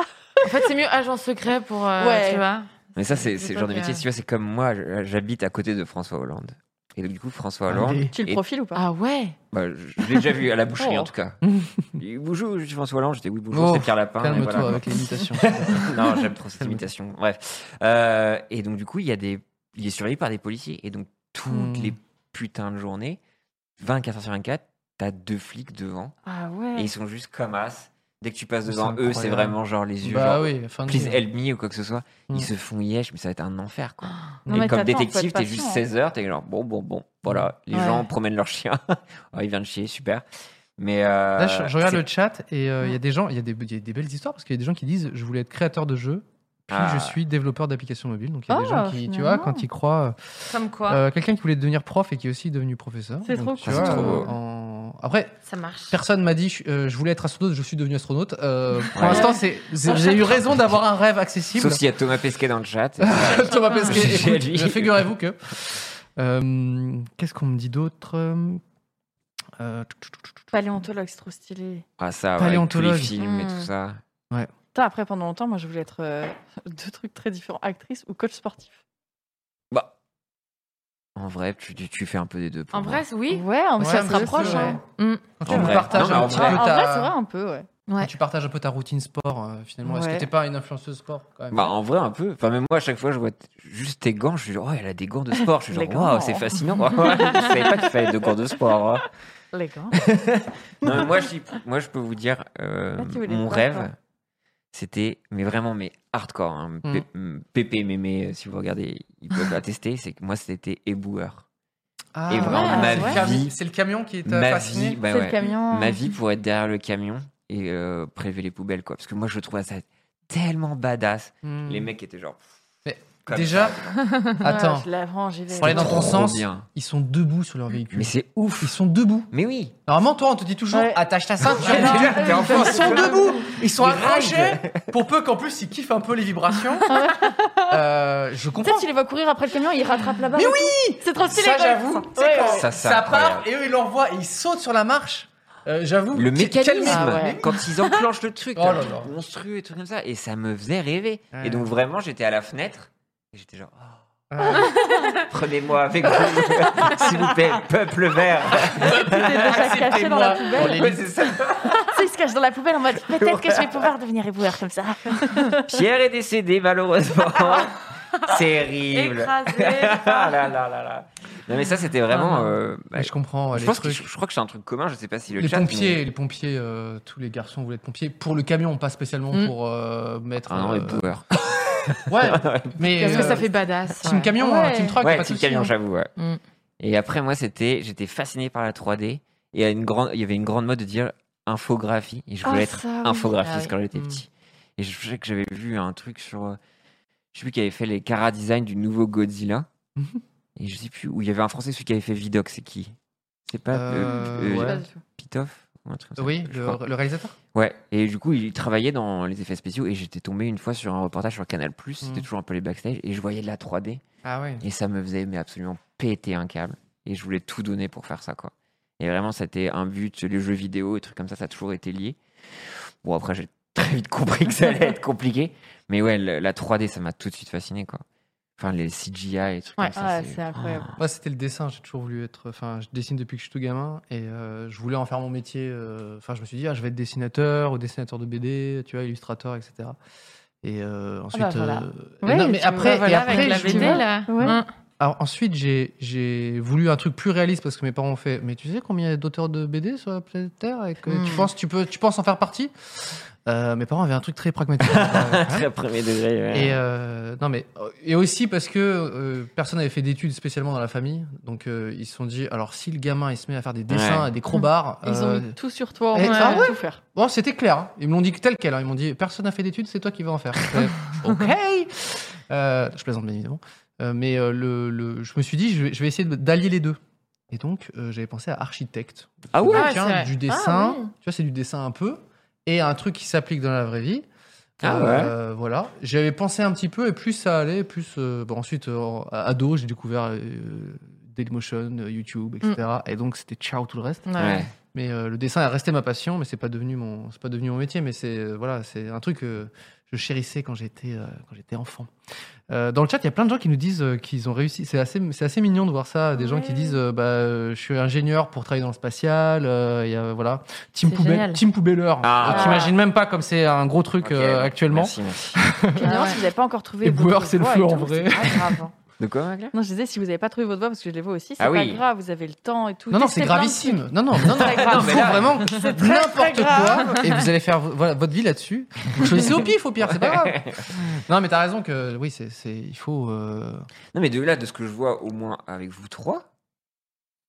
C: en fait, c'est mieux agent secret pour. euh,
D: Ouais.
C: Tu vois
A: Mais ça, c'est
C: Je
A: c'est le
C: sais
A: genre
C: pas
A: de métier.
C: que-
A: Tu vois, c'est comme moi, je- j'habite à côté de François Hollande. Et donc, du coup, François Hollande,
B: Allez.
D: Tu le
A: Et-
D: profiles ou pas
C: Ah ouais
A: bah, je je l'ai déjà vu à la boucherie
D: Oh.
A: en tout cas. Et bonjour, je suis François Hollande. J'étais oui, bonjour,
B: Oh,
A: c'est Pierre Lapin. et
B: Calme-toi
A: voilà.
B: avec les imitations.
A: non, j'aime trop cette imitation. Bref. Euh, et donc, du coup, il y a des, il est surveillé par des policiers. Et donc, toutes
B: Hmm.
A: les putains de journées, 24 h sur 24, t'as deux flics devant
D: Ah
A: et
D: ouais.
A: ils sont juste comme as. Dès que tu passes
B: C'est
A: devant eux, c'est
B: incroyable.
A: vraiment genre les yeux.
B: bah
A: genre,
B: oui, fin de
A: Please
B: vie.
A: help me ou quoi que ce soit.
B: Hmm.
A: Ils se font yesh, mais ça va être un enfer quoi.
D: Non,
A: Et
D: mais
A: comme
D: t'attends, faut
A: détective,
D: être
A: t'es juste
D: patient. hein.
A: 16 heures, t'es genre bon, bon, bon, voilà, les
C: Ouais.
A: gens promènent leur chien, oh, il vient de chier, super. Mais euh,
B: Là, je, je regarde
A: c'est-
B: le chat et euh, il y a des gens, il y a des, il y a des belles histoires parce qu'il y a des gens qui disent je voulais être créateur de jeux, puis
A: Ah.
B: je suis développeur d'applications mobiles. Donc il y a des
D: Ah,
B: gens qui, tu
D: finalement.
B: vois, quand ils croient,
C: Comme quoi
B: euh, quelqu'un qui voulait devenir prof et qui est aussi devenu professeur.
D: C'est
B: Donc,
D: trop
B: tu
A: cool.
B: vois,
A: C'est trop beau.
B: euh, en- Après,
C: Ça marche.
B: personne m'a dit je, euh, je voulais être astronaute, je suis devenu astronaute. Euh, pour
A: Ouais.
B: l'instant, c'est, c'est- j'ai eu raison d'avoir un rêve accessible.
A: Sauf s'il y a Thomas Pesquet dans le chat.
B: Thomas Pesquet,
A: J'ai
B: écoute,
A: lui.
B: euh, figurez-vous que. Euh, Qu'est-ce qu'on me dit d'autre Euh,
D: Paléontologue, c'est trop stylé.
A: ah ça, ouais, avec tous les
B: Paléontologue.
A: films et
D: Hmm.
A: tout ça.
D: Putain, après, pendant longtemps, moi, je voulais être euh, deux trucs très différents, actrice ou coach sportif.
A: Bah, en vrai, tu, tu, tu fais un peu des deux. pour
C: En
A: moi.
C: vrai, oui.
D: Ouais,
B: Ouais,
D: en vrai,
B: mais
D: ça se
B: c'est-
D: rapproche.
B: c'est
D: hein.
C: Mm.
B: Quand
A: En
B: on
A: vrai.
B: partage
A: Non, mais
B: un
A: en
B: petit
D: Ouais,
A: vrai.
B: peu
D: en
B: ta-
D: vrai, c'est vrai, un peu, ouais.
C: Ouais.
B: Tu partages un peu ta routine sport, euh, finalement. Est-ce que
D: Ouais.
B: t'es pas une influenceuse sport quand même
A: Bah, en vrai, un peu. Enfin, même moi, à chaque fois, je vois t- juste tes gants. Je suis genre, oh, elle a des gants de sport. Je suis genre,
D: Les gants.
A: waouh, c'est fascinant. je savais pas qu'il fallait deux gants de sport. hein.
D: Les gants.
B: Bah
A: Non, mais moi, je, dis- moi, je peux vous dire, euh,
D: Ah, tu voulais
A: mon
D: pas, toi.
A: rêve, c'était, mais vraiment, mais hardcore. hein,
B: Mm.
A: P- mm, Pépé, mémé, euh, si vous regardez, il peut l'attester, c'est que moi, c'était éboueur.
B: Ah,
A: Et
D: vraiment, ma
B: c'est le
D: vie-
B: cami- C'est le camion qui t'a
A: Ma
B: fasciné
A: vie, bah
C: C'est le
A: ouais.
C: camion.
A: ma vie pour être derrière le camion et euh, prélever les poubelles, quoi. Parce que moi, je trouvais ça tellement badass.
B: Hmm.
A: Les mecs étaient genre.
B: Mais
A: comme
B: Déjà,
A: ça,
B: attends,
D: je la prends, j'y vais.
B: Pour aller dans ton
A: trop
B: sens.
A: bien.
B: ils sont debout sur leur véhicule.
A: Mais c'est
B: Ils
A: ouf.
B: sont debout.
A: Mais oui.
B: Normalement, toi, on te dit toujours
D: Ouais.
B: attache ta ceinture.
D: Mais non,
B: Ils
A: T'es enfant,
B: sont debout. Ils sont
A: Ils
B: accrochés. Pour peu qu'en plus, ils kiffent un peu les vibrations. Euh, je comprends.
D: Peut-être tu les vois courir après le camion, ils rattrapent la barre.
B: Mais
D: et
B: oui
D: tout. C'est trop stylé
B: Ça,
D: quand même.
B: j'avoue.
D: Ouais,
B: tu sais, quand
D: ouais.
A: Ça, c'est
B: ça part
A: incroyable.
B: et eux, ils l'envoient et ils sautent sur la marche. Euh, j'avoue.
A: Le
B: que- quel
A: mécanisme,
B: mé-
D: Ah ouais.
A: quand ils enclenchent le truc,
B: Oh là
A: t'as un
B: là.
A: truc monstrueux et tout comme ça, et ça me faisait rêver.
B: Ouais.
A: Et donc vraiment, j'étais à la fenêtre, et j'étais genre, Oh,
B: Ah.
A: prenez-moi avec vous, s'il vous plaît, peuple vert.
D: déjà caché dans la
B: Acceptez-moi.
D: poubelle.
B: On les laisse-
A: C'est ça.
D: Tu sais, Ils se cachent dans la poubelle en mode peut-être que je vais pouvoir devenir éboueur comme ça.
A: Pierre est décédé malheureusement. Terrible. Ah là là là là. Non mais ça c'était vraiment.
B: Ah.
A: euh, bah,
B: Mais je comprends. euh,
A: je
B: les
A: pense que
B: trucs.
A: je, je crois que c'est un truc commun. Je sais pas si le
B: les
A: chat.
B: pompiers,
A: mais-
B: les pompiers, euh, tous les garçons voulaient être pompiers pour le camion, pas spécialement
C: Mm.
B: pour euh, mettre.
A: Ah non,
B: euh,
A: les boueurs.
B: ouais, mais
C: Parce que
B: euh,
C: ça fait badass.
B: team
C: ouais.
B: camion, hein,
D: Ouais.
B: team truck, y a
A: Ouais,
B: pas de
A: Team
B: souci,
A: Camion,
B: hein.
A: j'avoue. ouais.
C: Mm.
A: Et après moi c'était, j'étais fasciné par la 3D et il y a une grande, il y avait une grande mode de dire infographie et je voulais
C: Ah,
A: être
C: ça, oui.
A: infographiste
C: Ah oui.
A: quand j'étais
B: Mm.
A: petit. Et je sais que j'avais vu un truc sur, euh, je sais plus qui avait fait les cara design du nouveau Godzilla.
B: Mhm.
A: Et je sais plus où il y avait un Français celui qui avait fait Vidoc, c'est qui C'est pas euh, euh,
B: Euh, ouais.
A: Pitoff ou un truc comme ça,
B: Oui,
A: je crois.
B: le, le réalisateur.
A: Ouais, et du coup, il travaillait dans les effets spéciaux et j'étais tombé une fois sur un reportage sur Canal Plus, c'était
B: Mm.
A: toujours un peu les backstage et je voyais de la 3D
B: Ah ouais.
A: et ça me faisait mais absolument péter un câble et je voulais tout donner pour faire ça quoi. Et vraiment, c'était un but, les jeux vidéo et trucs comme ça, ça a toujours été lié. Bon, après, j'ai très vite compris que ça allait être compliqué, mais ouais, le- la 3D, ça m'a tout de suite fasciné quoi. Enfin, les CGI et trucs
C: Ouais,
A: comme ça.
D: ouais, c'est incroyable.
B: Moi, c'était le dessin. J'ai toujours voulu être. Enfin, je dessine depuis que je suis tout gamin et euh, je voulais en faire mon métier. euh, Enfin, je me suis dit, ah, je vais être dessinateur ou dessinateur de BD, tu vois, illustrateur, etc. Et euh, ensuite,
D: voilà.
B: euh,
C: Ah bah Ouais,
B: non, mais
C: tu
B: après,
C: vois,
B: et
C: voilà,
B: après,
C: avec la
B: je-
C: BD là.
D: Ouais.
C: Hein.
B: Alors, ensuite, j'ai- j'ai voulu un truc plus réaliste parce que mes parents ont fait. Mais tu sais combien il y a d'auteurs de BD sur la planète Terre et que
C: Hmm.
B: tu penses, tu peux, tu penses en faire partie Euh, Mes parents avaient un truc très pragmatique. Euh,
A: Très premier degré. ouais.
B: et, euh, non, mais, et aussi parce que euh, personne n'avait fait d'études spécialement dans la famille. Donc euh, ils se sont dit, alors si le gamin il se met à faire des dessins
A: Ouais.
B: et des crobards,
D: Ils
B: euh,
D: ont mis tout sur toi, en
B: Et-
D: mode,
B: Ah
D: ils vont
B: ouais
D: tout faire.
B: bon, c'était clair. hein. Ils me l'ont dit tel quel. hein. Ils m'ont dit, personne n'a fait d'études, c'est toi qui vas en faire. Je fais, ok. Euh, je plaisante bien évidemment. Euh, mais euh, le, le- je me suis dit, je vais, je vais essayer de- d'allier les deux. Et donc euh, j'avais pensé à architecte.
A: ah ouais
B: Donc,
C: ouais,
B: tiens,
C: c'est vrai.
B: du dessin,
C: Ah oui.
B: tu vois, c'est du dessin un peu, et un truc qui s'applique dans la vraie vie.
A: Ah
B: Euh, Voilà, j'avais pensé un petit peu, et plus ça allait, plus. euh, bon, ensuite, euh, à- ado, j'ai découvert euh, Dailymotion, euh, YouTube, etc. Et donc, c'était ciao tout le reste.
C: Ouais.
A: Ouais.
B: Mais euh, le dessin est resté ma passion, mais c'est pas devenu mon, c'est pas devenu mon métier. Mais c'est euh, voilà, c'est un truc que je chérissais quand j'étais euh, quand j'étais enfant. Euh, dans le chat, il y a plein de gens qui nous disent euh, qu'ils ont réussi. C'est assez, c'est assez mignon de voir ça. Des gens qui
D: Ouais.
B: disent, euh, bah, euh, je suis ingénieur pour travailler dans le spatial. euh, Il y a voilà, team
C: C'est
B: poubelle,
C: génial.
B: team poubelleur.
A: Ah.
B: Euh, T'imagines même pas comme c'est un gros truc
A: Ok,
B: euh, actuellement.
A: merci, merci.
D: Généralement,
C: ouais.
D: si vous n'avez pas encore trouvé.
B: Et
D: votre
B: boueur, c'est le
D: voie
B: feu,
D: et
B: en
D: tout,
B: vrai.
D: c'est pas grave, hein.
A: De quoi, Magla
D: Non, je disais, si vous n'avez pas trouvé votre voie, parce que je les vois aussi, c'est
A: Ah
D: pas
A: oui.
D: grave, vous avez le temps et tout.
B: Non, non,
D: Testez
B: c'est
D: plein de
B: gravissime. Non, non, non, non.
D: très
B: Il
D: grave.
B: faut vraiment n'importe
D: très
B: quoi et vous allez faire vo- voilà, votre vie là-dessus. Vous choisissez au pif, au pire, c'est pas grave. Non, mais t'as raison que oui, c'est, c'est- il faut. euh,
A: Non, mais de là, de ce que je vois, au moins avec vous trois,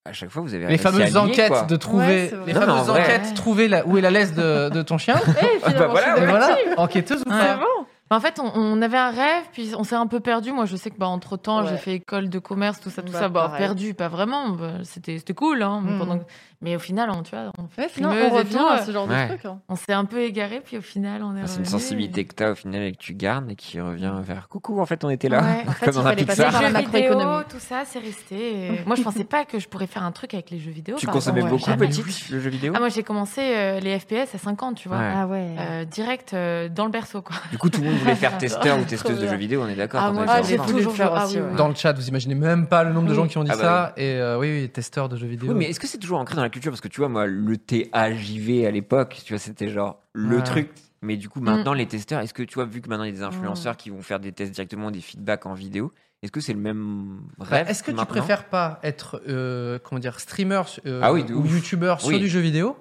A: à chaque fois, vous avez
B: Les
A: réussi à
B: fameuses
A: lier,
B: enquêtes
A: quoi.
B: de trouver.
D: Ouais, c'est vrai.
B: les
A: Non, mais en
B: fameuses
A: vrai.
B: enquêtes, trouver la- où est la laisse de, de ton chien.
D: trucs. Eh, finalement,
A: Bah voilà,
D: je
B: Et
D: suis d'accord.
B: voilà, enquêteuse ou
D: C'est
B: pas.
D: bon.
C: En fait, on, on avait un rêve, puis on s'est un peu perdu. Moi, je sais que bah, entre temps,
D: Ouais.
C: j'ai fait école de commerce, tout ça, tout
D: Bah,
C: ça. Bah,
D: pareil.
C: perdu, pas vraiment. Bah, C'était c'était cool. Hein, mais
B: Mm.
C: pendant que- Mais au final, on, tu vois, on, fait
D: Non,
C: frimeuse
D: on
C: et
D: revient
C: tout,
D: à ce genre
A: Ouais.
D: de truc. hein.
C: on s'est un peu égaré, puis au final, on est.
A: Ah, C'est une
C: revenu.
A: sensibilité que t'as au final et que tu gardes et qui revient vers coucou, en fait, on était là.
C: Ouais. En
D: fait,
A: Comme
D: il
A: dans un
D: fallait
C: Les
D: passer
A: Pixar.
D: par la
C: jeux vidéo,
D: macroéconomie.
C: tout ça, c'est resté. Et Moi, je pensais pas que je pourrais faire un truc avec les jeux vidéo.
A: Tu
C: par
A: consommais
C: exemple.
A: beaucoup,
C: Jamais.
A: petite, le jeu vidéo
C: Ah, moi, j'ai commencé euh, les FPS à 5 ans, tu vois.
A: Ouais.
D: Ah ouais.
C: Euh, direct euh, dans le berceau, quoi.
A: Du coup, tout le monde voulez faire testeur ou
D: Trop
A: testeuse de
D: bien.
A: jeux vidéo, on est d'accord
C: Ah,
A: quand
C: moi,
A: on est
C: Ah,
A: sur-
C: j'ai
D: J'ai
C: voulu
D: toujours
C: le faire
D: joué
C: ah
D: aussi,
C: oui.
D: ouais.
B: Dans le chat, vous imaginez même pas le nombre de gens qui ont dit
A: Ah bah
B: ça. Et euh, oui, oui, testeur de jeux vidéo. Bah,
A: Oui, mais est-ce que c'est toujours ancré dans la culture Parce que tu vois, moi, le TAJV à l'époque, tu vois, c'était genre le
B: Ouais.
A: truc. Mais du coup,
C: Mm.
A: maintenant, les testeurs, est-ce que tu vois, vu que maintenant il y a des influenceurs qui vont faire des tests directement, des feedbacks en vidéo, est-ce que c'est le même
B: Bah,
A: rêve
B: Est-ce que tu
A: maintenant
B: préfères pas être euh, comment dire streamer euh,
A: Ah oui, de
B: ou
A: ouf.
B: youtubeur sur
A: Oui.
B: du jeu vidéo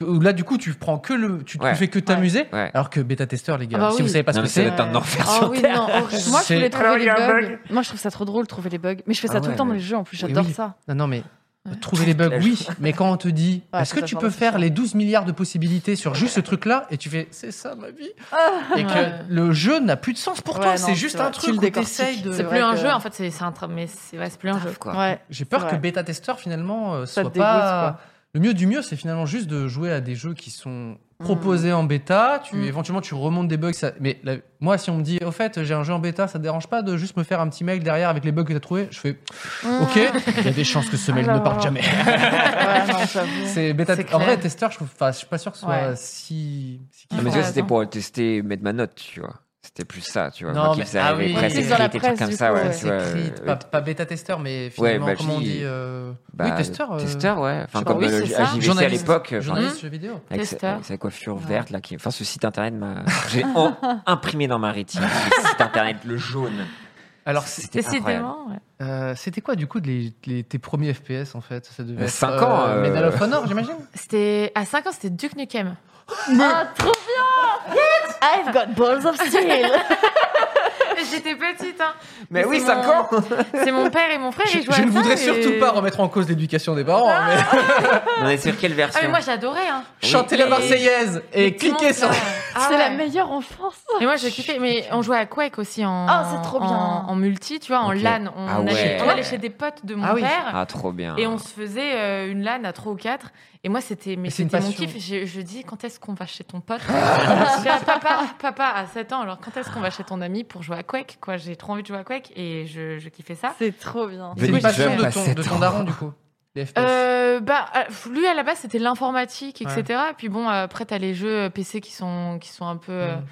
B: que- où là du coup tu prends que le tu, tu
A: Ouais.
B: fais que t'amuser
A: Ouais.
B: alors que bêta testeur les gars
C: Ah bah
B: si
C: oui.
B: vous savez pas
A: Non,
B: ce
A: mais
B: que
A: ça
B: c'est
A: doit être un enfer
C: Ah
A: sur
C: oui,
A: Terre.
C: non, horrible. Moi, je
B: C'est-
C: voulais trouver les bugs.
D: Moi, je trouve ça trop drôle de trouver les bugs. Mais je fais ça
A: Ah
D: tout
A: ouais,
D: le temps dans
A: mais-
D: les jeux en plus,
B: Oui,
D: j'adore
B: oui.
D: ça.
B: non non mais euh, trouver les bugs
A: la
B: oui mais quand on te dit
D: Ouais,
B: est-ce
D: faut
B: que tu
D: savoir
B: peux
D: ce que
B: faire
D: c'est.
B: les 12 milliards de possibilités sur juste ce truc là et tu fais c'est ça ma vie et
C: Ouais.
B: que le jeu n'a plus de sens pour
D: Ah, Ouais,
B: toi
D: non,
B: c'est juste
D: c'est vrai.
B: un
D: Tu
B: truc
D: le
B: où
D: décortiques.
B: t'essayes de
C: C'est
D: vrai
C: plus un
D: que-
C: jeu, en fait, c'est c'est un tra- mais c'est ouais, c'est plus un jeu.
A: quoi.
D: Ouais.
B: J'ai peur
D: C'est
B: que
D: vrai.
B: bêta testeur finalement euh,
D: Ça te
B: soit pas
D: dégoûte,
B: le mieux du mieux, c'est finalement juste de jouer à des jeux qui sont
D: Mm.
B: proposés en bêta. Tu
C: Mm.
B: éventuellement tu remontes des bugs. Ça... Mais la- moi, si on me dit au fait j'ai un jeu en bêta, ça te dérange pas de juste me faire un petit mail derrière avec les bugs que t'as trouvé Je fais ok. Il y a des chances que ce mail
D: Mm. Ah là
B: ne parte
D: là.
B: jamais.
D: Ouais, non, j'avoue.
B: c'est bêta.
C: C'est
B: En vrai,
C: clair.
B: testeur, je, trouve- enfin, je suis pas sûr que ce soit
C: Ouais.
B: si. si
A: Ah, mais
B: kiffant.
A: tu vois,
C: Ouais,
A: c'était
C: attends.
A: pour tester, mettre ma note, tu vois. C'était plus ça, tu vois.
B: Non,
A: moi qui
B: mais-
A: faisais
B: ah
A: arriver
B: oui.
A: presse
D: Oui, dans la
A: écrite, des trucs
D: presse,
A: comme
D: du
A: ça,
D: coup,
A: ouais.
D: ouais.
A: tu vois,
B: Écrite,
A: euh,
B: pas, pas bêta testeur, mais finalement,
A: bah,
B: comment on
A: j'y-
B: dit euh,
A: bah,
B: Oui, testeur. euh,
A: Testeur, euh, hein. ouais. Enfin,
C: je
A: comme
C: sais pas,
A: euh,
C: oui, c'est ça.
A: JVC à
B: Journaliste. Mhm.
A: l'époque. enfin,
B: Journaliste jeux vidéo.
A: Avec, sa-
C: Testeur.
A: avec sa coiffure verte, là, qui... enfin, ce site internet m'a. J'ai en- imprimé dans ma rétine ce site internet, le jaune.
B: Alors c'est-
A: C'était incroyable.
C: Décidément, ouais.
B: Euh, c'était quoi du coup les, les- tes premiers FPS en fait Ça devait
A: Euh,
B: être,
A: cinq ans, euh,
B: Medal of Honor, j'imagine.
C: C'était à 5 ans, c'était Duke Nukem.
D: Ah, trop bien I've got balls of steel
C: J'étais petite, hein.
A: Mais
C: Mais
A: oui,
C: c'est
A: 5
C: mon-
A: ans
C: C'est mon père et mon frère,
B: Je,
C: ils jouaient
B: je
C: à
B: ne
C: ça,
B: voudrais
C: et- Ah,
B: surtout pas remettre en cause l'éducation des parents, hein, mais
A: On est sur quelle version
C: Ah mais moi j'adorais hein.
B: chantez la
C: Et-
B: Marseillaise et
C: Les petits
B: cliquez sur.
C: monstres, ah
D: C'est la
C: ouais.
D: meilleure enfance
C: Et moi, j'ai kiffé. Mais on jouait à Quake aussi en,
D: Ah, c'est trop bien.
C: en, en multi, tu vois, en
A: Ok.
C: LAN. On,
A: Ah ouais.
C: allait, on allait chez des potes de mon
B: Ah oui.
C: père
A: Ah, trop bien.
C: et on se faisait euh, une LAN à 3 ou 4. Et moi, c'était mais
B: Et c'est une
C: c'était mon
B: passion.
C: kiff. Je, je dis, quand est-ce qu'on va chez ton pote Je dis à papa, papa, à 7 ans, alors quand est-ce qu'on va chez ton ami pour jouer à Quake quoi J'ai trop envie de jouer à Quake et je, je kiffais ça.
D: C'est trop bien
B: C'est une
A: Venez,
B: passion
A: j'aime
B: de
A: à
B: ton,
A: sept
B: de ton
A: ans.
B: daron du coup. Les FPS.
C: Euh, bah, euh, lui à la base c'était l'informatique,
B: Ouais.
C: etc. Et puis bon, euh, après t'as les jeux euh, PC qui sont qui sont un peu euh,
B: Mm.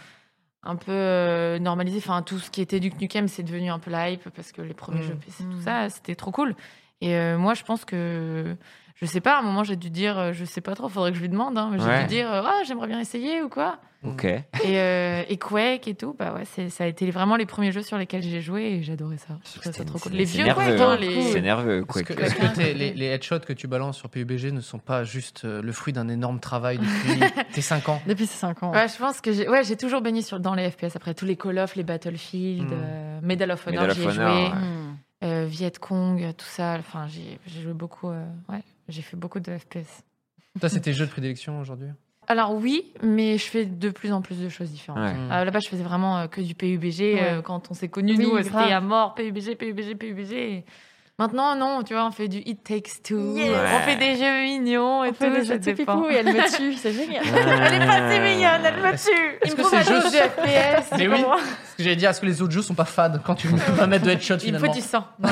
C: un peu euh, normalisés. Enfin tout ce qui était Duke Nukem c'est devenu un peu la hype parce que les premiers
B: Mm.
C: jeux PC
D: Mm.
C: tout ça c'était trop cool. Et euh, moi je pense que je sais pas. À un moment j'ai dû dire euh, je sais pas trop. Faudrait que je lui demande. hein, mais j'ai
A: Ouais.
C: dû dire euh, ah j'aimerais bien essayer ou quoi.
A: Ok.
C: et, euh, et Quake et tout. Bah ouais c'est- ça a été vraiment les premiers jeux sur lesquels j'ai joué et j'adorais ça. Je trouvais ça
A: C'était-
C: trop cool.
A: c'est-
C: Les
A: c'est
C: vieux
A: nerveux,
C: Quake,
A: hein.
C: hein, les-
A: C'est nerveux,
B: Est-ce que,
A: Quake.
B: est-ce que tes- les, les headshots que tu balances sur PUBG ne sont pas juste euh, le fruit d'un énorme travail depuis tes 5 ans
D: Depuis ses 5 ans.
C: Ouais, je pense que j'ai ouais, j'ai toujours baigné sur, dans les FPS après tous les Call of, les Battlefield,
B: Mm.
C: euh, Medal of Honor,
A: Medal of
C: j'y ai
A: Honor,
C: joué,
A: ouais.
D: Hmm.
C: euh, Viet Cong, tout ça, enfin j'ai j'ai joué beaucoup euh, ouais, j'ai fait beaucoup de FPS.
B: Toi, c'est tes jeux de prédilection aujourd'hui
C: Alors oui, mais je fais de plus en plus de choses différentes.
A: Ouais.
B: Mm.
C: Euh, Là-bas, je faisais vraiment euh, que du PUBG
D: Ouais.
C: euh, quand on s'est connus,
D: Oui,
C: nous, euh,
D: grave.
C: c'était à mort PUBG, PUBG, PUBG. et Maintenant, non, tu vois, on fait du It Takes Two,
D: Yes.
C: on fait des jeux mignons et
D: On
C: tout,
D: fait des
C: ça
D: jeux tout
C: dépend.
D: pipou et elle me tue, c'est génial
A: Elle est pas
C: C'est mignonne, elle me
B: Est-ce-
C: tue.
B: est-ce
C: Il
B: que
C: me faut
B: ces
C: ma
B: jeux
C: dose de
B: sont-
C: FPS.
B: Mais
C: tu
B: oui.
C: comprends
B: Parce que j'allais dire, est-ce que les autres jeux sont pas fades quand tu ne peux pas mettre de headshot
C: Il me
B: finalement
C: faut du sang. Non,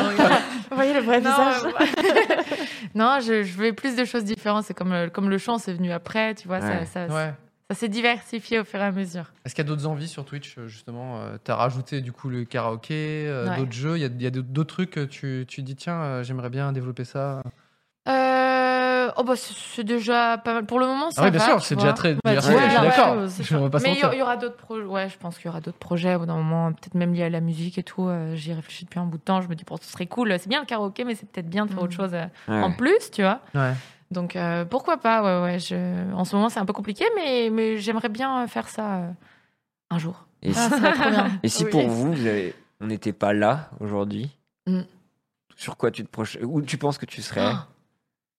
D: Vous voyez le vrai visage
C: euh, non, je, je veux plus de choses différentes. C'est comme, euh, comme le chant, c'est venu après, tu vois.
A: Ouais.
C: Ça, ça,
B: Ouais.
C: ça s'est diversifié au fur et à mesure.
B: Est-ce qu'il y a d'autres envies sur Twitch, euh, justement Euh, T'as rajouté du coup le karaoké, euh,
C: Ouais.
B: d'autres jeux, il y a, il y a d'autres- d'autres trucs que tu, tu dis, tiens, euh, j'aimerais bien développer ça.
C: Euh, oh bah c'est- c'est déjà pas mal. Pour le moment, ça
B: Ah oui,
C: va.
B: bien sûr,
C: tu
B: c'est
C: vois.
B: déjà très
D: Ouais,
B: diversifié,
C: ouais,
B: je suis
C: ouais,
B: d'accord.
D: ouais, c'est
B: je vais pas se
C: Mais il y,
B: mentir.
C: il y aura d'autres projets. Ouais, je pense qu'il y aura d'autres projets au bout d'un moment, peut-être même liés à la musique et tout. Euh, J'y réfléchis depuis un bout de temps. Je me dis, bon, ce serait cool. C'est bien le karaoké, mais c'est peut-être bien de faire autre chose euh, en plus, tu vois.
B: Ouais.
C: Donc euh, pourquoi pas ouais, ouais, je... En ce moment, c'est un peu compliqué, mais, mais j'aimerais bien faire ça euh, un jour.
A: Et si,
D: Ah, ça va trop bien.
A: et si
D: Oui.
A: pour vous, vous avez- on n'était pas là aujourd'hui,
C: Mm.
A: sur quoi tu te projettes Où tu penses que tu serais
B: Ah,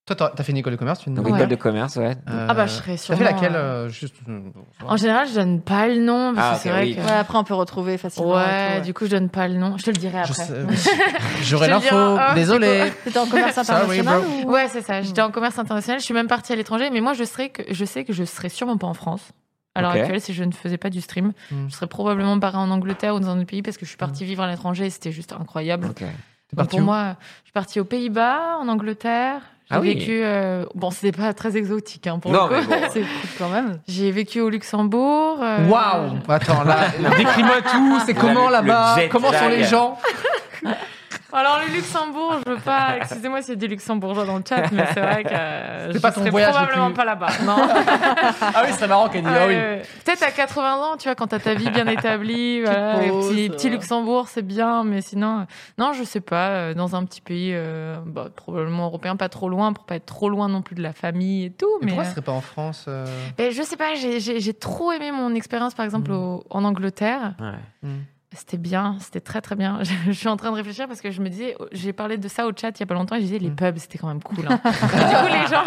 B: Toi, t'as- t'as fait une école de commerce, tu viens de
A: Donc,
B: nous
C: Ouais.
A: école
B: dire
A: de commerce, ouais.
B: Euh,
C: Ah bah, je serais
B: T'as
C: sûrement...
B: fait laquelle
C: euh, Ah,
B: euh, juste... euh, bon,
C: En général, je donne pas le nom, parce
A: Ah,
C: que c'est
A: ok,
C: vrai
A: oui.
C: que...
D: Ouais, après on peut retrouver facilement.
C: Ouais,
D: et tout,
C: du coup, je donne pas le nom. Je te le dirai
B: je
C: après.
B: sais- J'aurai
C: Je te le dirai
B: l'info,
C: en off,
B: désolé.
D: T'étais en commerce
B: Sorry,
D: international
B: bro.
D: ou...
C: Ouais, c'est ça. J'étais en commerce international. Je suis même partie à l'étranger, mais moi, je serais que je sais que je serais sûrement pas en France. À l'heure
A: Ok.
C: actuelle, si je ne faisais pas du stream,
B: Mm.
C: je serais probablement barrée en Angleterre ou dans un autre pays parce que je suis partie vivre à l'étranger et c'était juste incroyable.
A: Ok.
B: T'es
C: Donc,
B: parti
C: pour
B: où
C: moi, je suis partie aux Pays-Bas, en Angleterre, J'ai
A: Ah oui.
C: vécu. euh, Bon, c'était pas très exotique hein, pour
A: Non,
C: le
A: mais
C: coup.
A: bon.
D: C'est cool quand même.
C: J'ai vécu au Luxembourg. euh,
B: Waouh Attends, là, décris-moi tout, c'est
A: Là,
B: comment
A: le-
B: là-bas
A: le jet
B: Comment sont les
A: lag.
B: gens
C: Alors, le Luxembourg, je veux pas. Excusez-moi s'il y a des Luxembourgeois dans le chat, mais c'est vrai que euh,
B: C'est
C: je
B: pas ton
C: serais
B: voyage le
C: probablement
B: plus-
C: pas là-bas. Non.
B: Ah oui, c'est marrant qu'elle dit, ah oui.
C: Ouais, ouais. Euh, Peut-être à 80 ans, tu vois, quand t'as ta vie bien établie, voilà, les
D: pause,
C: petits,
D: euh.
C: petits Luxembourg, c'est bien, mais sinon, euh, non, je sais pas, euh, dans un petit pays, euh, bah, probablement européen, pas trop loin, pour pas être trop loin non plus de la famille et tout,
B: Mais
C: mais.
B: pourquoi ce
C: euh,
B: serait pas en France euh
C: ben, je sais pas, j'ai- j'ai j'ai trop aimé mon expérience, par exemple,
B: Mm.
C: au- en Angleterre.
A: Ouais.
B: Mm.
C: C'était bien, c'était très très bien. Je, je suis en train de réfléchir parce que je me disais, j'ai parlé de ça au chat il y a pas longtemps et je disais les
B: Mm.
C: pubs c'était quand même cool. hein. du coup les gens,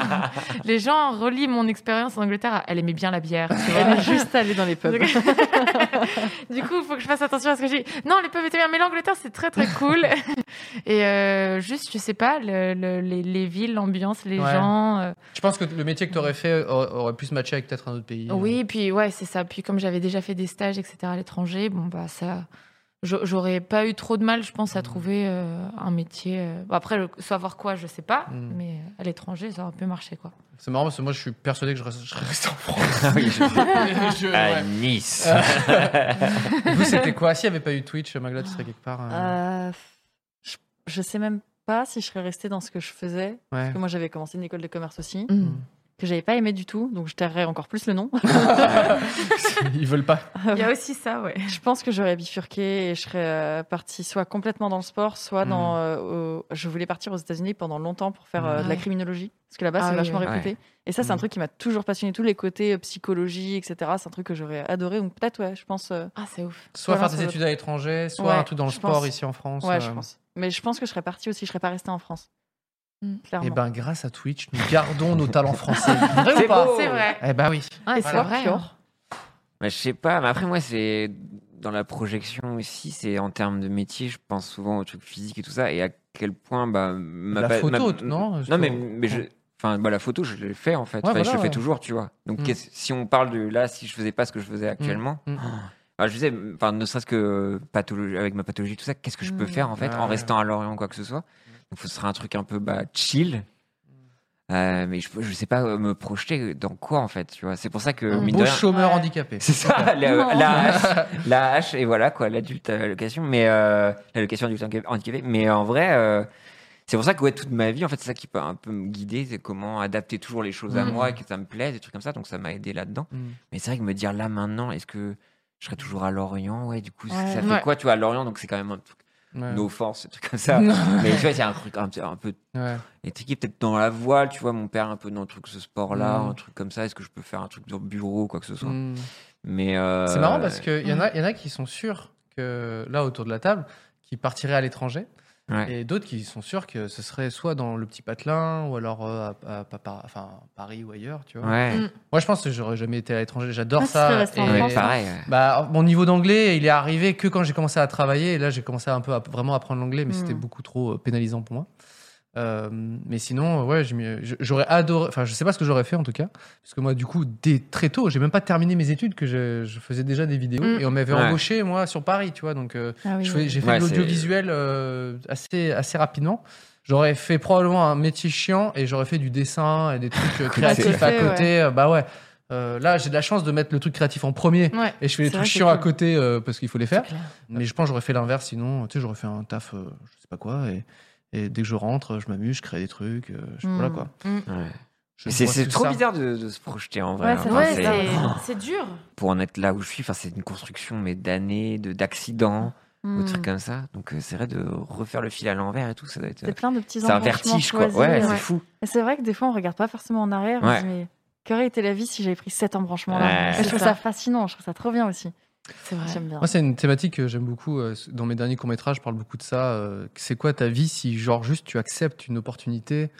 C: les gens relient mon expérience en Angleterre. à, Elle aimait bien la bière. Tu vois.
D: Elle est juste allée dans les pubs.
C: Donc- du coup, il faut que je fasse attention à ce que j'ai. Non, les peuples étaient bien, mais l'Angleterre, c'est très très cool. Et euh, juste, je sais pas, le- le- les, les villes, l'ambiance, les
B: Ouais.
C: gens. euh,
B: Je pense que le métier que tu aurais fait aur- aurait pu se matcher avec peut-être un autre pays. euh.
C: Oui, et puis ouais, c'est ça. Puis comme j'avais déjà fait des stages, etc. à l'étranger, bon bah ça, j'a- j'aurais pas eu trop de mal, je
B: Mm.
C: pense, à trouver euh, un métier. euh, bon, après, le- savoir quoi, je sais pas,
B: Mm.
C: mais euh, à l'étranger, ça aurait pu marcher quoi.
B: C'est marrant parce que moi je suis persuadé que je reste, je reste en France.
A: Ah oui, je-
B: Je-
A: à
B: ouais.
A: Nice.
B: Ah. Vous c'était quoi S'il n'y avait pas eu Twitch, Magla, tu serais quelque part. euh,
D: Euh, je, je sais même pas si je serais restée dans ce que je faisais.
B: ouais.
D: Parce que moi, j'avais commencé une école de commerce aussi,
B: Mm.
D: que j'avais pas aimé du tout, donc je tairais encore plus le nom.
B: Ils veulent pas.
C: Il y a aussi ça, ouais.
D: je pense que j'aurais bifurqué et je serais euh, partie soit complètement dans le sport, soit dans. euh, au- Je voulais partir aux États-Unis pendant longtemps pour faire euh, de
C: Mm.
D: la
C: Ouais.
D: criminologie, parce que là-bas,
C: Ah
D: c'est
C: oui,
D: vachement
C: oui.
D: réputé. Et ça, c'est un
B: Mm.
D: truc qui m'a toujours passionné, tous les côtés euh, psychologie, etc. C'est un truc que j'aurais adoré, donc peut-être, ouais, je pense. euh,
C: Ah, c'est ouf.
B: Soit
D: Soit l'un,
B: faire des
D: soit
B: études à l'étranger, soit
D: Ouais,
B: un truc dans le
D: je
B: sport
D: pense.
B: ici en France.
D: Ouais, je
B: euh.
D: pense. Mais je pense que je serais partie aussi, je serais pas restée en France.
C: Mm.
D: Clairement.
B: Eh ben, grâce à Twitch, nous gardons nos talents français. Vrai ou pas
C: C'est vrai.
B: Eh ben oui.
C: Ah,
D: Et
C: c'est
D: toi,
C: vrai.
D: Pior
C: hein.
A: Bah, je sais pas, mais après, moi, c'est dans la projection aussi, c'est en termes de métier, je pense souvent aux trucs physiques et tout ça, et à quel point. Bah, ma
B: La
A: pa-
B: photo,
A: ma-
B: non
A: Non, mais, mais je. Enfin, bah, la photo, je l'ai fait en fait.
B: Ouais,
A: Enfin,
B: voilà,
A: je le fais
B: ouais.
A: toujours, tu vois. Donc,
B: Mm.
A: qu'est-ce- si on parle de là, si je faisais pas ce que je faisais actuellement,
B: Mm.
A: bah, je disais, enfin, ne serait-ce que euh, pathologie, avec ma pathologie, tout ça, qu'est-ce que je peux
D: Mm.
A: faire en fait
B: Ouais,
A: en
B: ouais.
A: restant à Lorient, quoi que ce soit. Donc, ce sera un truc un peu bah, chill. Euh, mais je, je sais pas euh, me projeter dans quoi en fait, tu vois. C'est pour ça que
C: Un
A: euh, mine de
B: Beau
A: rien,
B: chômeur
C: Ouais.
B: handicapé.
A: c'est ça, la,
D: Non.
A: la hache, la hache, et voilà quoi, l'adulte à l'allocation, mais euh, l'allocation adulte handicap- handicapé. Mais en vrai, euh, c'est pour ça que ouais, toute ma vie, en fait, c'est ça qui peut un peu me guider, c'est comment adapter toujours les choses à
C: Mhm.
A: moi et que ça me plaise, des trucs comme ça. Donc ça m'a aidé là-dedans.
B: Mm.
A: Mais c'est vrai que me dire là maintenant, est-ce que je serais toujours à Lorient Ouais, du coup, ça-
D: Ouais.
A: ça fait
C: Ouais.
A: quoi, tu vois, à Lorient Donc c'est quand même un truc,
B: Ouais.
A: no force, des trucs comme ça.
B: Non.
A: mais tu vois, c'est un truc un, un peu
B: Ouais.
A: étriqué, peut-être dans la voile, tu vois, mon père un peu dans le truc, ce sport-là,
B: Mhm.
A: un truc comme ça. Est-ce que je peux faire un truc dans le bureau, quoi que ce soit
B: Mm.
A: Mais
B: C'est
A: euh,
B: marrant parce qu'il y, en a- y en a qui sont sûrs que, là, autour de la table, qui partiraient à l'étranger.
A: ouais.
B: Et d'autres qui sont sûrs que ce serait soit dans le petit patelin ou alors euh, à, à- à- à- enfin, à Paris ou ailleurs, tu vois.
A: Ouais.
C: Mm.
B: Moi, je pense que j'aurais jamais été à l'étranger. J'adore
D: Ah, tu serais
B: ça.
D: resté en
A: Ouais,
D: France,
A: pareil.
B: Bah, mon niveau d'anglais, il est arrivé que quand j'ai commencé à travailler. Et là, j'ai commencé un peu à vraiment apprendre l'anglais, mais
D: Mm.
B: c'était beaucoup trop euh, pénalisant pour moi. Euh, mais sinon, euh, ouais, j'ai mis- je- j'aurais adoré. Enfin, je sais pas ce que j'aurais fait en tout cas, parce que moi, du coup, dès très tôt, j'ai même pas terminé mes études que je, je faisais déjà des vidéos
C: Mm.
B: et on m'avait
A: Ouais.
B: embauché moi sur Paris, tu vois. Donc, euh,
D: Ah oui,
B: je fais- j'ai fait
A: Ouais,
B: de
A: c'est-
B: l'audiovisuel euh, assez, assez rapidement. J'aurais fait probablement un métier chiant et j'aurais fait du dessin et des trucs euh, créatifs
D: À
B: à
D: côté,
B: côté. Euh, Bah ouais. Euh, là, j'ai de la chance de mettre le truc créatif en premier
C: Ouais.
B: et je fais les trucs
D: C'est vrai, c'est
B: chiants à
D: cool.
B: côté euh, parce qu'il faut les faire.
D: C'est clair.
B: Mais je pense que j'aurais fait l'inverse, sinon, tu sais, j'aurais fait un taf, euh, je sais pas quoi, et, et dès que je rentre, je m'amuse, je crée des trucs, euh, je- voilà
D: Mm.
B: quoi.
C: Mm.
A: Ouais.
B: Je
A: Mais C'est
B: vois
A: c'est
B: que
A: trop
B: ça.
A: bizarre de, de se projeter en vrai. hein.
D: Ouais,
B: Ah,
D: c'est
A: Enfin,
D: vrai,
A: c'est-
D: c'est-
C: c'est dur.
A: Pour en être là où je suis, enfin, c'est une construction mais d'années, de- d'accidents,
D: Mm.
A: ou de trucs comme ça. Donc euh, c'est vrai de refaire le fil à l'envers et tout, ça doit être. euh,
D: C'est plein de petits
A: C'est un
D: embranchements
A: vertige quoi.
D: choisis,
A: Ouais,
D: euh,
A: c'est fou.
D: Et c'est vrai que des fois, on regarde pas forcément en arrière. on
A: Ouais.
D: se dit, mais qu'aurait été la vie si j'avais pris cet
A: Ouais.
D: embranchement-là Et
C: C'est
D: Je trouve
C: ça.
D: ça. fascinant, je trouve ça trop bien aussi.
C: C'est vrai.
D: J'aime bien.
B: Moi, Ah, c'est une thématique que j'aime beaucoup. euh, Dans mes derniers courts-métrages, je parle beaucoup de ça. euh, C'est quoi ta vie si, genre, juste tu acceptes une opportunité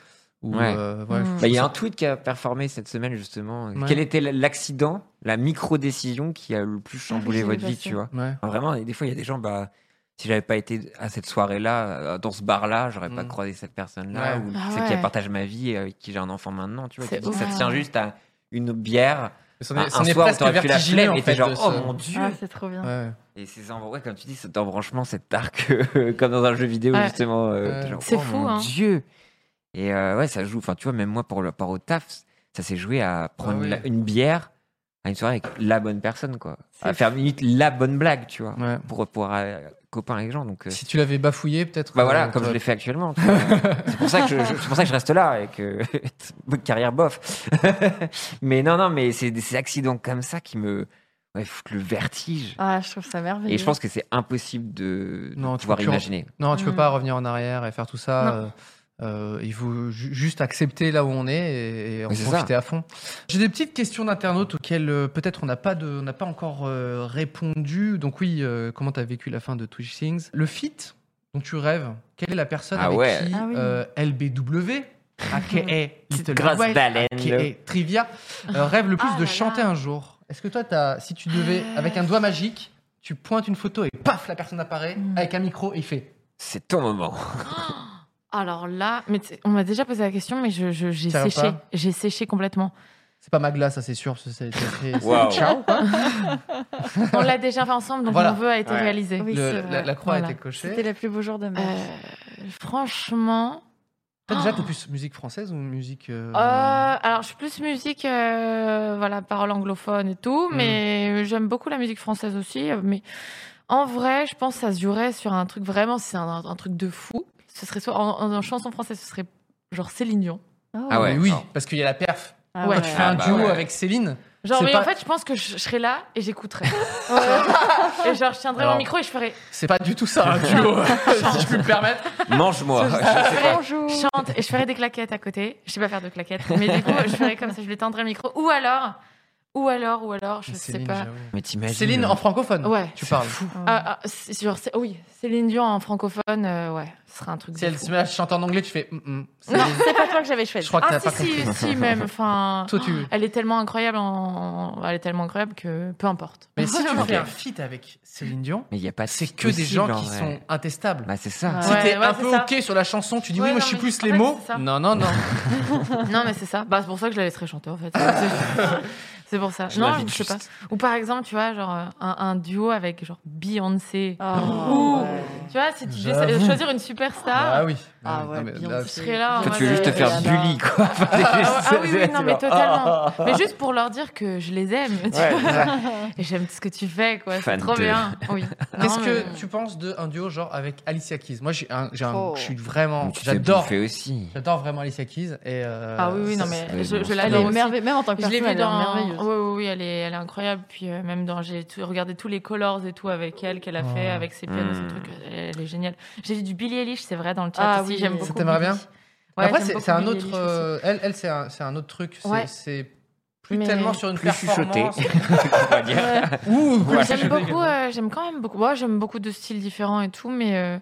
B: ou,
A: Ouais.
B: euh, ouais,
D: Mm.
B: je trouve
A: Bah, Il y a
B: ça-
A: un tweet qui a performé cette semaine justement.
B: Ouais.
A: Quel était l'accident, la micro-décision qui a le plus
D: Ah oui,
A: chamboulé
D: j'ai vu
A: votre vie,
D: passer.
A: tu vois
B: Ouais.
A: Enfin, Vraiment, et des fois, il y a des gens, bah, si j'avais pas été à cette soirée-là, euh, dans ce bar-là, j'aurais pas
B: Mm.
A: croisé cette personne-là,
B: Ouais.
A: ou
C: Ah
A: celle qui
C: ouais.
A: partage ma vie et avec qui j'ai un enfant maintenant, tu vois.
C: C'est
A: Tu te dis que
C: ouf.
A: ça tient juste à une bière,
B: C'en
A: un,
B: est, c'en
A: un
B: est
A: soir où
B: presque
A: t'aurais pu la
B: vertigineux,
A: flemme,
B: en
A: et
B: fait.
A: t'es genre,
B: de
A: oh
B: ce-
A: mon dieu
D: Ah, c'est trop bien.
B: Ouais.
A: Et ces en- ouais, comme tu dis, cet embranchement, cet arc, euh, comme dans un jeu vidéo,
C: Ouais.
A: justement. euh,
B: Ouais.
A: t'es genre,
C: C'est
A: oh
C: fou,
A: mon
C: hein.
A: dieu Et euh, ouais, ça joue. Enfin, tu vois, même moi, pour le rapport au taf, ça s'est joué à prendre
B: Ah oui.
A: la- une bière à une soirée avec la bonne personne, quoi. À faire limite la bonne blague, tu vois,
B: Ouais.
A: pour pouvoir euh, copain avec les gens. Donc, euh,
B: Si tu l'avais bafouillé, peut-être.
A: bah voilà,
B: euh,
A: comme je
B: t'aurais-
A: l'ai fait actuellement. tu vois. c'est pour ça que je, je- c'est pour ça que je reste là et que carrière bof. mais non, non, mais c'est des ces accidents comme ça qui me ouais, foutent le vertige.
D: Ah, je trouve ça merveilleux.
A: Et je pense que c'est impossible de, de
B: Non, tu
A: pouvoir
B: peux plus en-
A: imaginer.
B: Non, tu peux
D: Mm.
B: pas revenir en arrière et faire tout ça.
D: Non.
B: euh, euh, il faut ju- juste accepter là où on est et, et en
A: Oui, c'est
B: profiter à fond. J'ai des petites questions d'internautes auxquelles euh, peut-être on n'a pas, de- on n'a pas encore euh, répondu. Donc oui, euh, comment tu as vécu la fin de Twitch Things Le fit dont tu rêves, quelle est la personne
A: Ah
B: avec
A: ouais.
B: qui
D: Ah oui.
B: euh, LBW aka Little
A: grosse
B: Red White,
A: baleine.
B: aka Trivia euh, rêve le plus
C: Ah
B: de
C: là
B: chanter
C: là.
B: un jour. Est-ce que toi, as, si tu devais, avec un doigt magique, tu pointes une photo et paf, la personne apparaît
C: Mm.
B: avec un micro et il fait
A: C'est ton moment.
C: Alors là, mais tu sais, on m'a déjà posé la question, mais je- je- j'ai
B: Ça va
C: séché.
B: pas
C: J'ai séché complètement.
B: C'est pas Magla, ça c'est sûr. parce que c'est- c'est- c'est- c'est-
A: Wow.
B: Ciao. hein.
C: On l'a déjà fait ensemble, donc
B: Voilà.
C: mon vœu a été
A: Ouais.
C: réalisé.
D: Oui,
B: Le-
D: c'est
B: la,
D: vrai.
B: la croix a
C: Voilà.
B: été cochée.
D: C'était le plus beau jour de ma vie.
C: Euh, franchement.
B: Toi, déjà, t'es plus musique française ou musique. euh,
C: Ah.
A: Ah
C: Euh, alors, je suis plus musique, euh, voilà, parole anglophone et tout,
B: Mm.
C: mais j'aime beaucoup la musique française aussi. euh, Mais en vrai, je pense que ça se jouerait sur un truc vraiment, si c'est un, un truc de fou. Ce serait soit en, en- en chanson française, ce serait genre Céline Dion.
D: Oh.
A: Ah ouais.
B: Mais oui,
A: non.
B: parce qu'il y a la perf.
D: Ah
C: Ouais.
B: Quand tu fais un
A: Ah bah
B: duo
A: ouais.
B: avec Céline,
C: Genre,
B: C'est
C: mais
B: pas-
C: en fait, je pense que je, je serais là et j'écouterais. et genre, je tiendrais
B: Alors-
C: mon micro et je ferais
B: c'est pas du tout ça un duo, si je puis me permettre.
A: Mange-moi.
D: Bonjour.
C: chante et je ferais des claquettes à côté. Je sais pas faire de claquettes, mais du coup, je ferais comme ça, je lui tendrais le micro. Ou alors, ou alors, ou alors, je sais pas.
B: j'avoue.
A: Mais t'imagines.
B: Céline en francophone.
C: Ouais.
B: Tu parles.
C: Ah, ah, c'est- sur- c'est- oui, Céline Dion en francophone, euh, ouais, ce serait un truc.
B: Si
C: de
B: elle
C: fou.
B: se met à chanter en anglais, tu fais. Hum, hum.
D: Non,
B: Céline.
D: c'est pas toi que j'avais choisi.
B: Je crois que
C: Ah
B: t'as
C: si
B: pas compris.
C: si si même, enfin,
B: Toi, tu.
C: elle est tellement incroyable, en- elle est tellement incroyable que peu importe.
B: Mais si tu
A: Ok.
B: fais un feat avec Céline Dion,
A: Mais il y a pas. de
B: c'est
A: site
B: que des
A: Ah, possible,
B: gens
A: en
B: qui
A: vrai.
B: sont intestables.
A: Bah c'est ça.
D: Ouais.
B: Si t'es
C: ouais,
B: un
C: c'est
B: peu
C: ça.
B: ok sur la chanson, tu dis
C: Ouais,
B: oui, moi
C: non,
B: je suis
C: mais
B: plus
C: en
B: les
C: fait,
B: mots.
C: c'est ça.
B: Non, non, non.
C: non mais c'est ça. Bah c'est pour ça que je la laisserai chanter en fait.
B: Ah.
C: C'est- C'est pour ça.
A: Je
C: non,
A: l'invite
C: je sais pas.
A: juste.
C: Ou par exemple, tu vois, genre euh, un, un duo avec genre Beyoncé.
D: Oh, ouais.
C: Tu vois, si tu devais
B: Ah. J'avoue.
C: sa- choisir une superstar,
B: Ah oui.
D: Ah ouais,
B: mais
D: bien
B: là,
D: sûr.
C: je serais là. en
A: Toi, tu veux
C: mode,
A: juste te
C: euh,
A: faire
D: Rihanna.
A: bully, quoi. Enfin, c'est
C: Ah,
A: juste-
C: ah oui, oui,
A: c'est-
C: non,
A: c'est
C: mais
A: genre,
C: totalement. Mais juste pour leur dire que je les aime. tu
A: Ouais,
C: vois.
A: ouais.
C: Et j'aime ce que tu fais, quoi. C'est
A: Fan
C: trop
A: de-
C: bien. Oui.
B: Qu'est-ce
C: Non,
B: que
C: mais-
B: tu penses d'un duo genre avec Alicia Keys Moi, j'ai un, j'ai un-
D: Oh.
B: je suis vraiment,
A: Mais tu t'es
B: j'adore,
A: bouffé aussi.
B: j'adore vraiment Alicia Keys. Et euh,
C: Ah oui, oui, non,
B: ça-
A: c'est-
C: mais je, je
A: Elle
D: Elle est
C: l'adore. aussi.
D: merveilleuse. Même en tant que
C: Je l'ai
D: personne, elle est
C: vue dans. Oui,
D: merveilleuse.
C: oui, oui, elle est, elle est incroyable. Puis euh, même dans. J'ai tout- regardé tous les colors et tout avec elle, qu'elle a
B: Ouais.
C: fait, avec ses pianos,
A: Mm.
C: son truc. Elle, elle est géniale. J'ai vu du Billie Eilish, c'est vrai, dans le chat
D: Ah
C: aussi.
D: oui.
C: J'aime
D: Ça
C: beaucoup.
B: t'aimerait
C: Billie.
B: bien
C: Ouais,
B: Après,
C: j'aime
B: c'est
C: beaucoup
B: c'est un
C: Billie
B: autre,
C: Eilish aussi.
B: euh, elle, elle, c'est un, c'est un autre truc. C'est-
C: Ouais.
B: C'est plus
C: Mais-
B: tellement sur une
A: Plus chuchoté.
B: performance.
A: on va dire.
B: Ouh, plus
A: Ouais.
B: chuchoté
C: J'aime beaucoup,
B: que-
C: euh, j'aime quand même beaucoup. Moi, j'aime beaucoup de styles différents et tout, mais euh,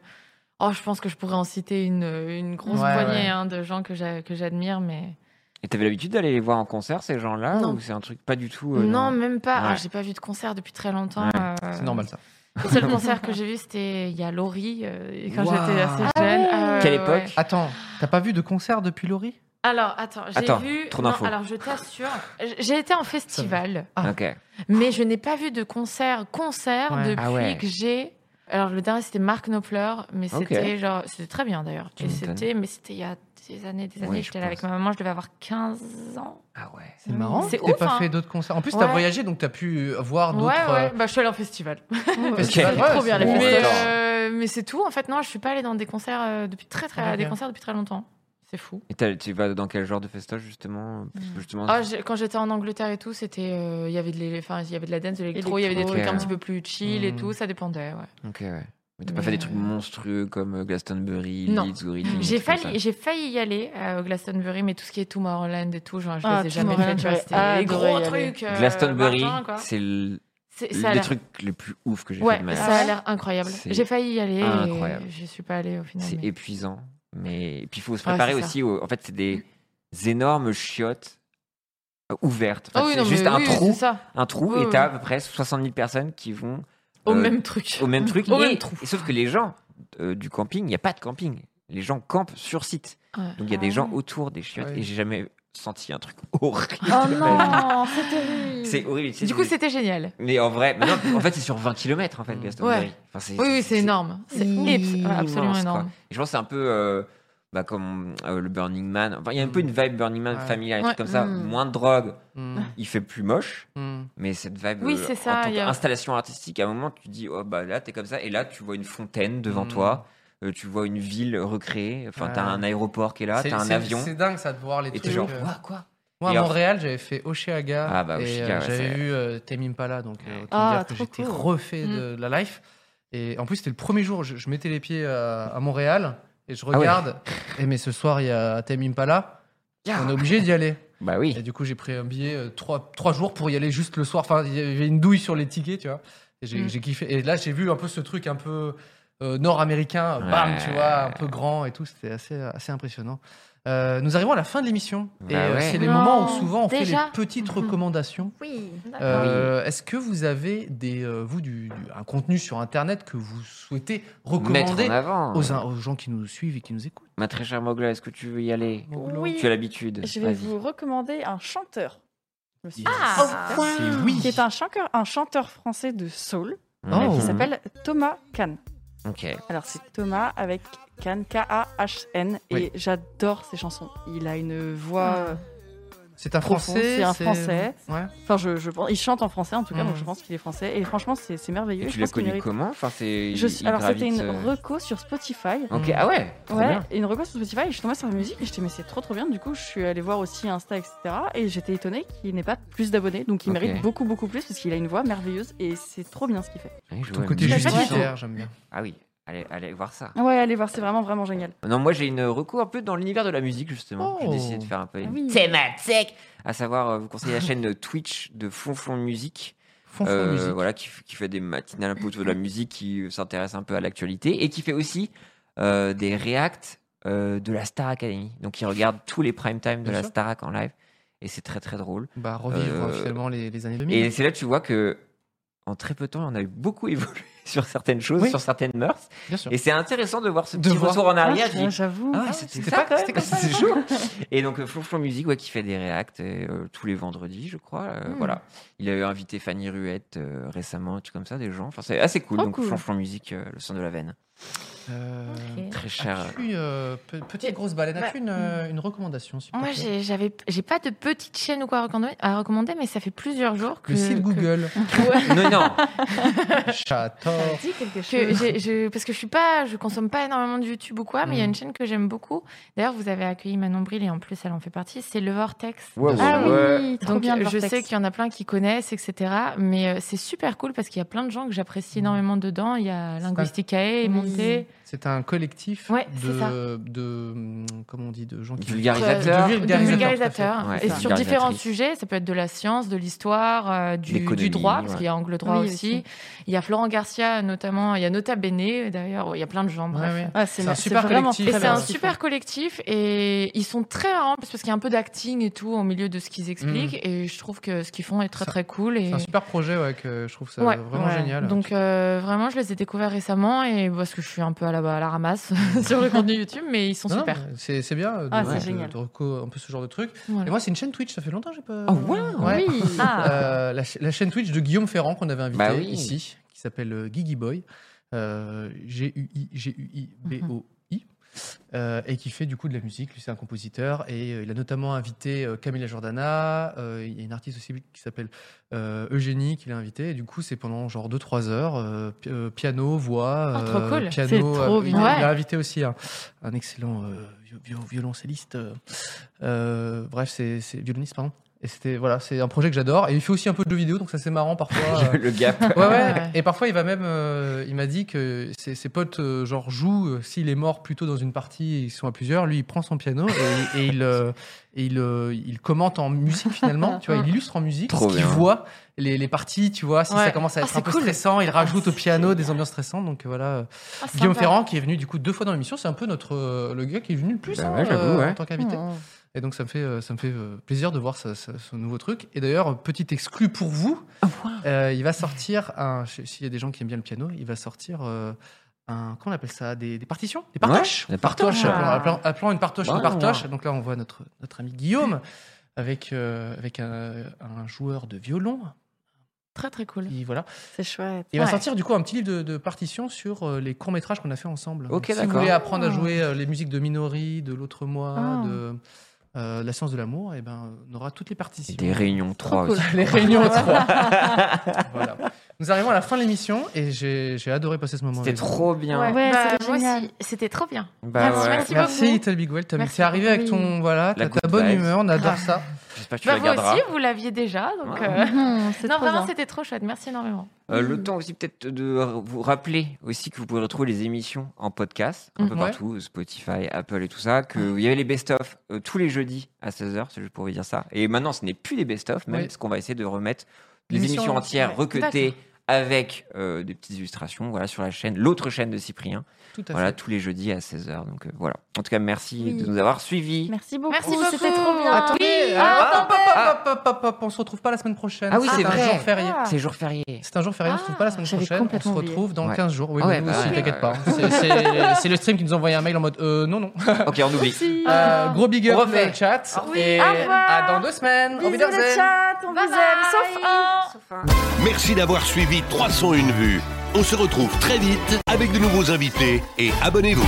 C: oh, je pense que je pourrais en citer une, une grosse
B: Ouais,
C: poignée
B: ouais.
C: hein, de gens que j'a- que j'admire, mais
A: Et t'avais l'habitude d'aller les voir en concert, ces gens-là
C: Non.
A: Ou c'est un truc pas du tout. euh,
C: non, même pas. Ah,
A: Ouais.
C: j'ai pas vu de concert depuis très longtemps.
A: Ouais.
C: euh,
B: C'est normal ça.
C: Le seul concert que j'ai vu, c'était il y a Laurie euh, quand
B: Waouh.
C: j'étais assez
D: Ah
C: jeune.
D: ouais.
C: Euh,
A: Quelle
C: ouais.
A: époque
B: Attends, t'as pas vu de concert depuis Laurie
C: Alors attends, j'ai
A: Attends,
C: vu.
A: trop
C: non,
A: d'infos.
C: alors je t'assure, j- j'ai été en festival,
A: Ok.
C: mais je n'ai pas vu de concert concert
B: Ouais.
C: depuis
A: Ah ouais.
C: que j'ai. Alors le dernier c'était Mark Knopfler, mais
A: Ok.
C: c'était genre c'était très bien d'ailleurs.
A: Tu
C: Et
A: m'étonnes.
C: c'était mais c'était il y a des années, des
A: Ouais,
C: années.
A: je
C: J'étais là avec
A: pense.
C: ma maman, je devais avoir 15 ans.
A: Ah ouais.
B: C'est marrant.
C: C'est
B: que T'as
C: ouf,
B: pas
C: hein.
B: fait d'autres concerts. En plus, t'as
C: Ouais.
B: voyagé, donc t'as pu voir
C: Ouais
B: d'autres. euh,
C: ouais, bah je suis allée en festival.
B: festivals.
D: Trop
B: Ouais,
D: bien,
B: c'est
D: les
B: bon.
D: festivals.
C: Mais,
A: D'accord.
C: euh, mais c'est tout en fait. Non, je suis pas allée dans des concerts euh, depuis très très
B: Ah,
C: à des
B: ok.
C: concerts depuis très longtemps. C'est fou.
A: Et t'as- tu vas dans quel genre de festoche, justement Parce que justement
C: Ah, j'ai- quand j'étais en Angleterre et tout, c'était euh, il y avait de l'é- enfin, il y avait de la dance, de l'électro, il y avait des
D: Électro,
C: trucs
A: ouais.
C: un petit peu plus chill
A: Hmm.
C: et
B: Mm.
C: tout, ça dépendait. ouais.
A: Ok, ouais. Mais t'as pas fait des trucs monstrueux comme euh, Glastonbury,
C: euh, Non.
A: Leeds, Gorillaz
C: J'ai
A: des trucs comme
C: failli, j'ai failli y aller euh, au Glastonbury, mais tout ce qui est Tomorrowland et tout, genre, je
D: Ah,
C: les ai jamais fait.
D: Tomorrowland,
C: tu vois,
D: j'aurais
C: C'était les
D: adoré
C: gros
D: y aller.
C: trucs.
A: ça
C: euh,
A: Glastonbury,
C: marrants, quoi.
A: c'est l-
C: C'est- ça a
A: l'un des
C: l'air-
A: trucs les plus ouf que j'ai fait
C: Ouais,
A: de ma vie.
C: ça a l'air incroyable.
A: C'est
C: J'ai failli y aller,
A: incroyable.
C: et je suis pas allée au final.
A: C'est
C: mais-
A: épuisant. Mais puis il faut se
C: Ouais,
A: préparer
C: c'est ça.
A: aussi. Au... En fait, c'est des énormes chiottes euh, ouvertes. En fait,
C: Ah oui,
A: c'est
C: non, mais
A: juste un
C: oui, oui,
A: trou,
C: c'est ça.
A: un trou,
C: Oui,
A: et
C: oui.
A: t'as à peu près 60 000 personnes qui vont
C: Au
A: euh,
C: même truc.
A: au même truc.
C: Au
A: et,
C: même trou.
A: et sauf que les gens euh, du camping, il n'y a pas de camping. Les gens campent sur site.
C: Ouais.
A: Donc il y a
D: Ah
A: des gens
D: ouais.
A: autour des chiottes
B: Ouais.
A: et j'ai jamais senti un truc horrible.
D: Oh
A: de ma vie.
D: non, c'est terrible.
A: C'est horrible. c'est-
C: Mm. Du coup, c'était génial.
A: Mais en vrai, mais non, en fait, c'est sur 20 km en fait, Gaston.
C: Ouais. Mm. Oui, oui, c'est énorme. C'est
A: immense,
C: abs- absolument
A: quoi.
C: énorme.
A: Et je pense que c'est un peu euh, bah, comme euh, le Burning Man. Enfin, il y a un peu une vibe Burning Man
B: Ouais.
A: familial, un
C: Mm. Ouais.
A: truc comme ça.
D: Mm.
A: Moins de drogue,
B: Mm.
A: il fait plus moche,
B: Mm.
A: mais cette vibe.
C: Oui,
A: euh,
C: c'est ça,
A: En tant
C: il y a-
A: qu'installation artistique, à un moment, tu dis, oh bah là, t'es comme ça, et là, tu vois une fontaine devant
B: Mm.
A: toi, euh, tu vois une ville recréée, enfin, t'as
B: Ouais.
A: un aéroport qui est là,
B: C'est-
A: Ah, t'as un
B: c'est-
A: avion,
B: C'est dingue ça de voir les
A: et t'es
B: trucs.
A: genre,
B: euh,
A: quoi, quoi
B: Moi,
A: Et
B: à
A: en-
B: Montréal, j'avais fait Oshiaga.
A: Ah bah,
B: et,
A: Oshiaga,
B: euh,
A: ouais,
B: J'avais
A: c'est-
B: vu euh, Tame Impala, donc euh, autant
D: Ah,
B: dire que
D: trop
B: j'étais
D: cool.
B: refait de,
A: Mm.
B: de la life. Et en plus, c'était le premier jour, je, je mettais les pieds à, à Montréal et je
A: Ah ouais.
B: regarde. Et mais ce soir, il y a Tame Impala, on est obligé d'y aller.
A: Bah oui.
B: Et du coup, j'ai pris un billet euh, trois, trois jours pour y aller juste le soir. Enfin, il y avait une douille sur les tickets, tu vois. Et J'ai
C: Mm.
B: j'ai kiffé. Et là, j'ai vu un peu ce truc un peu euh, nord-américain, euh, bam, tu
A: Ouais.
B: vois, un peu grand et tout. C'était assez, assez impressionnant. Euh, nous arrivons à la fin de l'émission.
A: Bah
B: et euh,
A: ouais.
B: c'est les
C: Non,
B: moments où souvent on
C: déjà
B: fait les petites recommandations.
F: Oui.
A: Ah
B: Euh, Est-ce que vous avez des, euh, vous, du, du- un contenu sur Internet que vous souhaitez
A: Mettre en
B: recommander
A: avant.
B: aux, aux gens qui nous suivent et qui nous écoutent
A: Ma très chère Mogla, est-ce que tu veux y aller
D: Oui.
A: Tu as l'habitude.
D: Je vais
A: Vas-y.
D: vous recommander un chanteur. Je me suis-
C: Ah,
B: C'est oui.
D: Qui est un chanteur, un chanteur français de soul euh,
B: Oh.
D: qui s'appelle Thomas Kahn.
A: Ok.
D: Alors c'est Thomas avec Kahn, K-A-H-N.
B: Oui.
D: Et j'adore ses chansons. Il a une
C: Ah.
D: voix.
B: C'est un
D: Profond,
B: français.
D: c'est un Français.
B: Ouais.
D: Enfin, je, je pense- il chante en français en tout cas,
B: Mm.
D: donc je pense qu'il est français. Et franchement, c'est c'est merveilleux.
A: Et tu
D: je
A: l'as
D: pense qu'il
A: connu
D: mérite.
A: comment Enfin, c'est.
D: Je
A: il-
D: suis-
A: il
D: alors c'était
A: gravite,
D: une
A: euh,
D: reco sur Spotify.
A: Ok, ah ouais. trop
D: Ouais,
A: bien.
D: et une reco sur Spotify, et je suis tombée sur la musique et j'étais mais c'est trop trop bien. Du coup, je suis allée voir aussi Insta, etc. Et j'étais étonnée qu'il n'ait pas plus d'abonnés, donc il
A: Ok.
D: mérite beaucoup beaucoup plus parce qu'il a une voix merveilleuse et c'est trop bien ce qu'il fait.
A: Ouais, je
B: Ton
A: vois,
B: côté hein.
A: mais-
D: Je sais pas du
B: justiciaire, j'aime bien.
A: Ah oui. Allez, allez voir ça.
D: Ouais, allez voir, c'est vraiment vraiment génial.
A: Non, moi j'ai une recours un peu dans l'univers de la musique justement. J'ai
B: Oh.
A: décidé de faire un peu une
D: Oui.
A: thématique. À savoir, euh, vous conseillez la chaîne Twitch de Fonflon Musique,
B: Fonfon
A: euh,
B: musique.
A: voilà, qui, f- qui fait des matinales un peu autour de la musique, qui euh, s'intéresse un peu à l'actualité et qui fait aussi euh, des reacts euh, de la Star Academy. Donc il regarde tous les prime time de
B: Bien
A: la
B: sûr.
A: Starac en live et c'est très très drôle.
B: Bah, revivre
A: Euh,
B: finalement les, les années 2000.
A: Et c'est là que tu vois que en très peu de temps, on a eu beaucoup évolué sur certaines choses,
B: Oui.
A: sur certaines mœurs.
B: Bien sûr.
A: Et c'est intéressant de voir ce
B: De
A: petit
B: voir.
A: retour en arrière.
D: Ah,
A: Je dis,
D: J'avoue.
A: ah ouais,
B: Ah,
A: c'était
B: c'était
A: ça
B: pas-
A: quand
B: c'était
A: même.
B: comme ça,
A: C'est chaud. Et donc euh, Flonflon Musique ouais, qui fait des réacts et, euh, tous les vendredis, je crois. euh,
C: Mm.
A: Voilà. Il a eu invité Fanny Ruette euh, récemment, tout comme ça, des gens. Enfin, c'est assez cool.
D: Trop
A: donc
D: cool.
A: Flonflon Musique, euh, le sang de la veine.
B: Euh,
A: Très cher.
B: as-tu, euh, pe- petite grosse baleine, as-tu une, euh, une recommandation s'il te
C: Bah, hmm. Moi,
B: plaît
C: j'ai- j'avais, j'ai pas de petite chaîne ou quoi à recommander, à recommander, mais ça fait plusieurs jours que.
B: Le site
C: que-
B: Google.
C: Ouais,
A: euh, non, non.
B: J'adore.
D: dit quelque
C: que j'ai- je- parce que je suis pas, je consomme pas énormément de YouTube ou quoi, mais il y a
B: Mm.
C: une chaîne que j'aime beaucoup. D'ailleurs, vous avez accueilli Manon Bril et en plus, elle en fait partie. C'est le Vortex.
A: Ouais,
D: Ah oui,
A: Ouais.
D: trop
C: Donc,
D: bien. le
C: je
D: Vortex.
C: sais qu'il y en a plein qui connaissent, etc. Mais euh, c'est super cool parce qu'il y a plein de gens que j'apprécie
B: Mm.
C: énormément dedans. Il y a Linguisticae, Monté.
B: C'est un collectif
C: Ouais, c'est ça.
B: de, de, hum, comment on dit, de gens qui.
A: Vulgarisateur.
B: De
C: de
B: vulgarisateur.
C: vulgarisateur
A: Ouais,
C: et
A: c'est
C: sur
A: ça.
C: différents
A: Vulgarisatrice.
C: sujets. Ça peut être de la science, de l'histoire, euh, du,
A: L'économie,
C: du droit,
A: ouais.
C: parce qu'il y a angle droit
D: Oui,
C: aussi.
D: aussi.
C: Il y a Florent Garcia notamment, il y a Nota Bene d'ailleurs, Ouais, il y a plein de gens.
B: Ouais,
C: bref.
B: ouais.
D: Ah, c'est
B: C'est un
D: c'est
B: super
D: vraiment
B: collectif.
C: Et
D: très
C: c'est
D: bien.
C: un super collectif et ils sont très marrants parce qu'il y a un peu d'acting et tout au milieu de ce qu'ils expliquent et je trouve que ce qu'ils font est très
B: Mm. Ça-
C: très cool et
B: C'est un super projet, ouais, que je trouve ça
C: Ouais,
B: vraiment
D: ouais.
B: génial.
C: donc euh, vraiment je les ai découverts récemment et parce que je suis un peu à la, à la ramasse sur le contenu YouTube mais ils sont
B: Non, non,
C: super.
B: mais c'est c'est bien de,
D: Ah, c'est
B: de-
D: génial.
B: de reco- un peu ce genre de truc.
C: Voilà.
B: Et moi, c'est une chaîne Twitch, ça fait longtemps que j'ai pas.
A: Ah ouais
B: Ouais.
D: Oui.
B: Euh, la, cha- la chaîne Twitch de Guillaume Ferrand qu'on avait invité
A: Bah oui.
B: ici, qui s'appelle euh, Gigi Boy, euh, G-U-I, G-U-I-B-O-I, euh, et qui fait du coup de la musique. Lui, c'est un compositeur, et euh, il a notamment invité euh, Camilla Jordana, euh, il y a une artiste aussi qui s'appelle euh, Eugénie qu'il a invité, et du coup, c'est pendant genre 2-3 heures, euh, pi- euh, piano, voix,
C: Ah, trop
B: euh,
C: cool.
B: piano.
D: C'est trop
B: il,
D: bien.
B: il
C: Ouais.
B: a invité aussi un, un excellent euh, vi- vi- violoncelliste, euh, euh, bref, c'est c'est- violoniste, pardon. Et c'était voilà, c'est un projet que j'adore. Et il fait aussi un peu de jeux vidéo, donc ça c'est marrant parfois.
A: le gap.
B: Ouais, ouais.
C: Ouais.
B: Et parfois, il va même. euh, il m'a dit que ses, ses potes, euh, genre, jouent. euh, S'il est mort plutôt dans une partie, ils sont à plusieurs. Lui, il prend son piano et, et il, euh, et il, euh, il commente en musique finalement. tu vois, il illustre en musique
A: Trop
B: ce qu'il
A: bien.
B: voit, les, les parties, tu vois. Si
C: Ouais.
B: ça commence à
C: Ah,
B: être
C: c'est
B: un peu
C: cool.
B: stressant, il rajoute
C: Ah,
B: au
C: c'est
B: piano des ambiances stressantes. Donc voilà. euh,
C: Ah,
B: Guillaume
C: sympa.
B: Ferrand, qui est venu du coup deux fois dans l'émission, c'est un peu notre, euh, le gars qui est venu le plus
A: Bah
B: hein,
A: ouais, j'avoue, ouais.
B: en tant qu'invité.
C: Mm.
B: Et donc ça me fait, euh, ça me fait euh, plaisir de voir ça- ça- ce nouveau truc. Et d'ailleurs, euh, petit exclu pour vous, euh, il va sortir un. je- S'il y a des gens qui aiment bien le piano, il va sortir euh, un. Comment on appelle ça Des, des partitions Des partoches
A: Ouais, des
B: Partoches,
A: partoches.
B: appelons- appelons, appelons une partoche
A: Ouais,
B: une partoche. Donc là, on voit notre, notre ami Guillaume avec, euh, avec un, un joueur de violon,
D: Très très cool.
B: Puis voilà.
D: C'est chouette.
B: Il va
D: Ouais.
B: sortir du coup un petit livre de, de partitions sur euh, les courts métrages qu'on a fait ensemble.
A: Ok,
B: si vous
A: d'accord.
B: voulez apprendre
C: Ah.
B: à jouer euh, les musiques de Minori, de l'autre moi,
D: Ah.
B: de euh, la science de l'amour, et ben on aura toutes les partitions.
A: Des réunions 3 aussi.
B: Les réunions 3. voilà. Nous arrivons à la fin de l'émission et j'ai j'ai adoré passer ce moment.
A: C'était
B: avec vous.
A: trop bien.
C: Ouais,
D: Ouais,
C: bah,
D: c'était
C: moi
D: génial.
C: aussi, c'était trop bien.
A: Bah
C: Merci,
A: ouais.
C: merci.
B: Merci
C: beaucoup.
B: Little Big Well, t'as-
C: Merci
B: t'es arrivé avec
C: beaucoup.
B: ton voilà,
A: La
B: t'as ta
A: good
B: bonne
A: vibes.
B: humeur, on adore
C: Grave.
B: ça.
A: J'espère que tu
C: Bah,
A: les
C: vous
A: garderas.
C: aussi, vous l'aviez déjà. Donc,
A: Ouais.
D: Non,
C: euh,
D: Hmm, c'est
C: Non,
D: trop
C: vraiment,
D: bien.
C: c'était trop chouette. Merci énormément.
A: Euh,
B: Mmh.
A: le temps aussi peut-être de r- vous rappeler aussi que vous pouvez retrouver les émissions en podcast un
C: Mhm.
A: peu
B: Mmh, Ouais. Mmh.
A: partout, Spotify, Apple et tout ça, que il y avait les best-of euh, tous les jeudis à 16h, c'est juste pour vous dire ça. Et maintenant, ce n'est plus les best-of, même
B: Ouais.
A: parce qu'on va essayer de remettre les
B: L'émission
A: émissions
B: en-
A: entières
B: ouais.
A: requêtées avec euh, des petites illustrations voilà, sur la chaîne, l'autre chaîne de Cyprien,
B: Tout à
A: voilà,
B: fait.
A: tous les jeudis à 16h. Donc euh, voilà. En tout cas, merci
D: Oui.
A: de nous avoir suivis.
D: Merci beaucoup.
C: Merci beaucoup.
D: C'était trop bien.
C: Attends.
B: Attendez,
C: Oui,
B: euh,
C: ah,
B: hop, hop, hop, hop, hop, hop, on se retrouve pas la semaine prochaine.
A: Ah oui, c'est
B: un
A: vrai.
B: jour férié.
C: Ah.
A: C'est jour férié.
B: C'est un jour férié, on se retrouve pas la semaine
D: Ah, j'avais
B: prochaine, on se
D: complètement
B: retrouve dans
A: Ouais.
B: 15 jours. Oui,
A: Ouais,
B: nous
A: bah
B: aussi,
A: ouais.
B: t'inquiète pas. C'est- C'est c'est le stream qui nous envoyait un mail en mode euh, non, non.
A: ok, on oublie.
D: Ah.
B: Euh, gros big up
A: On refait.
B: euh, chat.
C: Oui,
B: Et
C: au revoir.
B: à dans deux semaines. Au
D: Bisous le
B: revoir.
D: chat, on
C: Bye
D: vous aime,
C: bye.
D: sauf un.
E: Merci d'avoir suivi 301 vues. On se retrouve très vite avec de nouveaux invités et abonnez-vous.